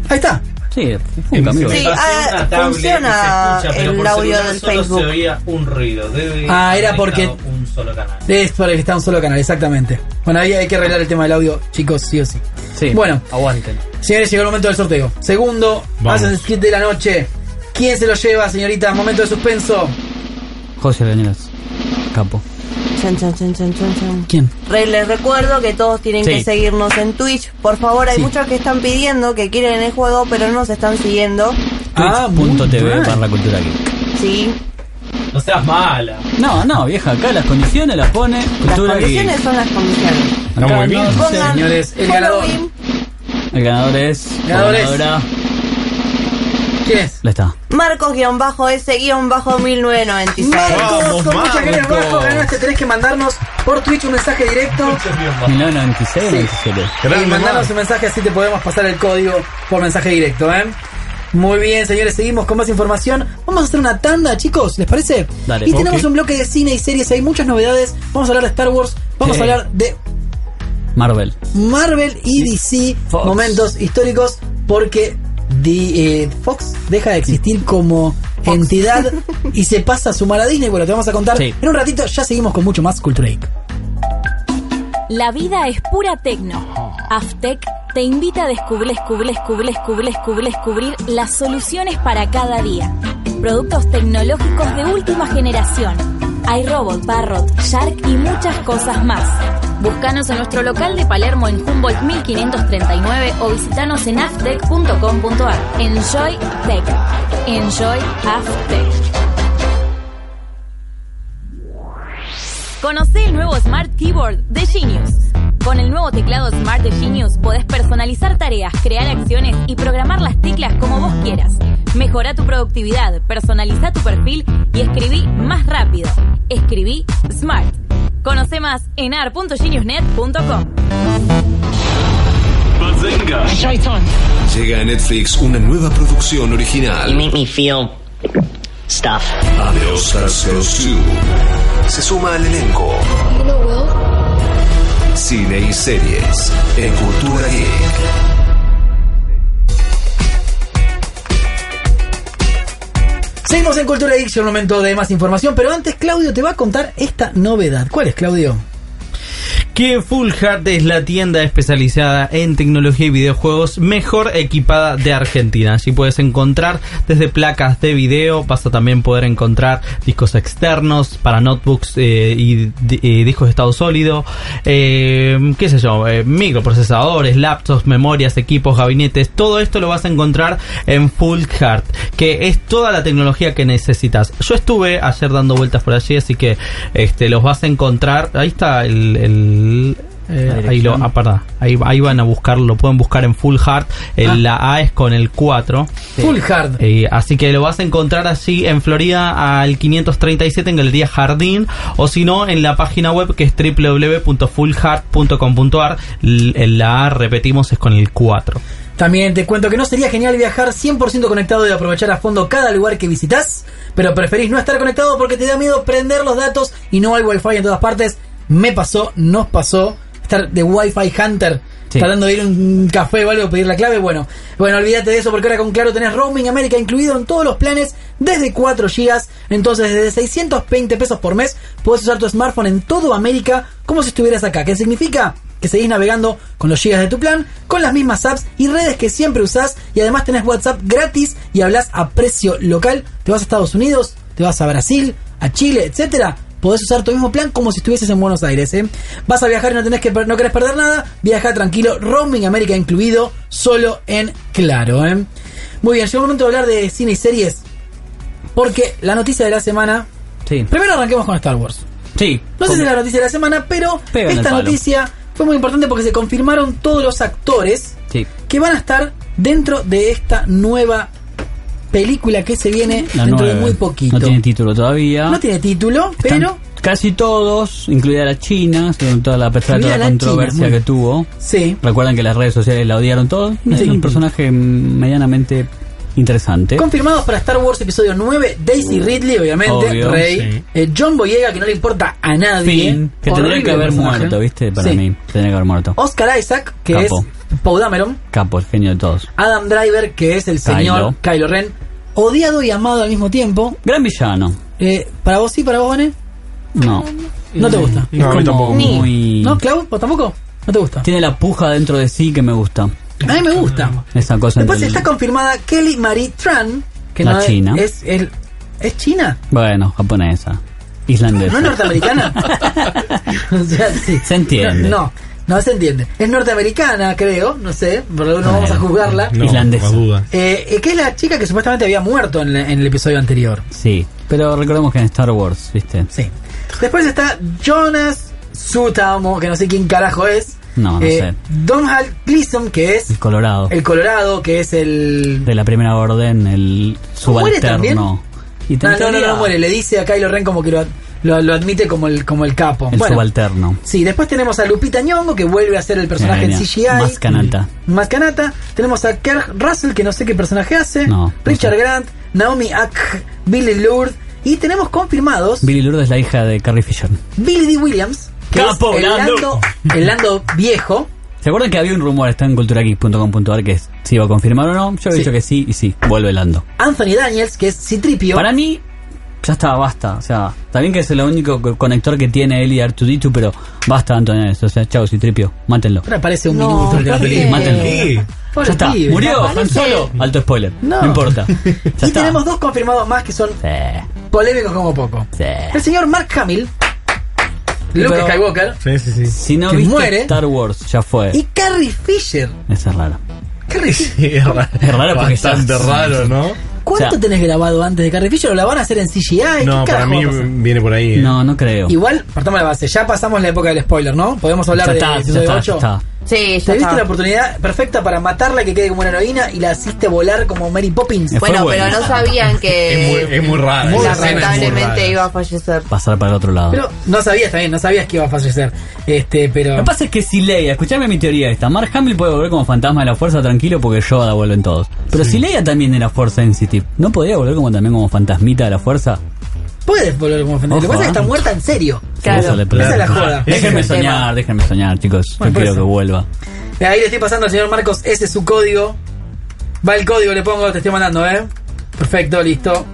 Ahí está.
Sí, fue un cambio.
Sí, ah, funciona el audio del
Se
Facebook.
oía un ruido. Debe
Ah, era
haber
porque-
estado Un solo canal.
Es para que está un solo canal, exactamente. Bueno, ahí hay que arreglar el tema del audio, chicos, sí o sí.
Sí,
Bueno.
aguanten.
Señores, llegó el momento del sorteo. Segundo,
Vamos.
Assassin's Creed de la noche. ¿Quién se lo lleva, señoritas? Momento de suspenso.
José Leonidas, campo.
Chan, chan, chan, chan, chan, chan.
¿Quién?
Re- Les recuerdo que todos tienen
Sí.
que seguirnos en Twitch. Por favor, hay
Sí.
muchos que están pidiendo que quieren el juego, pero no nos están siguiendo.
Ah, muy
Twitch.tv
mal.
para la cultura geek.
Sí.
No seas mala.
No, no, vieja, acá las condiciones las pone
Las
cultura
condiciones
geek.
son las condiciones.
Acá
Está muy bien.
no sé.
Pongan
señores, el ganador.
following.
El ganador es.
Ganador es-
ganadora.
¿Quién es?
La está.
Marcos-S-1996.
Marcos, con muchas gracias,
Marcos.
Marcos. Ganaste, tenés que mandarnos por Twitch un mensaje directo.
1996 97.
Y mandarnos un mensaje así te podemos pasar el código por mensaje directo, ¿eh? Muy bien, señores, seguimos con más información. Vamos a hacer una tanda, chicos, ¿les parece?
Dale.
y tenemos
Ok.
un bloque de cine y series, hay muchas novedades. Vamos a hablar de Star Wars, vamos
Sí.
a hablar de
Marvel.
Marvel y DC,
Fox.
momentos históricos, porque di- eh, Fox deja de
Mm.
existir como entidad y se pasa a sumar a Disney. Bueno, te vamos a contar
Sí.
en un ratito, ya seguimos con mucho más Culture Geek.
La vida es pura tecno. Aftec te invita a descubrir, descubrir, descubrir, descubrir, descubrir, descubrir las soluciones para cada día. Productos tecnológicos de última generación. Hay robot, parrot, shark y muchas cosas más. Búscanos en nuestro local de Palermo en Humboldt 1539 o visitanos en aftec.com.ar. Enjoy Tech. Enjoy Aftec. Conoce el nuevo Smart Keyboard de Genius. Con el nuevo teclado Smart de Genius podés personalizar tareas, crear acciones y programar las teclas como vos quieras. Mejora tu productividad, personaliza tu perfil y escribí más rápido. Escribí Smart. Conoce más en ar.geniusnet.com.
Llega a Netflix una nueva producción original. Ah,
me feel stuff.
Adiós Arceus 2. Se suma al elenco. Cine y series en Cultura Geek.
Seguimos en Cultura Geek, llega el momento de más información, pero antes Claudio te va a contar esta novedad. ¿Cuál es, Claudio?
que Full Hat es la tienda especializada en tecnología y videojuegos mejor equipada de Argentina. Así puedes encontrar desde placas de video, vas a también poder encontrar discos externos para notebooks eh, y di- eh, discos de estado sólido, eh, qué sé yo, eh, microprocesadores, laptops, memorias, equipos, gabinetes, todo esto lo vas a encontrar en Full Heart, que es toda la tecnología que necesitas. Yo estuve ayer dando vueltas por allí, así que este, los vas a encontrar. Ahí está el. el- eh,
La dirección.
ahí lo, ah, perdón. ahí, ahí van a buscarlo, lo pueden buscar en Full Heart. El-
Ah.
La A es con el 4.
Full Hard.
Eh, así que lo vas a encontrar así en Florida al 537 en Galería Jardín o si no en la página web que es www.fullheart.com.ar L- en la A repetimos es con el 4.
También te cuento que no sería genial viajar 100% conectado y aprovechar a fondo cada lugar que visitas, pero preferís no estar conectado porque te da miedo prender los datos y no hay wifi en todas partes. Me pasó, nos pasó, estar de wifi hunter.
Sí.
Tratando de ir a un café o algo, pedir la clave, bueno. Bueno, olvídate de eso porque ahora con Claro tenés Roaming América incluido en todos los planes desde 4 GB. Entonces, desde 620 pesos por mes, puedes usar tu smartphone en todo América como si estuvieras acá. ¿Qué significa? que seguís navegando con los gigas de tu plan, con las mismas apps y redes que siempre usás y además tenés WhatsApp gratis y hablas a precio local. Te vas a Estados Unidos, te vas a Brasil, a Chile, etcétera. Podés usar tu mismo plan como si estuvieses en Buenos Aires. ¿eh? Vas a viajar y no, tenés que, per- no querés perder nada. Viaja tranquilo, roaming América incluido, solo en Claro. ¿eh? Muy bien, llegó el momento de hablar de cine y series. Porque la noticia de la semana...
Sí.
Primero arranquemos con Star Wars.
Sí.
No sé si es la noticia de la semana, pero
Pega en el
esta
palo.
noticia fue muy importante porque se confirmaron todos los actores
Sí.
que van a estar dentro de esta nueva película que se viene
La
dentro de
nueve.
muy poquito.
No tiene título todavía.
No tiene título,
¿Ah? Están
pero
Casi todos, incluida la China, según toda la, a pesar de toda
Incluida
la,
la China,
controversia
muy-
que tuvo.
sí.
Recuerdan que las redes sociales la odiaron todos. Es
Sí.
un personaje medianamente interesante.
Confirmados para Star Wars Episodio 9, Daisy Ridley, obviamente,
Uh, Obvio,
Rey,
sí.
eh, John Boyega, que no le importa a nadie.
Finn, que tendría
horrible
que haber
personaje.
muerto, ¿viste? Para
Sí. Oh.
mí, tendría que haber muerto.
Oscar Isaac, que
Capo.
es Paul Dameron,
Capo, el genio de todos.
Adam Driver, que es el señor Kylo, Ren, odiado y amado al mismo tiempo.
Gran villano.
Eh, ¿Para vos sí, para vos, Vane?
No.
¿No
Eh,
te gusta?
Es como muy-
¿No, Clau? ¿Vos tampoco? ¿No te gusta?
Tiene la puja dentro de sí que me gusta.
A mí me gusta.
Esa cosa.
Después
entre el-
está confirmada Kelly Marie Tran, que
La
no es-
china.
Es, el- ¿es china?
Bueno, japonesa. Islandesa.
¿No es norteamericana? O sea, sí.
Se entiende.
No, no se entiende. Es norteamericana, creo, no sé, pero no vamos a juzgarla.
Islandesa.
Eh, eh, que es la chica que supuestamente había muerto en, la- en el episodio anterior.
Sí. Pero recordemos que en Star Wars, ¿viste?
Sí. Después está Jonas Sutamo, que no sé quién carajo es.
No, no
Eh,
sé.
Donald Gleason, que es
El Colorado.
el Colorado, que es el...
De la primera orden, el
¿Muere también?
subalterno. Y
Ah, no, no,
tendría
no, muere. Le dice a Kylo Ren como que lo, lo- lo admite como el, como el capo.
El
Bueno,
subalterno.
Sí, después tenemos a Lupita Nyong'o, que vuelve a ser el personaje en
Genial.
CGI.
Más canata.
Más canata. Mm. Tenemos a Kirk Russell, que no sé qué personaje hace.
No, no
Richard Grant, Naomi Ack, Billy Lourdes. Y tenemos confirmados
Billy Lourdes es la hija de Carrie Fisher.
Billy D. Williams, que
Capo,
es el
Lando.
Lando, el Lando viejo.
¿Se acuerdan que había un rumor, está en culturageek.com.ar, que se iba a confirmar o no? Yo he dicho que sí, y sí, vuelve Lando.
Anthony Daniels, que es Citripio.
Para mí, ya está, basta. O sea, también que es el único co- conector que tiene él y Artudito, pero basta, Antonio. O sea, chao, Citripio, mátenlo.
Ahora aparece un minuto el de la
Sí,
película.
mátenlo.
Pobre
Ya está,
pibe.
murió, Han Solo. Alto spoiler, no, importa. Ya
Y
está.
tenemos dos confirmados más que son polémicos como poco.
Sí.
El señor Mark Hamill, Luke
Pero-
Skywalker
Si no
Que
viste
muere.
Star Wars, ya fue.
y Carrie Fisher.
Esa es rara.
Carrie Fisher.
Es raro,
Es raro porque
Bastante
ya-
raro, ¿no?
¿Cuánto
O sea-
tenés grabado antes de Carrie Fisher? ¿O la van a hacer en CGI?
No,
¿Qué
para
carajo va
mí
a pasar?
viene por ahí. eh.
No, no creo.
Igual, partamos de la base. Ya pasamos la época del spoiler, ¿no? Podemos hablar
Ya
de
está, ya
episodio
está, ya
8.
está.
Sí,
Te
ya
diste la
está.
oportunidad perfecta para matarla que quede como una heroína y la hiciste volar como Mary Poppins.
Fue
Bueno,
bueno.
pero no sabían
Es, muy,
que
es muy raro. esa escena es muy rara.
Eh, lamentablemente iba a fallecer.
Pasar para el otro lado.
Pero no sabías también, no sabías que iba a fallecer. Este, pero.
Lo que pasa es que si Leia, escuchame mi teoría esta, Mark Hamill puede volver como fantasma de la fuerza tranquilo porque Yoda vuelve en todos. Pero si Leia también era fuerza sensitive, ¿no podía volver como también como fantasmita de la fuerza?
Puedes volver como ofender. Lo que
Ojo,
pasa es que está
¿eh?
muerta en serio.
Eso le
Esa es la
pregunto.
joda.
Déjenme
Ese es el
soñar, déjenme soñar, chicos.
Bueno,
Yo
por
quiero
eso.
que vuelva.
Ahí le estoy pasando al señor Marcos, ese es su código. Va el código, le pongo, te estoy mandando, ¿eh? Perfecto, listo.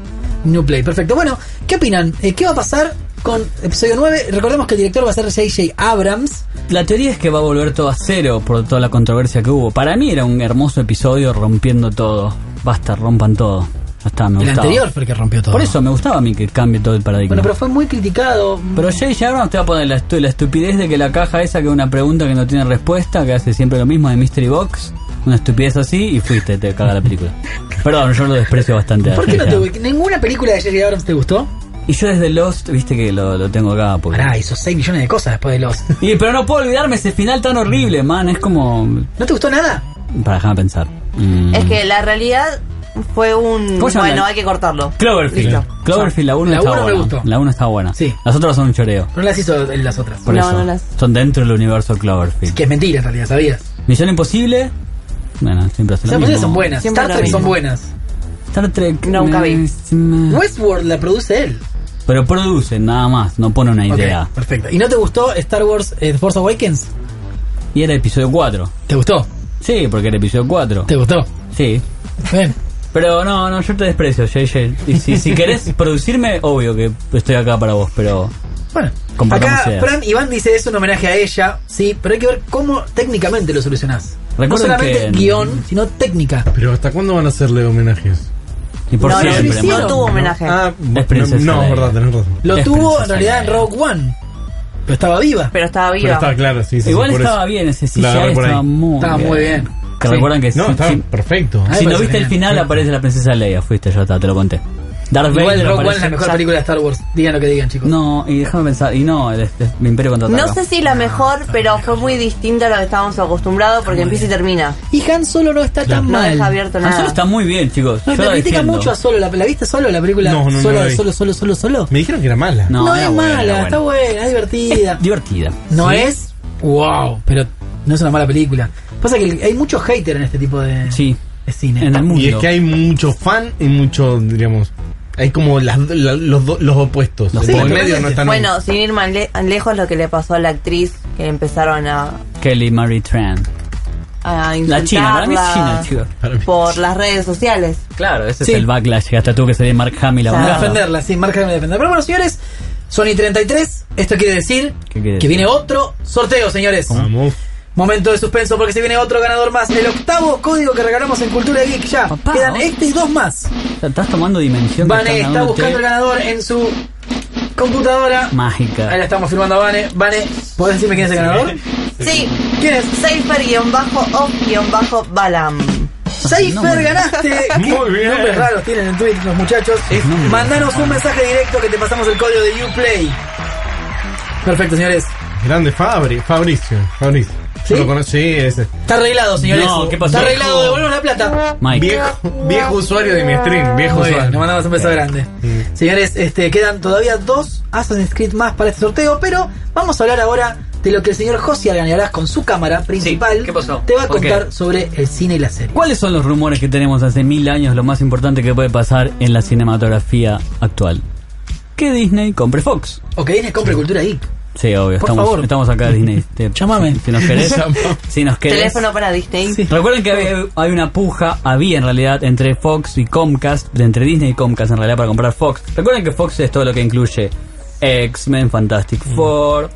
New Play, perfecto. Bueno, ¿qué opinan? Eh, ¿Qué va a pasar con episodio 9? Recordemos que el director va a ser J.J. Abrams.
La teoría es que va a volver todo a cero por toda la controversia que hubo. Para mí era un hermoso episodio rompiendo todo. Basta, rompan todo. Ya está, me
El
gustaba.
anterior fue el que rompió todo.
Por eso me gustaba a mí que cambie todo el paradigma.
Bueno, pero fue muy criticado.
Pero Jay Abrams te va a poner la, estu- la estupidez de que la caja esa que es una pregunta que no tiene respuesta, que hace siempre lo mismo de Mystery Box, una estupidez así y fuiste, te caga la película. Perdón, yo lo desprecio bastante. a
¿Por qué no
J.J. Abrams.
te ¿Ninguna película de J.J. Abrams te gustó?
Y yo desde Lost, viste que lo, lo tengo acá. Porque...
Pará, hizo 6 millones de cosas después de los.
Y, pero no puedo olvidarme ese final tan horrible, man. Es como.
¿No te gustó nada?
Para dejarme pensar. Mm.
Es que la realidad fue un.
¿Cómo se llama?
Bueno, hay que cortarlo.
Cloverfield.
Listo.
Cloverfield, la 1
La
está
uno me
buena.
gustó.
La 1 está buena.
Sí.
Las otras son un choreo.
No las hizo en las otras.
Por
No,
eso.
no las-
Son dentro del universo Cloverfield.
Que es mentira en realidad, ¿sabías?
Misión Imposible. Bueno, siempre hace
Las
lo mismo.
películas son buenas.
Siempre
Star
lo
Trek son
mismo.
buenas.
Star Trek.
Nunca vi.
vi.
Westworld la produce él.
Pero producen nada más, no pone una
Ok,
idea.
perfecto. ¿Y no te gustó Star Wars eh, The Force Awakens?
Y era episodio 4.
¿Te gustó?
Sí, porque era episodio 4.
¿Te gustó?
Sí.
Bien.
Pero no, no, yo te desprecio, JJ. Y si, si querés producirme, obvio que estoy acá para vos, pero.
Bueno.
Compartamos
Acá
ideas.
Fran Iván dice es un homenaje a ella, sí, pero hay que ver cómo técnicamente lo solucionás. no
Recuerden
solamente
que en-
guión, sino técnica.
Pero ¿hasta cuándo van a hacerle homenajes?
Y por
No, no,
siempre,
no
man.
tuvo homenaje.
Ah,
Es princesa
No, es
Leia.
verdad, tenés razón.
Lo
Es
tuvo en
princesa
realidad en
Leia.
Rogue One, pero estaba viva.
Pero estaba
Pero
viva.
estaba claro, sí, sí.
Igual
sí, por
estaba
eso.
bien ese CGI,
La agarré por ahí.
estaba muy
Estaba
bien.
muy bien.
Que
Sí.
recuerdan que
No,
si,
estaba
si-
perfecto.
Ah,
si
me
no
parece
viste el
genial.
final, aparece la princesa Leia. Fuiste, ya está, te lo conté. Darth
Igual
Vader
Rogue One es
aparece-
la mejor película de Star Wars, digan lo que digan chicos.
No, y déjame pensar. Y no, el, el- el Imperio contra
No sé si la mejor, pero fue muy distinta a lo que estábamos acostumbrados porque empieza y termina.
Y Han Solo no está tan
No
mal.
deja abierto
Han Solo
nada.
está muy bien, chicos.
No,
Yo
te
la
critica
defiendo.
mucho a Solo, ¿la, la viste Solo, la película?
No, no, no
solo,
la vi.
solo, solo, solo, solo.
Me dijeron que era mala.
No,
No,
es
era buena,
mala,
era
está buena, es divertida.
Es divertida.
No es wow, pero no es una mala película. Pasa que el- hay muchos hater en este tipo de,
Sí,
de cine.
en el mundo.
Y es que hay mucho fan y mucho, diríamos. Hay como las- la- los, do- los opuestos.
Los
en el
polos.
medio no están.
Bueno, sin ir más le- lejos, lo que le pasó a la actriz que empezaron a,
Kelly Marie Tran.
a
La China, para mí es China,
insultarla
chicos.
por las redes sociales.
Claro, ese
Sí.
es el backlash. que Hasta tuvo que salir Mark Hamill a
Para
hablar.
defenderla, sí, marca de defender. Pero bueno, señores, Sony 33, esto quiere decir
¿Qué quiere
que
decir?
viene otro sorteo, señores.
Vamos.
Momento de suspenso porque se viene otro ganador más. El octavo código que regalamos en Cultura Geek ya. Quedan este y dos más.
Estás tomando dimensión.
Vane
estás
está
dándote
buscando el ganador en su computadora.
Mágica.
Ahí la estamos firmando a Vane. Vane, ¿podés decirme quién es el ganador?
Sí.
¿Quién es?
Seifer-off-balam.
Seifer, ganaste. Qué
Muy bien.
Nombres raros tienen en Twitter los muchachos. Mandanos un mensaje directo que te pasamos el código de Uplay. Perfecto, señores.
Grande Fabri, Fabricio, Fabricio.
¿Sí?
Yo lo conocí, ese.
Está arreglado, señores.
No, ¿qué pasó?
Está arreglado, devolvemos la plata.
Mike.
Viejo, viejo usuario de mi stream, viejo
Muy bien,
usuario.
le mandamos un beso grande. Señores, este, quedan todavía dos Assassin's Creed más para este sorteo, pero vamos a hablar ahora de lo que el señor José Algañarás con su cámara principal
¿qué pasó?
te va a
¿Por qué?
contar sobre el cine y la serie.
¿Cuáles son los rumores que tenemos hace mil años lo más importante que puede pasar en la cinematografía actual? Que Disney compre Fox.
Ok, Disney compre cultura geek.
Sí, obvio,
Por
estamos,
favor.
estamos acá Disney. Te-
Llámame.
Si nos querés. si nos querés.
Teléfono para Disney.
Recuerden que había- hay, una puja, había en realidad, entre Fox y Comcast, de entre Disney y Comcast en realidad para comprar Fox. Recuerden que Fox es todo lo que incluye X-Men, Fantastic
Mm.
Four,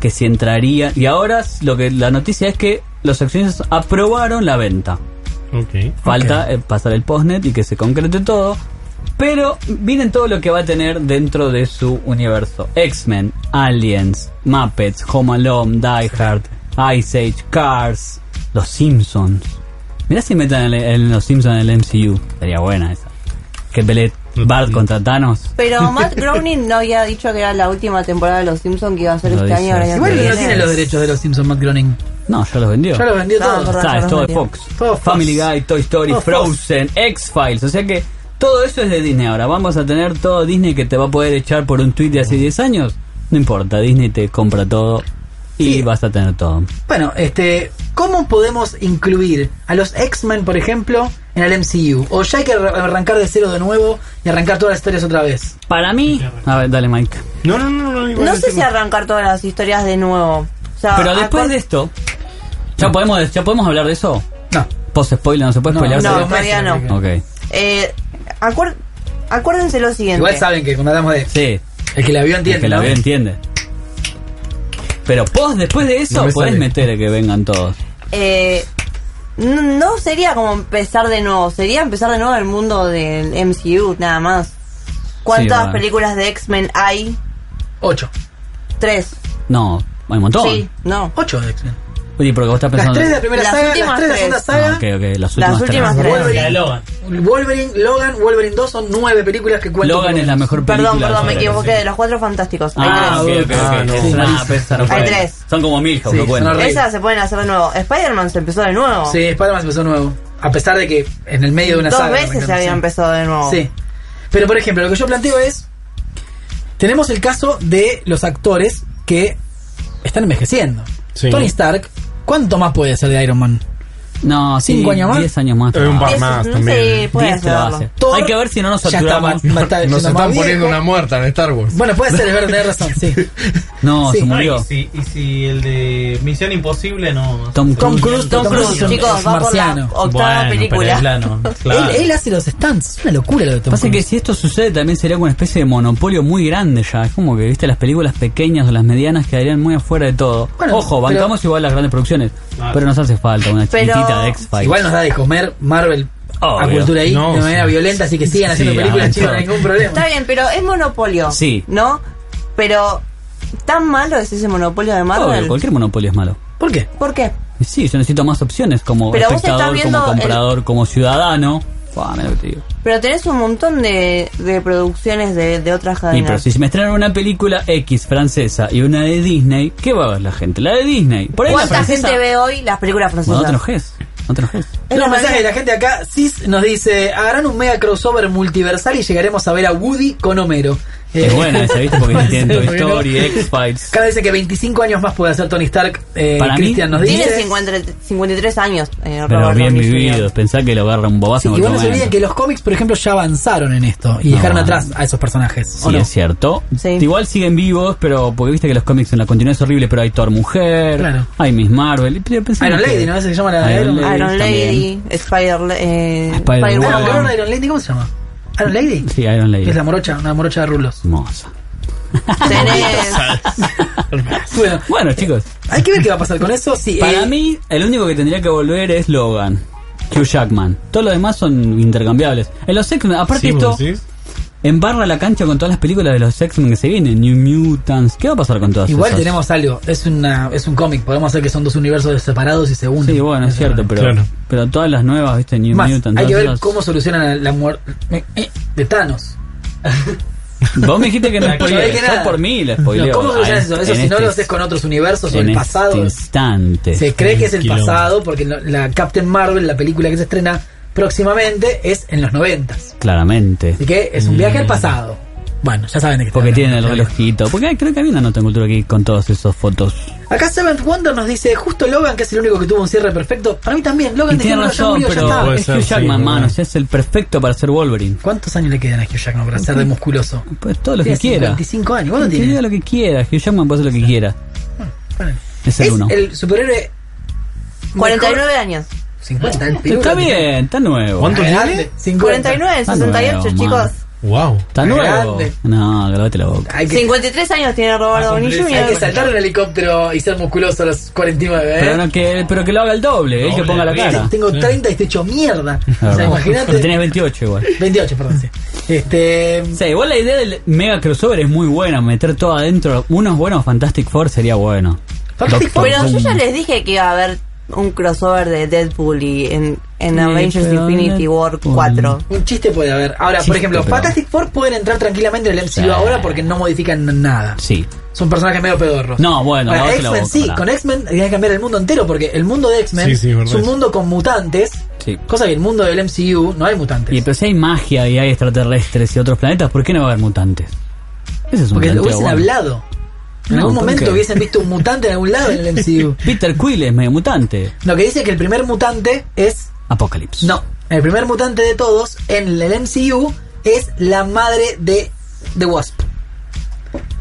que si entraría. Y ahora lo que la noticia es que los accionistas aprobaron la venta.
Ok.
Falta eh, pasar el postnet y que se concrete todo. Pero miren todo lo que va a tener dentro de su universo. X-Men, Aliens, Muppets, Home Alone, Die Hard, Ice Age, Cars, Los Simpsons. Mirá si metan el- el- Los Simpsons en el MCU. Sería buena esa. Que pelee
Mm.
Bart contra Thanos.
Pero Matt Groening no había dicho que era la última temporada de Los Simpsons que iba a ser
Lo
este
dice.
año. ahora ya
Igual
que
no
viene.
tiene los derechos de los Simpsons, Matt Groening.
No, ya los vendió.
Ya los vendió
No,
todos.
verdad.
Está, es todo de
Ramos
Fox.
Todo Fox.
Family Guy, Toy Story,
Todo Fox.
Frozen, X-Files. O sea que todo eso es de Disney ahora. Vamos a tener todo Disney que te va a poder echar por un tweet de hace 10 años. No importa, Disney te compra todo y vas a tener todo.
Bueno, este, ¿cómo podemos incluir a los X-Men, por ejemplo, en el MCU? ¿O ya hay que ar- arrancar de cero de nuevo y arrancar todas las historias otra vez?
Para mí... A ver, dale Mike.
No, no, no, no, igual
No sé
tengo-
si arrancar todas las historias de nuevo. O sea,
Pero después
acor-
de esto... ¿Ya podemos, ¿Ya podemos hablar de eso?
No.
Post spoiler, no se puede
No,
spoiler.
No,
Hace dos
todavía no.
meses,
Ok.
Eh, acuer- acuérdense lo siguiente.
Igual saben que cuando hablamos de...
Sí,
El que la vio entiende,
el que la
¿no?
ve entiende. Pero post, después de eso,
No me
podés
sale.
meter a que vengan todos.
Eh, no- no sería como empezar de nuevo, sería empezar de nuevo el mundo del MCU, nada más. ¿Cuántas
bueno.
películas de X-Men hay?
Ocho.
Tres.
No, hay un montón.
Sí, no.
Ocho de X-Men.
Oye, porque vos estás
Las
pensando...
tres de la primera
Las
saga, las
últimas
tres de la segunda
tres.
saga.
Ah, ok, ok, las últimas,
Las últimas
tres.
tres.
Wolverine,
La de Logan.
Wolverine, Logan, Wolverine 2 son nueve películas que cuentan.
Logan
con-
es la mejor película.
Perdón,
de
perdón, me
superhéroes.
equivoqué. De los cuatro fantásticos. Hay
Ah, ok,
tres.
ok, ok. Es una-
malísimo.
esa no fue.
Hay tres.
Son como mil,
Sí,
no cuentan.
son horribles.
Esas se pueden hacer de nuevo. Spider-Man se empezó de nuevo.
Sí, Spider-Man se empezó de nuevo. A pesar de que en el medio de una
Dos
saga.
veces se
arrancaron,
había
sí.
empezado de nuevo.
Sí. Pero por ejemplo, lo que yo planteo es. Tenemos el caso de los actores que están envejeciendo.
Sí.
Tony Stark, ¿cuánto más puede ser de Iron Man?
No, sí,
¿Cinco años más?
Diez años más.
Eh, un par
Eso,
más
no
también.
sé, puede
Diez te eh. lo
hacerlo.
hace.
Thor
Hay que ver si no nos
ya está
saturamos.
más- más está
Nos
yendo
están
más
poniendo
viejo.
una muerta en Star Wars.
Bueno, puede ser, es verdad, tenés razón, sí.
No,
Sí.
se
No,
murió.
Ah, y, si, y si el de Misión Imposible no.
Tom
Tom Cruise,
Cruise.
Tom Cruise es un- es
Chicos,
un
va por la
marciano.
octava
Bueno, pero
película.
es la no, claro.
Él, él hace los stunts, es una locura lo de Tom
Pasa que
Cruise.
si esto sucede también sería como una especie de monopolio muy grande ya. Es como que, viste, las películas pequeñas o las medianas quedarían muy afuera de todo.
Bueno,
Ojo,
pero-
bancamos igual las grandes producciones.
Claro.
Pero nos hace falta una
Pero-
chiquitita de X-Files.
Igual nos da de comer Marvel a
Obvio.
cultura ahí
No,
de manera
sí.
violenta, así que sigan haciendo
Sí,
películas,
avanzó.
chicos, no hay ningún problema.
Está bien, pero es monopolio.
Sí.
¿No? Pero, ¿tan malo es ese monopolio de
Obvio,
Marvel?
cualquier monopolio es malo.
¿Por qué?
¿Por qué?
Y Sí, yo necesito más opciones como
Pero vos estás
espectador, como
viendo el-
comprador, como ciudadano. Buah, mirá lo que te digo.
Pero tenés un montón de, de producciones de, de otras
Y pero
cadenas.
si me estrenan una película X francesa y una de Disney, ¿qué va a ver la gente? La de Disney. Por ahí la
¿Cuánta
francesa-
gente ve hoy las películas
Bueno, no te
francesas?
enojes. No te enojes.
Los
Es la
mensajes de
manera-
la gente acá, Cis nos dice, harán un mega crossover multiversal y llegaremos a ver a Woody con Homero.
Es buena esa, ¿viste? Porque Nintendo
Eh. Sí, porque no.
Story, X-Files.
Cada vez que 25 años más puede hacer Tony Stark, eh,
Para mí,
Cristian nos dice.
Tiene 50 53 años. eh,
Pero
Robert
bien
Downey Jr..
vividos. Pensá que lo agarra un bobazo
Sí,
en
igual
otro
no se olviden
momento.
que los cómics, por ejemplo, ya avanzaron en esto y
No,
dejaron
bueno.
atrás a esos personajes. ¿o
Sí,
no?
es cierto. Igual siguen vivos, pero porque viste que los cómics en la continuidad es horrible, pero hay Thor Mujer,
Claro.
hay Miss Marvel. y- pero pensemos
Iron
que-
Lady, ¿no? Esa se llama la Iron Lady.
Iron Lady, Spider, eh, Spider
Ah,
Woman.
¿pero era Iron Lady, ¿cómo se llama? ¿Iron Lady?
Sí, Iron Lady.
Es la morocha, una morocha de rulos.
Hermosa.
Tenés-
bueno,
bueno, chicos.
Hay que ver qué va a pasar con eso. Sí,
Para
eh,
mí, el único que tendría que volver es Logan. Hugh Jackman. Todos los demás son intercambiables. En los X-Men, aparte
Sí,
esto,
vos decís.
embarra la cancha con todas las películas de los X-Men que se vienen. New Mutants. ¿Qué va a pasar con todas
Igual
esas?
tenemos algo, es una es un cómic, podemos hacer que son dos universos separados y se unen.
Sí, bueno, es cierto, pero,
Claro.
pero todas las nuevas, viste, New
Más,
Mutants.
hay que
todas
ver
esas-
cómo solucionan la muerte eh, de Thanos.
Vos me dijiste que no
No dije
spoilees.
nada.
Yo por mí la
No,
spoileo.
¿Cómo
Ah,
solucionas eso? Eso
en
si no
este
lo haces con otros universos o
en
el
este
pasado.
instante.
Se cree que es el
Quilombo.
pasado porque no- la Captain Marvel, la película que se estrena próximamente, es en los 90.
Claramente.
Así que es un viaje al pasado. Bueno, ya saben de qué
Mm. Porque
estoy
tienen el
hablando.
relojito. Porque hay- creo que había una nota en Cultura aquí con todas esas fotos.
Acá Seventh Wonder nos dice, justo Logan, que es el único que tuvo un cierre perfecto. Para mí también, Logan
Y tiene
dijeron, "No, ya
razón,
murió, ya
pero
está.
es Hugh Jackman, mano. o sea, es el perfecto para ser Wolverine.
¿Cuántos años le quedan a Hugh Jackman para ser de musculoso?
Pues todo lo que
Tiene
quiera.
55 años, ¿cuánto
Que
tiene?
diga lo que quiera. Hugh Jackman puede hacer lo que quiera.
Bueno.
Es el
Es
uno.
el superhéroe
49 años.
50, el pirulo.
Está bien, está nuevo.
¿Cuánto tiene?
49,
Está nuevo,
68,
man.
chicos.
Wow.
Está nuevo.
Grande.
No, clavate la boca.
Hay que,
53 años tiene
Ah,
Robert Downey
hay que
Jr.
saltar un helicóptero y ser musculoso a los 49, ¿eh?
Pero, no que, pero que lo haga el doble, eh, que
Doble,
ponga la
¿viste?
cara.
Tengo 30 y estoy hecho mierda.
La
O sea,
verdad. Pero
imagínate.
tenés 28 igual.
28, perdón, sí. Este.
O sea, igual la idea del mega crossover es muy buena. Meter todo adentro. Unos buenos Fantastic Four sería bueno.
Fantastic Four.
Pero yo
Doom.
ya les dije que iba a haber un crossover de Deadpool y en, en
Sí,
Avengers
pero
Infinity
Deadpool.
War 4.
Un chiste puede haber. Ahora, por
Chiste,
ejemplo,
pero-
Fantastic Four pueden entrar tranquilamente en el MCU
Sí.
ahora porque no modifican nada.
Sí.
Son personajes medio pedorros.
No, bueno,
Ahora,
lavate la
X-Men
boca,
sí,
pará.
con X-Men hay que cambiar el mundo entero porque el mundo de X-Men
Sí, sí,
es
verdad.
un mundo con mutantes.
Sí.
Cosa que el mundo del MCU no hay mutantes.
Y pero si hay magia y hay extraterrestres y otros planetas, ¿por qué no va a haber mutantes? Ese es un
porque
planteo
hubiesen
bueno.
hablado. En
No,
algún
¿por
momento
qué?
hubiesen visto un mutante en algún lado en el MCU.
Peter Quill es medio mutante.
Lo que dice que el primer mutante es.
Apocalipsis.
No, el primer mutante de todos en el MCU es la madre de The Wasp.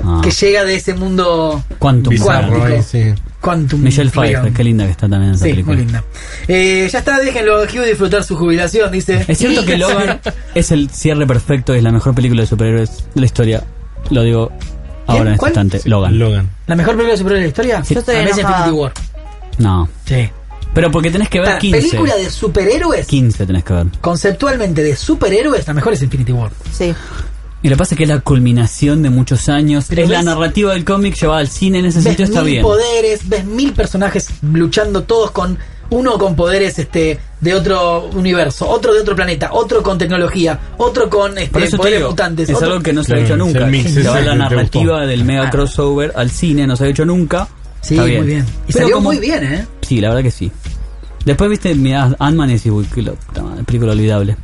Ah,
Que llega de ese mundo.
Quantum
Bizarro,
Bizarro.
eh.
Bizarroy, sí.
Quantum.
Michelle
Freedom.
Pfeiffer, qué linda que está también esa
Sí,
película.
muy linda. Eh, ya está, déjenlo a Hugh disfrutar su jubilación, dice.
Es cierto que Logan es el cierre perfecto, es la mejor película de superhéroes de la historia. Lo digo ahora en este
¿Cuál?
instante. Logan.
Logan.
¿La mejor película de superhéroes de la historia?
Sí. Yo
estoy
Amazing
enojada.
Infinity War.
No.
Sí.
Pero porque tenés que ver 15.
Ah, película de superhéroes,
15 tenés que ver.
conceptualmente de superhéroes, la mejor es Infinity War.
Sí.
Y lo que pasa es que es la culminación de muchos años.
Pero
es la
ves-
narrativa del cómic llevada al cine en ese
ves
sitio, está
mil
bien.
poderes, ves mil personajes luchando todos con uno con poderes este de otro universo, otro de otro planeta, otro con tecnología, otro con este,
Por eso te
poderes
digo,
mutantes.
es
otro-
algo que no se ha
Claro,
hecho
Mm, es el
nunca.
mix ese
Llevar
que
la
te
narrativa
gustó.
del mega
Ah.
crossover al cine no se ha hecho nunca.
Sí,
Está
muy bien. Y
Pero
salió
como-
muy bien, ¿eh?
Sí, la verdad que sí. Después viste, mirá, Ant-Man y decís, uy, qué lo- puta madre, película olvidable.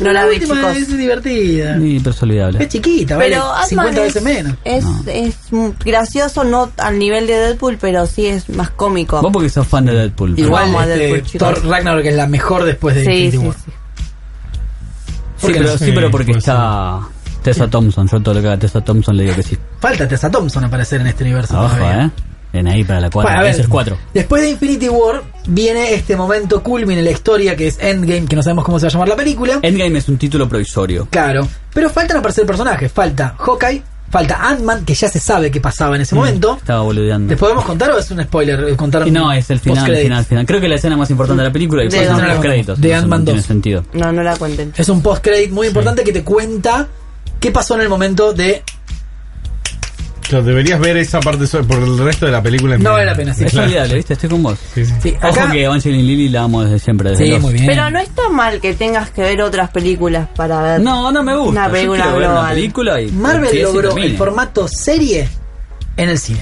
No la vi,
última
chicos.
es divertida.
Sí, pero es olvidable.
Es chiquita, vale
Pero Ant-Man
50
es-
veces menos.
Es,
No.
es m- gracioso, no al nivel de Deadpool, pero sí es más cómico.
Vos porque sos fan de Deadpool. pero-
Igual
Vamos a
este,
Deadpool, chicos.
Thor Ragnarok es la mejor después de
Sí,
Infinity
sí,
War.
sí.
Sí, pero, sí,
Sí,
pero porque
puede
está Tessa Thompson. Yo todo lo que haga Tessa Thompson le digo que sí.
Falta Tessa Thompson aparecer en este universo.
Abajo,
todavía.
¿eh? En ahí para la
Bueno, a
cuadra.
ver,
Eso es cuatro.
Después de Infinity War viene este momento culmine en la historia que es Endgame, que no sabemos cómo se va a llamar la película.
Endgame es un título provisorio.
Claro, pero faltan aparecer personajes. Falta Hawkeye, falta Ant-Man, que ya se sabe qué pasaba en
Mm,
ese este momento.
Estaba boludeando.
¿Les podemos contar o es un spoiler? eh, Contar
Y no, es el final,
post-credits?
final, final. Creo que la escena más importante de la película y
De
después son
Ant-Man.
los créditos.
De
Eso no
Ant-Man
tiene
2.
sentido.
No, no la
Eh.
cuenten.
Es un post-credit muy importante que te cuenta qué pasó en el momento de...
Claro, deberías ver esa parte so- por el resto de la película.
No vale la pena, sí.
es
claro.
olvidable, ¿viste? Estoy con vos.
Sí, sí.
Sí,
Ojo
acá-
que Evangeline Lilly la amo desde siempre. Desde
Sí,
los-
muy bien.
Pero no está mal que tengas que ver otras películas para ver.
No, no me gusta.
Una
Yo
película
quiero ver una
global.
película y
Marvel
empiece y
logró
termine.
el formato serie en el cine.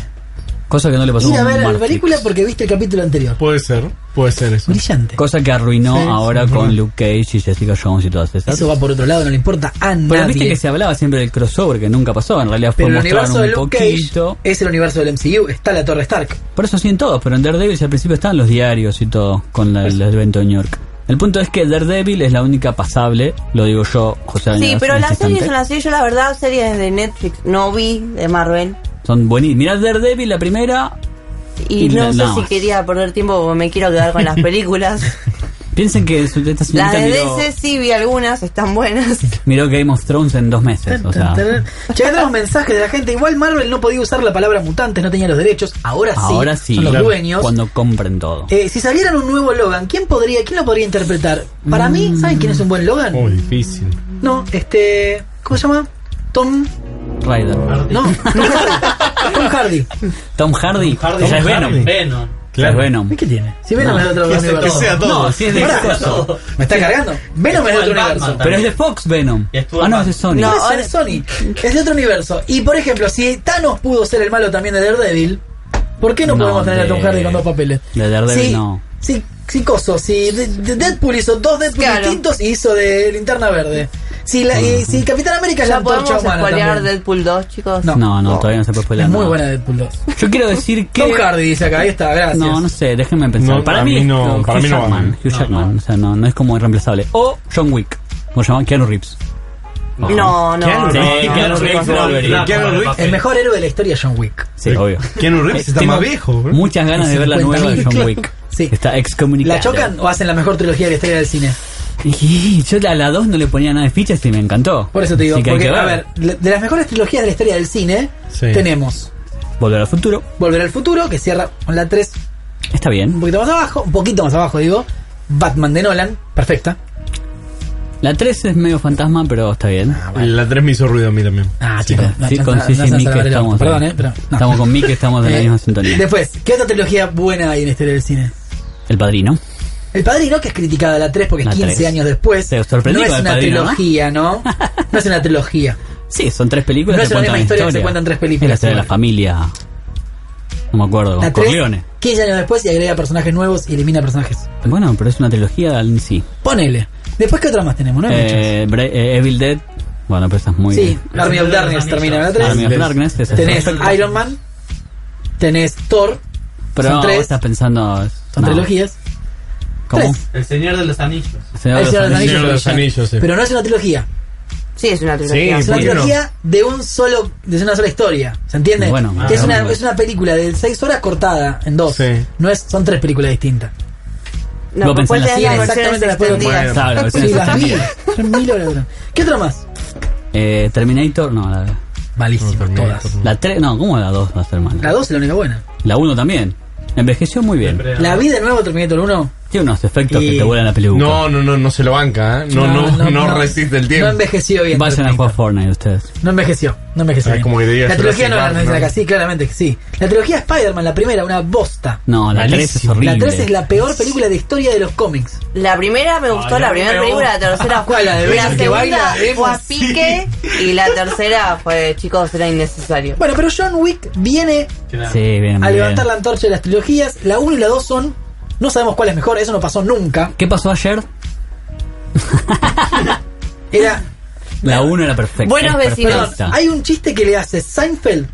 Cosa que no le pasó
Ir a
con
ver la
Marty.
película porque viste el capítulo anterior.
Pues,
Puede ser, puede ser eso.
Brillante.
Cosa que arruinó
Sí,
ahora
sí,
con
sí.
Luke Cage y Jessica Jones y todas esas.
Eso va por otro lado, no le importa a
Pero
nadie.
viste que se hablaba siempre del crossover, que nunca pasó. En realidad fue
Pero el
mostrar
universo de
un
Luke
poquito.
Cage es el universo del MCU. Está la Torre Stark.
Por eso sí en todos, pero en Daredevil si al principio estaban los diarios y todo, con
Pues
la- el evento de New York. El punto es que Daredevil es la única pasable, lo digo yo, José
Sí,
Añadas,
pero
en
las
este
series
instante.
son las series. Yo, la verdad, series de Netflix no vi de Marvel.
Son buenísimas. Mirá Daredevil, la primera.
Y,
Y
no
na-
sé
nada
si
más.
quería perder tiempo porque me quiero quedar con las películas.
Piensen que su- esta
las
señorita
de
miró,
DC sí vi algunas, están buenas.
miró Game of Thrones en dos meses. O sea,
Ya tenemos mensajes de la gente. Igual Marvel no podía usar la palabra mutantes, no tenía los derechos. Ahora sí.
ahora sí,
Son los
claro,
dueños.
cuando compren todo.
Eh, si salieran un nuevo Logan, ¿quién podría, quién lo podría interpretar? Para mí, ¿saben quién es un buen Logan?
Oh, difícil.
No, este. ¿Cómo se llama? Tom.
Ryder.
No, Tom Hardy. Tom Hardy.
Tom Hardy.
Hardy.
ya es
Tom
Venom.
Hardy.
Venom.
Ya es Venom.
¿Qué tiene? Si Venom
No.
es de otro
Que se-
universo.
que sea todo. No, si es de
Pará,
coso.
¿Me está cargando? Venom es de otro universo.
Pero es de Fox Venom. Ah, no, es de Sony.
No, es de Sony. Es de otro universo. Y por ejemplo, si Thanos pudo ser el malo también de Daredevil, ¿por qué no,
No,
podemos tener a Tom
de-
Hardy con dos papeles?
De Daredevil
Sí.
no.
Sí, sí, coso. Si de- de Deadpool hizo dos Deadpool distintos y hizo de Linterna Verde. Si, la, y si Capitán América ya
¿Ya podemos spoilear
del
Deadpool 2, chicos?
No, no, todavía no se puede spoiler.
Es muy buena Deadpool 2.
Yo quiero decir que.
Tom Hardy dice acá, ahí está, gracias.
No, no sé, déjenme pensar.
No,
para
a
mí,
mí
es
no,
Hugh
para mí no va.
Jackman. Hugh Jackman, o sea, no, no es como irreemplazable. O John Wick, como llaman Keanu Reeves.
No, no, no.
Keanu
no,
Reeves,
no,
Keanu
no,
Reeves,
no, no,
Wolverine.
no,
Keanu
no,
Reeves.
El mejor héroe de la historia es John Wick.
Sí, obvio.
Keanu Reeves está
Tengo
más viejo, bro.
Muchas ganas de ver la nueva de
50.000,
John
claro.
Wick.
Sí.
Está excomunicada.
¿La chocan o hacen la mejor trilogía de la historia del cine?
Y yo a la 2 no le ponía nada de fichas y me encantó.
Por eso te digo,
Así que hay
porque,
que
a ver, le- de las mejores trilogías de la historia del cine,
Sí.
tenemos
Volver al futuro.
Volver al futuro, que cierra con la 3
Está
un
bien.
poquito más abajo, un poquito más abajo, digo. Batman de Nolan, perfecta.
La 3 es medio fantasma, pero está bien.
Ah,
La 3 me hizo ruido a mí también.
Ah,
Sí,
chicos, no,
sí,
no,
con
no,
Sisi
no,
y
no,
Mike
no,
estamos.
perdón, eh, pero no.
Estamos con Mike, estamos en la
Eh,
misma sintonía.
Después, ¿qué otra trilogía buena hay en la historia del cine?
El padrino.
El Padrino, que es criticada la 3 porque es
La
15
tres.
años después.
Te
no
sorprendí con
es
El
una
Padrino, ¿no?
trilogía, ¿no? No es una trilogía.
Sí, son tres películas.
No
que
es la
cuentan
misma historia que se cuentan tres películas.
Es la historia de la familia. No me acuerdo.
La 3,
Corleone.
15 años después y agrega personajes nuevos y elimina personajes.
Bueno, pero es una trilogía en sí.
Ponele. Después, ¿qué otra más tenemos? No hay muchas.
Eh, Bra- eh, Evil Dead. Bueno, pero esa es muy.
Sí, Army of Darkness termina en la 3.
Army of Darkness, esa es
Tenés
perfecta.
Iron Man, tenés Thor,
Pero
son
no,
tres,
vos estás pensando.
son
no.
trilogías.
¿Cómo?
Tres.
El Señor de los Anillos.
Señor
El
de
Señor de los
Anillos.
Anillos, Pero no es una trilogía,
Sí, es una
Sí,
trilogía.
es una
¿por qué no?
trilogía de un solo, de una sola historia, ¿se entiende?
Bueno,
que es
ah,
una,
bueno.
es una película de 6 horas cortada en dos.
Sí.
No es, son tres películas distintas.
No,
Vos pensás en
después
las
te
series.
dan las versiones
Exactamente las puedo
Bueno,
extendidas.
claro, las
Sí,
versiones
las vi.
extendidas.
Son mil horas. duran. ¿Qué otra más?
Eh, Terminator, no, la,
Malísimas todas.
la 3, no, ¿cómo la 2 va a ser mala?
La 2 es la única buena.
La 1 también. Envejeció muy bien.
La vi de nuevo Terminator 1.
Tiene unos efectos
Y-
que te vuelan la peluca.
No, no, no, no se lo banca, ¿eh? No, no, no, resiste el
No
tiempo.
envejeció bien.
Vayan a jugar Fortnite ustedes.
No envejeció, no envejeció.
Ah,
bien.
como que te digas
la trilogía
Jurassic
no
Park,
la
¿no?
acá, sí, claramente que sí. La trilogía Spider-Man, la primera, una bosta.
No, la 3 es horrible.
La 3 es la peor película de historia de los cómics.
La primera me gustó,
Ah,
la
ya
primera
me
película, la
gusta.
tercera fue
¿Cuál, la de
la
Besos que
segunda
baila?
fue a
Vemos, sí.
pique y la tercera fue, chicos, era innecesario.
Bueno, pero John Wick viene
Sí, bien, muy
a
bien.
levantar la antorcha de las trilogías. La 1 y la 2 son. No sabemos cuál es mejor, eso no pasó nunca.
¿Qué pasó ayer?
Era.
La 1 era perfecta.
Buenos
es
vecinos.
perfecta.
Hay un chiste que le hace Seinfeld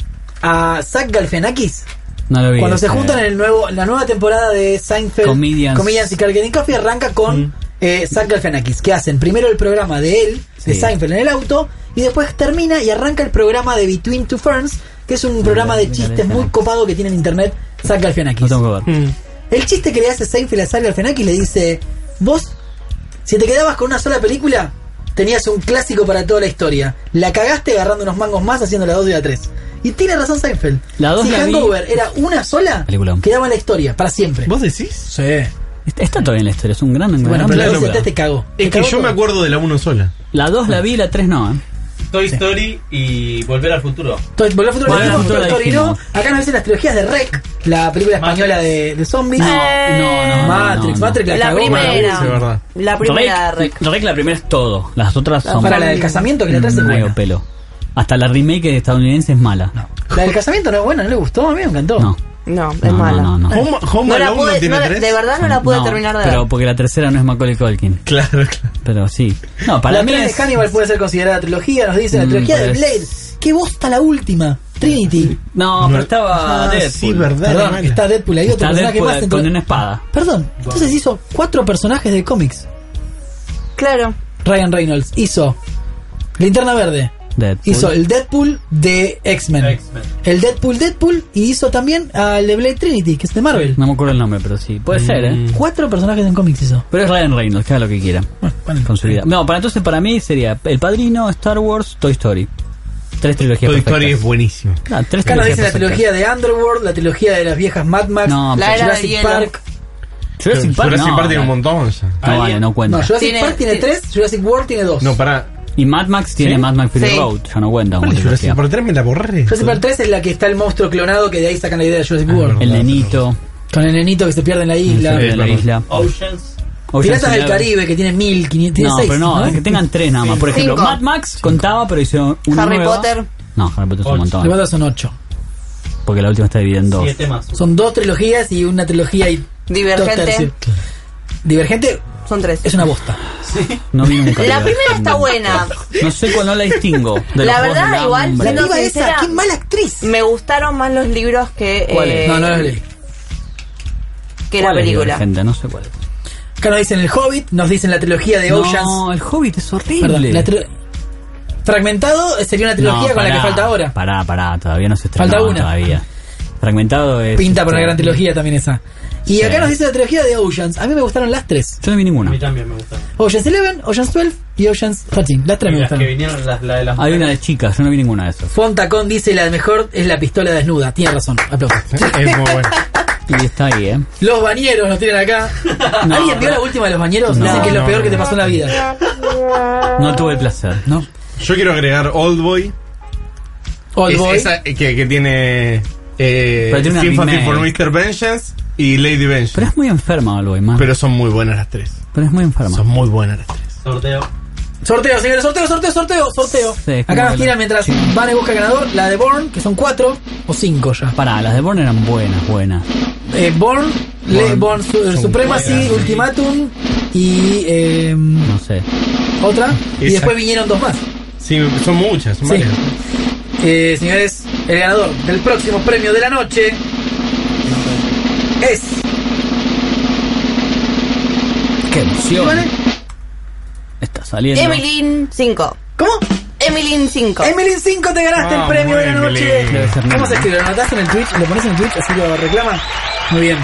a Zach Galfenakis
No lo vi. eh,
Cuando se
ese.
juntan en el nuevo, la nueva temporada de Seinfeld,
Comedians. Mm.
y Calgary Coffee arranca con eh, Zach Galifianakis, que hacen primero el programa de él, de
Sí.
Seinfeld en el auto, y después termina y arranca el programa de Between Two Ferns, que es un programa de
mira,
chistes
mira,
muy
mira.
copado que tiene en internet Zach
No
Galifianakis.
tengo que ver.
El chiste que le hace Seinfeld a Zach Galifianakis le dice, vos, si te quedabas con una sola película, tenías un clásico para toda la historia. La cagaste agarrando unos mangos más haciendo la 2 y la 3. Y tiene razón Seinfeld.
La dos
si
la vi-
Hangover era una sola,
Peliculón.
quedaba en la historia, para siempre.
¿Vos decís?
Sí.
Está, está todo bien la historia, es un gran gran
Bueno, pero la
película.
2 y la 3 te cagó.
Es que yo me acuerdo de la 1 sola.
La 2 la vi, la 3 no. ¿eh?
Toy Story y Volver al Futuro.
Entonces, volver al futuro,
Volver al
dijimos,
futuro
Toy
la
Story no.
dijimos.
Acá nos dicen las trilogías de Rec, la película española de, de zombies.
No, no, no.
Eh, Matrix,
no, no.
Matrix la,
La
cagó.
primera.
Sí, es verdad.
La primera,
Rec,
Rick.
Rec la primera es todo. Las otras son.
Ah, Para la del casamiento que la 3 es
medio
buena.
pelo. Hasta la remake estadounidense es mala. No.
La del casamiento no es buena, no le gustó, a mí me encantó. No.
No, es mala.
No, no,
Home- Home
No la
Alone no
pude-
tiene
no la-
tres.
de verdad no la pude terminar de ver.
Pero porque la tercera no es Macaulay Culkin.
Claro, claro.
Pero sí. No, para
la
mí
tres
es...
de Hannibal puede ser considerada trilogía, nos dicen la
Mm,
trilogía de
pero es-
Blade. ¡Qué bosta la última! Trinity.
No, pero estaba
Ah,
Deadpool.
sí, verdad,
Perdón,
mala. está Deadpool ahí, otro
Está
personaje
Deadpool
más dentro-
con una espada.
Perdón, entonces hizo cuatro personajes de cómics.
Claro.
Ryan Reynolds hizo Linterna Verde,
Deadpool.
hizo el Deadpool de X-Men, el Deadpool Deadpool y hizo también al de Blade Trinity, que es de Marvel.
No me acuerdo el nombre, pero sí. Puede
Mm.
ser, ¿eh?
Cuatro personajes en cómics hizo.
Pero es Ryan Reynolds, que haga lo que quiera. Con su vida. No, para entonces para mí sería El Padrino, Star Wars, Toy Story. Tres trilogías
Toy
perfectas.
Story es buenísimo.
No, tres
Acá nos
trilogías
dice la
perfectas.
trilogía de Underworld, la trilogía de las viejas Mad Max,
No,
La era del
Jurassic
hielo.
Park.
Jurassic Park,
Jurassic
no,
Park tiene un
no.
montón. Ah, o sea.
No, vale, no cuenta.
No, Jurassic
Tiene-
Park tiene
tiene-
tres, Jurassic World tiene dos.
No, pará.
Y Mad Max tiene
¿Sí?
Mad Max Fury
Sí.
Road, ya no cuenta como
¿Cuál es
trilogía.
Jurassic Park 3? Me la borré.
Jurassic Park 3 es la que está el monstruo clonado que de ahí sacan la idea de
Ah,
Jurassic World.
El nenito,
Con el nenito que se pierde en la
el
isla.
de la isla.
Oh,
Oceans.
Ocean's
Piratas del
Eleven.
Caribe que tiene 1500, tiene
No,
seis,
pero no,
¿no?
es que tengan tres nada más. Por ejemplo,
Cinco.
Mad Max contaba, pero hicieron una
Harry
nueva.
Potter.
No, Harry Potter es un
Ocho.
Los
montón.
otros son ocho.
Porque la última está dividida en dos.
Siete más.
Son dos trilogías y una trilogía y
Divergente.
dos tercios. Divergente
Son tres.
es una bosta.
No vi nunca.
La primera está buena.
No sé cuál no la distingo. de
La
los juegos
verdad,
del
igual,
hambre.
La
Siendo
piba
sincera-
esa, qué mala actriz.
Me gustaron más los libros que,
¿Cuál
eh,
es? No, no las leí.
que la
¿Cuál es
película.
Divergente? No sé cuál. es.
Acá nos dicen El Hobbit, nos dicen la trilogía de Oceans.
No, el Hobbit es horrible.
Perdón, la tri- Fragmentado sería una trilogía
No,
con la que
pará,
falta ahora.
Pará, pará, todavía no se estrenó.
Falta una.
Todavía. Fragmentado es.
Pinta por una
este,
gran trilogía también esa. Y
Sí.
acá nos dice la trilogía de Oceans. A mí me gustaron las tres.
Yo no vi
A
ninguna.
mí también me gustan.
Oceans 11, Oceans 12 y Oceans 13. Las tres
Y
me
las que
gustaron.
vinieron, las, la de las
Hay una
mujeres.
de chicas, yo no vi ninguna de esas.
Fontacón dice la mejor es la pistola desnuda. Tiene razón. Aplausos.
Es muy bueno.
Y está ahí, ¿eh?
Los bañeros nos tienen acá. ¿Alguien vio la última de los bañeros?
No,
Dicen que es lo
no,
peor
no.
que te pasó en la vida.
No tuve el placer.
¿No?
Yo quiero agregar Old Boy.
Old
Es-
Boy.
esa que, que tiene. Eh,
Pero tiene una
Sympathy
remake.
for Mr. Vengeance y Lady Vengeance.
Pero es muy enferma, Alboy, más.
Pero son muy buenas las tres.
Pero es muy enferma.
Son muy buenas las tres.
Sorteo.
Sorteo, señores, sorteo, sorteo, sorteo, sorteo.
Sí, es como
Acá nos
que
tiran
no.
mientras van en busca del ganador, la de Born, que son cuatro o cinco ya.
Pará, las de Bourne eran buenas, buenas.
Eh, Born, Le- Born Su- Supremacy, Ultimatum y eh,
No sé.
otra. Y
Esa.
después vinieron dos más.
Sí, son muchas. Son
Sí.
varias.
Eh, señores, el ganador del próximo premio de la noche es.
Qué emoción.
¿Vale?
Está saliendo.
Emilyn 5.
¿Cómo?
Emilyn 5.
Emilyn 5 te ganaste el
Vamos,
premio de la
Emily.
noche.
Debe ser
¿Cómo
nena,
se escribe? ¿Lo notaste en el Twitch? ¿Lo pones en el Twitch? Así lo reclaman. Muy bien.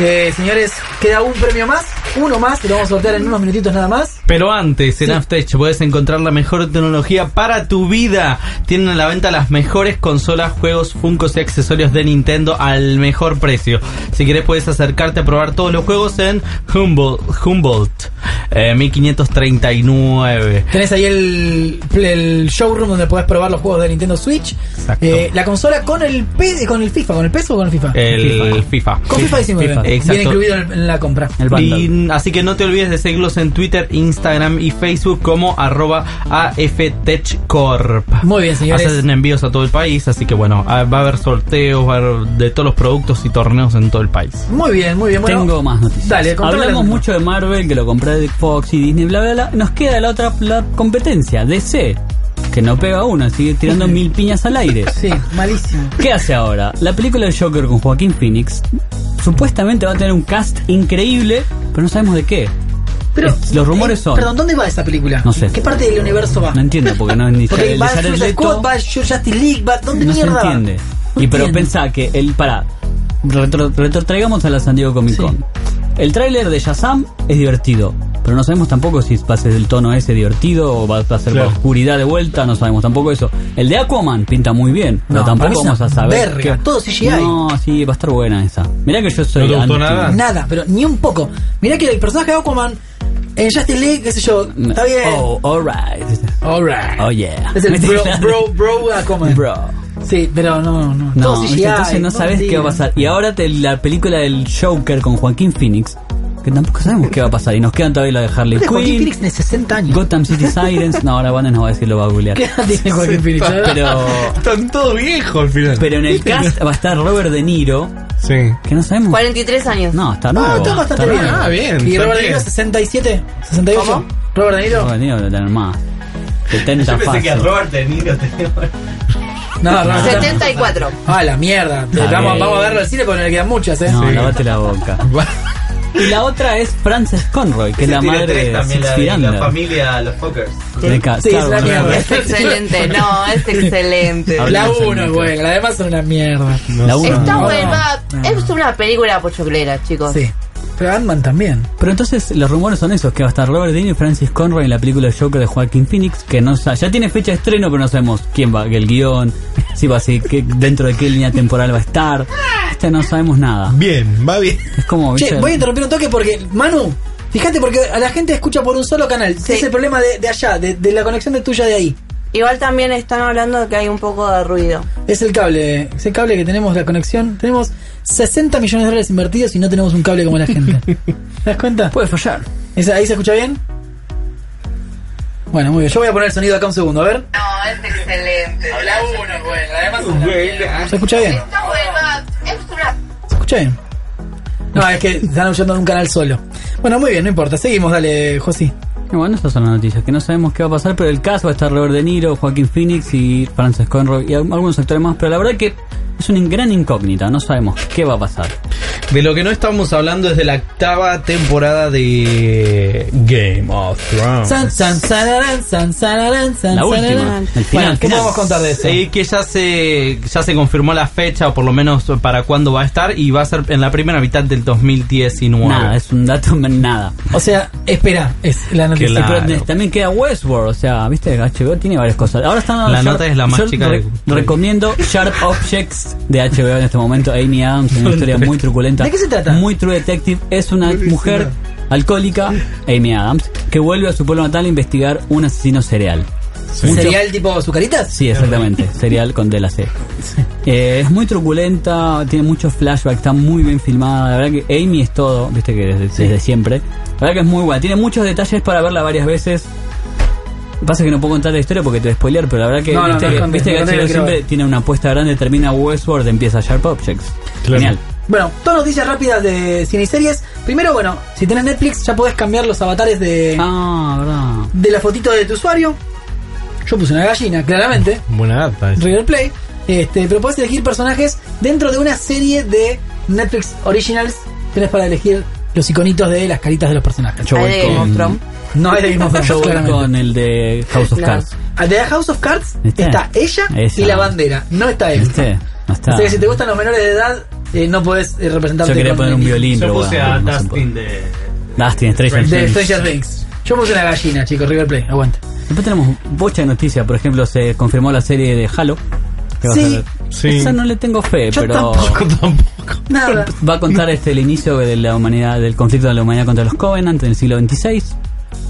Eh, señores, queda un premio más, uno más, que lo vamos a sortear en unos minutitos nada más.
Pero antes, en Aftech puedes encontrar la mejor tecnología para tu vida. Tienen a la venta las mejores consolas, juegos, funcos y accesorios de Nintendo al mejor precio. Si querés puedes acercarte a probar todos los juegos en Humboldt, Humboldt eh, 1539.
Tenés ahí el, el showroom donde podés probar los juegos de Nintendo Switch.
Exacto.
Eh, la consola con el, pe- con el FIFA, con el peso o con el FIFA.
Eh, El FIFA.
Con FIFA 19.
FIFA.
Viene
Exacto.
incluido en, en la compra.
El bundle.
Y, así que no te olvides de seguirlos en Twitter, Instagram y Facebook como arroba AFTechCorp.
Muy bien, señores.
Hacen envíos a todo el país, así que bueno, ah, va a haber sorteos va a haber de todos los productos y torneos en todo el país.
Muy bien, muy bien. Bueno,
Tengo más noticias.
Dale, contame
Hablamos
la-
mucho de Marvel, que lo compré de Fox y Disney, bla, bla, bla. Nos queda la otra la competencia, DC, que no pega una, sigue tirando mil piñas al aire.
Sí, malísimo.
¿Qué hace ahora? La película de Joker con Joaquín Phoenix supuestamente va a tener un cast increíble, pero no sabemos de qué.
Pero,
Es- los rumores
eh,
son-
Perdón, ¿dónde va esa película?
No sé.
¿Qué parte del universo va?
No entiendo porque no es ni
Porque
Jared-
va
Jared
Suicide
Leto.
Squad, va Justice League, va... ¿Dónde
no se
mierda va?
entiende.
No
y pero
entiendo.
pensá que el para retro- retrotraigamos a la San Diego Comic Con. El tráiler de Shazam es divertido, pero no sabemos tampoco si va a ser del tono ese divertido o va a ser la
Claro.
oscuridad de vuelta, no sabemos tampoco eso. El de Aquaman pinta muy bien, pero
No, para mí
tampoco
es una
vamos a saber.
verga, todo CGI.
No, sí, va a estar buena esa. Mirá que yo soy
¿No te gustó
anti-
nada?
Nada, pero ni un poco. Mirá que el personaje de Aquaman en Justice League, qué sé yo, está bien.
Oh, alright.
Alright.
Oh, yeah.
Es el bro, bro, bro Aquaman.
Bro.
Sí, pero no, no.
No,
todo
¿viste?
CGI,
entonces no
todo
sabes
así.
qué va a pasar. Y ahora te- la película del Joker con Joaquín Phoenix, que que tampoco sabemos qué va a pasar. Y nos quedan todavía la de Harley
De Joaquín
Quinn.
Phoenix de 60 años.
Gotham City Sirens. No, ahora Wanda nos va a decir, lo va a googlear.
¿Qué edad tiene Joaquín Phoenix?
Pero.
Están todos viejos al final.
Pero en el cast va a estar Robert De Niro.
Sí.
Que no sabemos.
43 años.
No, está
No,
nuevo.
Ah, está bastante
nuevo.
bien. ¿Y Robert De Niro 67? ¿68? ¿Robert De Niro?
Robert De Niro debe tener más. 70
Yo pensé que a
fácil.
Robert De Niro tenía...
No, no, no.
74.
Ah, la mierda.
Ah,
Vamos,
bien.
vamos a verlo al cine porque no le quedan muchas, ¿eh?
No, lavate la boca. Y la otra es Frances Conroy, que es la
Tiene
madre
tres
de
también,
Six
la,
Feet
de la
Under.
familia, los fuckers.
De ca-
Sí, es
claro,
la
no,
mierda.
Es excelente, no, es excelente.
Habla-
La
Hablemos en
1 es
micro.
buena, las demás son una mierda.
La uno.
Está
No,
buena,
no.
es una película pochoclera, chicos.
Sí. Pero Ant-Man también.
Pero entonces los rumores son esos, que va a estar Robert De Niro y Francis Conroy en la película Joker de Joaquín Phoenix, que no sa- ya tiene fecha de estreno, pero no sabemos quién va, el guión, si va a ser, que, dentro de qué línea temporal va a estar. Este no sabemos nada.
Bien, va bien.
Es como,
Che,
¿viste?
voy a interrumpir un toque porque, Manu, fíjate porque a la gente escucha por un solo canal.
Sí.
Es el problema de, de allá, de, de la conexión de tuya de ahí.
Igual también están hablando de que hay un poco de ruido.
Es el cable, es el cable que tenemos, la conexión. Tenemos 60 millones de dólares invertidos y no tenemos un cable como la gente. ¿Te das cuenta?
Puede fallar.
¿Esa- ¿Ahí se escucha bien? Bueno, muy bien. Yo voy a poner el sonido acá un segundo, a ver.
No, es excelente.
¿Se escucha bien?
buena, es una
¿Se escucha bien? No, es que están oyendo en un canal solo. Bueno, muy bien, no importa. Seguimos, dale, Josi.
Y Bueno, esas son las noticias, que no sabemos qué va a pasar, pero el caso va a estar Robert De Niro, Joaquín Phoenix y Frances Conroy y al- algunos actores más, pero la verdad que es una gran incógnita, no sabemos qué va a pasar.
De lo que no estamos hablando es de la octava temporada de Game of Thrones.
San, san, sararán, san, sararán, san,
La última,
sararán.
el final,
Bueno, ¿qué
final.
podemos contar de eso?
Sí, que ya se, ya se confirmó la fecha, o por lo menos para cuándo va a estar, y va a ser en la primera mitad del 2019.
Nada, es un dato, nada.
O sea, espera, es la noticia.
Claro.
Pero te- también queda Westworld, o sea, viste, HBO tiene varias cosas. Ahora están dando
La
Sharp-
nota es la más
yo
chica
re-
de-
recomiendo Sharp Objects de HBO en este momento. Amy Adams, una historia muy truculenta.
¿De qué se trata?
Muy True Detective. Es una mujer alcohólica, Amy Adams, que vuelve a su pueblo natal a investigar un asesino serial. Mucho-
¿Serial tipo sucaritas?
Sí, exactamente. Serial con DLC. Eh, es muy truculenta, tiene muchos flashbacks, está muy bien filmada. La verdad que Amy es todo, viste que desde, desde siempre. La verdad que es muy buena. Tiene muchos detalles para verla varias veces. Pasa que no puedo contar la historia porque te voy a spoilear, pero la verdad que
No, no,
viste,
no
que,
contes,
viste
no
que
contes,
HBO
lo quiero
siempre
ver.
tiene una apuesta grande, termina Westworld, empieza Sharp Objects. Genial.
Bueno, todas noticias rápidas de cine y series. Primero, bueno, si tenés Netflix ya podés cambiar los avatares de,
Ah, verdad.
de la fotito de tu usuario. Yo puse una gallina, claramente.
Buena data. esa.
River Play. Este, pero podés elegir personajes dentro de una serie de Netflix Originals. Tenés para elegir los iconitos de las caritas de los personajes.
Yo
Hay de Game of Thrones.
No es de Game of Thrones,
yo voy
claramente.
con el de House of
No.
Cards.
De The House of Cards
¿Viste?
está ella
Este. Esa.
y la bandera. No está él.
¿Viste? No está.
Así que si te gustan los menores de edad, eh, no podés eh, representarte
Yo quería
con
poner un
niño.
violín,
Yo
pero
puse
bueno,
a
no se
Dustin
puede.
de...
Dustin, Stranger
De
Things.
Stranger Things. Yo puse una gallina, chicos. River Play, aguanta.
Después tenemos bocha de noticias, por ejemplo, se confirmó la serie de Halo. que va a
Sí,
ser-
sí.
Esa no le tengo fe,
Yo
pero
tampoco.
Tampoco.
Nada.
va a contar este el inicio de la humanidad, del conflicto de la humanidad contra los Covenant en el siglo XXVI.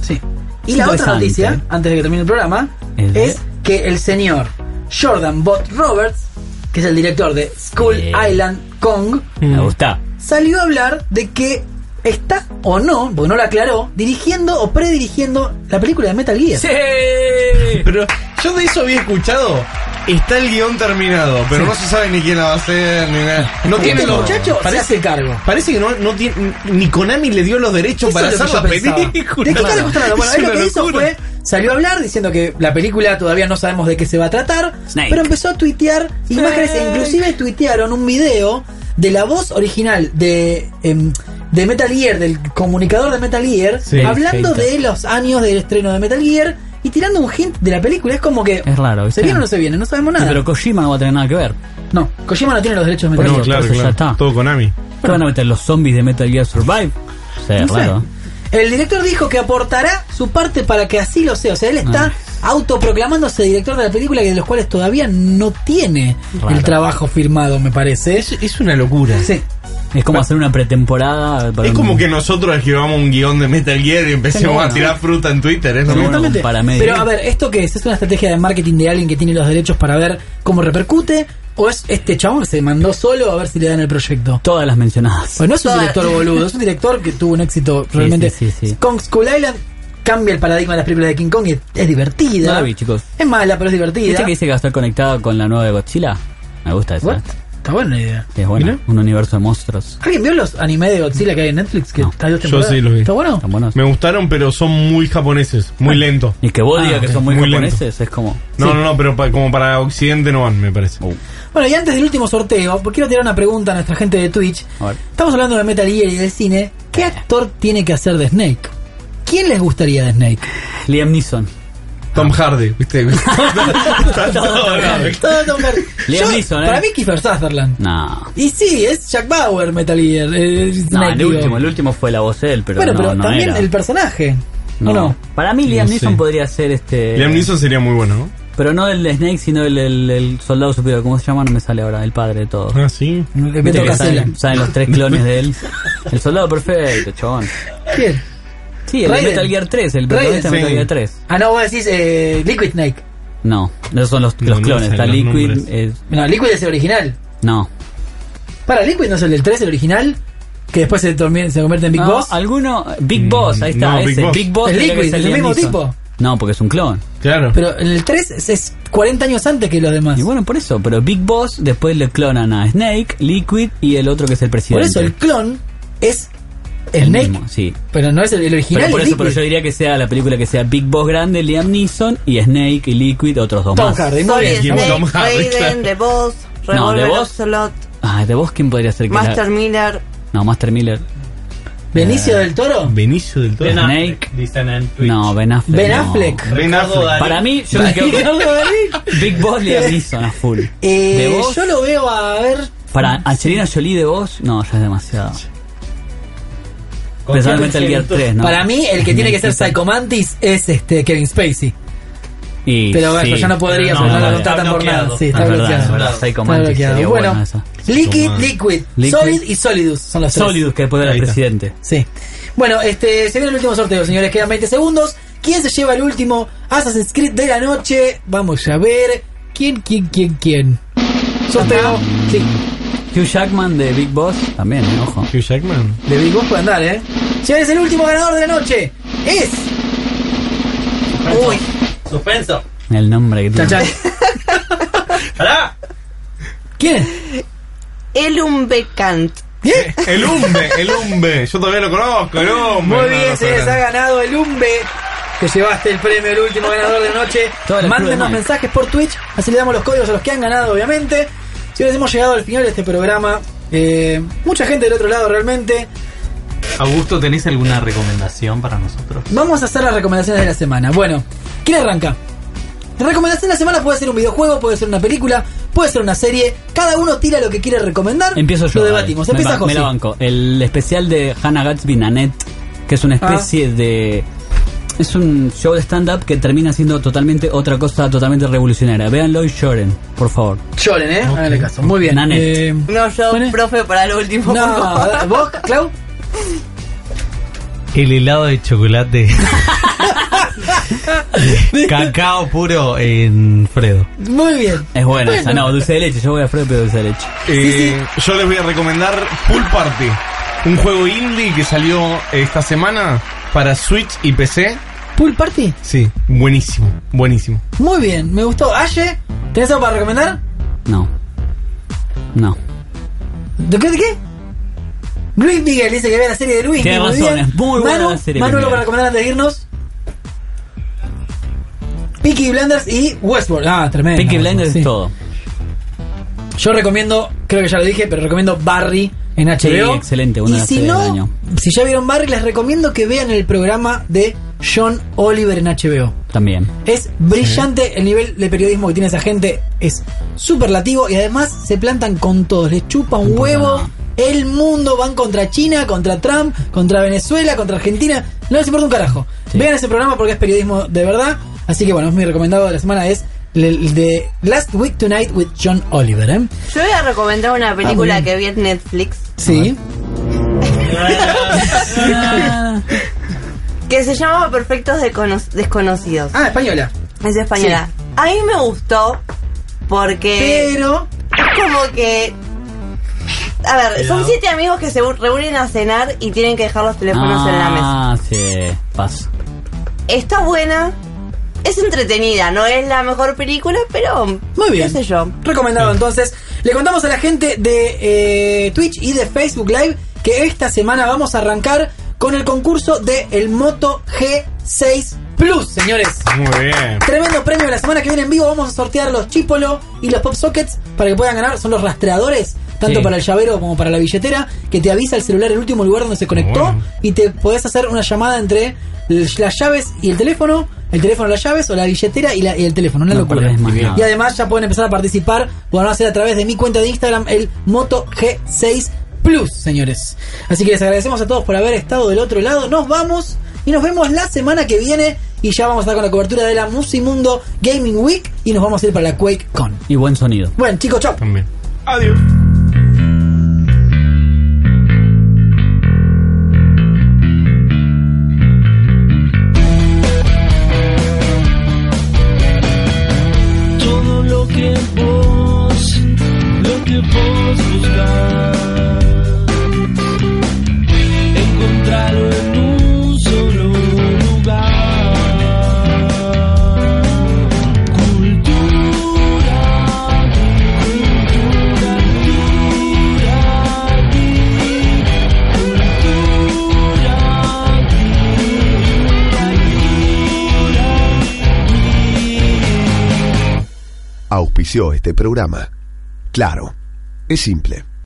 Sí. Y la otra
Interesante.
noticia, antes de que termine el programa,
El de-
es que el señor Jordan Bot Roberts, que es el director de School
Bien.
Island Kong,
Me gusta.
salió a hablar de que está o no, porque no lo aclaró, dirigiendo o predirigiendo la película de Metal Gear.
Pero yo de eso había escuchado. Está el guión terminado, pero no se sabe ni quién la va a hacer ni nada. No tiene
Este
los-
muchacho se
parece,
hace cargo.
Parece que no, no tiene. Ni Konami le dio los derechos
Eso
para
es
hacer
lo
la
que yo pensaba.
película.
¿De qué le gusta nada? Bueno,
Es
él lo
una
que hizo
locura.
fue. Salió a hablar diciendo que la película todavía no sabemos de qué se va a tratar.
Snake.
Pero empezó a tuitear imágenes. e inclusive tuitearon un video de la voz original de. em, de Metal Gear, del comunicador de Metal Gear,
Sí,
hablando
Keita.
de los años del estreno de Metal Gear y tirando un hint de la película. Es como que.
Es raro, ¿viste?
¿Se viene o no se viene? No sabemos
Sí,
nada.
pero Kojima no va a tener nada que ver.
No, Kojima no tiene los derechos de Metal
Por
Gear.
No,
eso,
claro,
por eso ya
claro.
está.
Todo Konami.
¿Qué van a meter los zombies de Metal Gear Survive? O sea, es
No sé.
raro.
El director dijo que aportará su parte para que así lo sea. O sea, él está
Ah.
autoproclamándose director de la película que de los cuales todavía no tiene
Raro.
el trabajo firmado, me parece.
Es, es una locura.
Sí.
Es como hacer una pretemporada. para
Es
un-
como que nosotros escribamos un guión de Metal Gear y empecemos
Bueno.
a tirar fruta en Twitter. Es lo
Pero
mismo.
bueno,
Exactamente.
para medio.
Pero a ver, ¿esto qué es? ¿Es una estrategia de marketing de alguien que tiene los derechos para ver cómo repercute? o es este chabón que se mandó solo a ver si le dan el proyecto?
Todas las mencionadas.
Bueno, no es un
Todas.
director boludo, es un director que tuvo un éxito realmente.
sí, sí, sí.
Kong Skull Island cambia el paradigma de las películas de King Kong y es, es divertida.
No la vi, chicos.
Es mala, pero es divertida.
¿Viste que dice que va a estar conectado con la nueva de Godzilla? Me gusta esa.
What? Está buena la idea.
Es buena. Un universo de monstruos.
¿Alguien vio los animes de Godzilla que hay en Netflix? Que está dos
Yo
temporadas?
sí los vi.
¿Está bueno?
Me gustaron, pero son muy japoneses, muy lento.
Ah.
Ah,
Y que vos digas que son muy, japoneses,
lento.
es como...
No,
Sí.
no, no, pero pa- como para Occidente no van, me parece.
Oh.
Bueno, y antes del último sorteo, porque quiero tirar una pregunta a nuestra gente de Twitch. Estamos hablando de Metal Gear y del cine.
Eh.
¿Qué actor tiene que hacer de Snake? ¿Quién les gustaría de Snake?
Liam Neeson. Ah.
Tom Hardy, ¿viste?
Oh, Todo Tom Hardy.
Liam
Yo-
Neeson, ¿eh?
Para mí Kiefer Sutherland.
No.
Y sí, es Jack Bauer Metal Gear. eh,
No,
Snake,
el
digo.
último, el último fue la voz de él, pero
bueno,
no,
pero
no
también
era.
el personaje. No. no.
Para mí Liam
No
Neeson
sé.
podría ser este...
Liam Neeson sería muy bueno, ¿no?
Pero no el de Snake, sino el, el- el soldado superior. ¿Cómo se llama? No me sale ahora. El padre de todos.
Ah, sí.
Viste que
Casella.
salen, salen los tres clones de él. El soldado perfecto, chabón.
¿Quién?
Sí, el de
Raiden.
Metal Gear 3. El
Raiden,
protagonista de
sí.
Metal Gear 3.
Ah, no, vos decís eh, Liquid Snake.
No, esos son los, los
no
clones.
sé
Está
los
Liquid.
nombres.
eh,
No, Liquid es el original.
no.
Para, Liquid no es el del 3, el original. Que después se, tormi- se convierte en Big
No,
Boss.
Alguno. Big Boss, ahí está.
Mm, no,
ese.
Big Boss.
Big Boss.
Es
tendría que
Liquid,
ser
es el
Liam
mismo
Neeson.
tipo.
No, porque es un clon.
Claro.
Pero en el 3 es- es 40 años antes que los demás.
Y bueno, por eso. Pero Big Boss después le clonan a Snake, Liquid y el otro que es el
Por
presidente.
eso el clon es
El
Snake,
mismo, sí.
pero no es el, el original.
Pero por
es
eso, pero
Liquid.
yo diría que sea la película que sea Big Boss grande, Liam Neeson y Snake y Liquid, otros dos
Tom
más.
Hardy, muy
Sorry,
bien.
Y Tom
Snake,
Hardy,
Raiden,
claro.
The Boss,
No,
Revolver
The Boss.
Ocelot,
Ah, de vos quién podría ser que la-
Master Miller.
No, Master Miller.
Benicio del Toro,
Benicio del Toro.
Ben
Snake.
Affleck, dicen en Twitch.
No, Ben Affleck.
Ben
no.
Affleck.
Ben
Ricardo
Affleck.
Darín.
Para mí, yo me quedo con
Ricardo Darín.
Big Boss Liam Neeson a full.
Eh,
de vos,
yo lo veo a ver.
para Angelina Jolie de vos, no, ya es demasiado. Pensaba en Metal Gear 3, ¿no?
Para mí, el que tiene que ser Psychomantis es este Kevin Spacey.
Y
Pero bueno,
sí.
ya no podría,
No,
porque no,
no,
la
no,
contratan
está
por nada.
bloqueado.
Sí,
Es
está
verdad,
bloqueado.
es verdad,
Está
Psycho Mantis
bloqueado.
sería
Bueno,
buena esa.
Liquid,
Mantis.
Liquid,
Liquid.
Solid y Solidus son los tres.
Solidus, que después era
Ahí
el
está.
presidente.
Sí. Bueno, este, se viene el último sorteo, señores. Quedan 20 segundos. ¿Quién se lleva el último Assassin's Creed de la noche? Vamos a ver. ¿Quién, quién, quién, quién? Sorteo. Sí.
Hugh Jackman de Big Boss, también, eh, ojo.
Hugh Jackman.
De Big Boss puede andar, ¿eh? Señores, el último ganador de la noche es...
Suspenso.
Uy.
Suspenso.
El nombre que
Chan,
tiene.
chan.
Pará.
¿Quién?
Elum Becant.
¿Bien?
El Umbe, el Umbe. Yo todavía lo conozco, el Umbe.
Muy
No,
bien,
no,
señores,
no.
ha ganado el Umbe. Te llevaste el premio, el último ganador de la noche.
Toda la cruz de
Mándenos
Mike.
mensajes por Twitch, así le damos los códigos a los que han ganado, obviamente. Señores, hemos llegado al final de este programa. Eh, mucha gente del otro lado realmente.
Augusto, ¿tenés alguna recomendación para nosotros?
Vamos a hacer las recomendaciones de la semana. Bueno, ¿quién arranca? La recomendación de la semana puede ser un videojuego, puede ser una película, puede ser una serie. Cada uno tira lo que quiere recomendar.
Empiezo yo.
Lo debatimos.
dale.
Empieza
me, ba- me la
José.
banco. El especial de Hannah Gatsby Nanette, que es una
Ah.
especie de. Es un show de stand-up que termina siendo totalmente otra cosa totalmente revolucionaria. Véanlo y lloren, por favor.
Lloren, ¿eh? Háganle caso. Muy bien.
Nanette.
Eh,
No, yo,
Bueno.
profe, para el último. por
no,
favor.
da- ¿vos, Clau?
El helado de chocolate. Cacao puro en Fredo.
Muy bien.
Es buena esa. No, dulce de leche. Yo voy a Fred, pero dulce de leche.
Eh, Yo les voy a recomendar Pool Party, un juego indie que salió esta semana para Switch y PC.
Pool Party.
Sí, buenísimo, buenísimo.
Muy bien, me gustó. Aye, ¿tenés algo para recomendar?
No. No.
¿De qué? ¿De qué? Luis Miguel dice que ve la serie de Luis.
Tiene
muy
razón,
bien.
es muy buena
Manu,
la serie,
Manu,
Luis
¿algo para
Miguel.
recomendar antes de irnos? Peaky Blinders y Westworld. Ah, tremendo.
Pinky Blinders
Sí.
es todo.
Yo recomiendo, creo que ya lo dije, pero recomiendo Barry en HBO.
Sí, excelente, una de
y
las
si
series
no,
del año.
si ya vieron Barry, les recomiendo que vean el programa de John Oliver en HBO.
También.
Es brillante el nivel de periodismo que tiene esa gente. Es superlativo y además se plantan con todos. Les chupa un
importa
huevo.
nada.
El mundo van contra China, contra Trump, contra Venezuela, contra Argentina. No les importa un carajo. Vean ese programa porque es periodismo de verdad. Así que bueno, mi recomendado de la semana es el- el de Last Week Tonight with John Oliver. ¿eh?
Yo voy a recomendar una película
Ah,
que vi en Netflix
Sí.
que se llama Perfectos Decono- Desconocidos.
Ah, española.
Es española. A mí me gustó porque...
Pero
Es como que. A ver, son siete amigos que se reúnen a cenar y tienen que dejar los teléfonos en la mesa.
Ah, sí, paso.
Está buena, es entretenida, no es la mejor película, pero.
Muy bien.
¿Qué sé yo?
Recomendado entonces. Le contamos a la gente de eh, Twitch y de Facebook Live que esta semana vamos a arrancar con el concurso de el Moto G6 Plus, señores.
Muy bien.
Tremendo premio. La semana que viene en vivo vamos a sortear los Chipolo y los Pop Sockets para que puedan ganar. Son los rastreadores, tanto
Sí.
para el llavero como para la billetera, que te avisa el celular el último lugar donde se conectó
bueno.
y te podés hacer una llamada entre el- las llaves y el teléfono, el teléfono, las llaves o la billetera y, la- y el teléfono. Una
No
locura.
perdés más nada.
Y además ya pueden empezar a participar. Lo van a hacer a través de mi cuenta de Instagram, el Moto G6 Plus, señores. Así que les agradecemos a todos por haber estado del otro lado. Nos vamos y nos vemos la semana que viene. Y ya vamos a estar con la cobertura de la Musimundo Gaming Week. Y nos vamos a ir para la Quake Con.
Y buen sonido.
Bueno, chicos, chao.
Adiós.
todo lo que vos, lo que vos buscás. Encontrarlo en un solo lugar. Cultura, cultura, cultura,
Auspició este programa. Claro, es simple.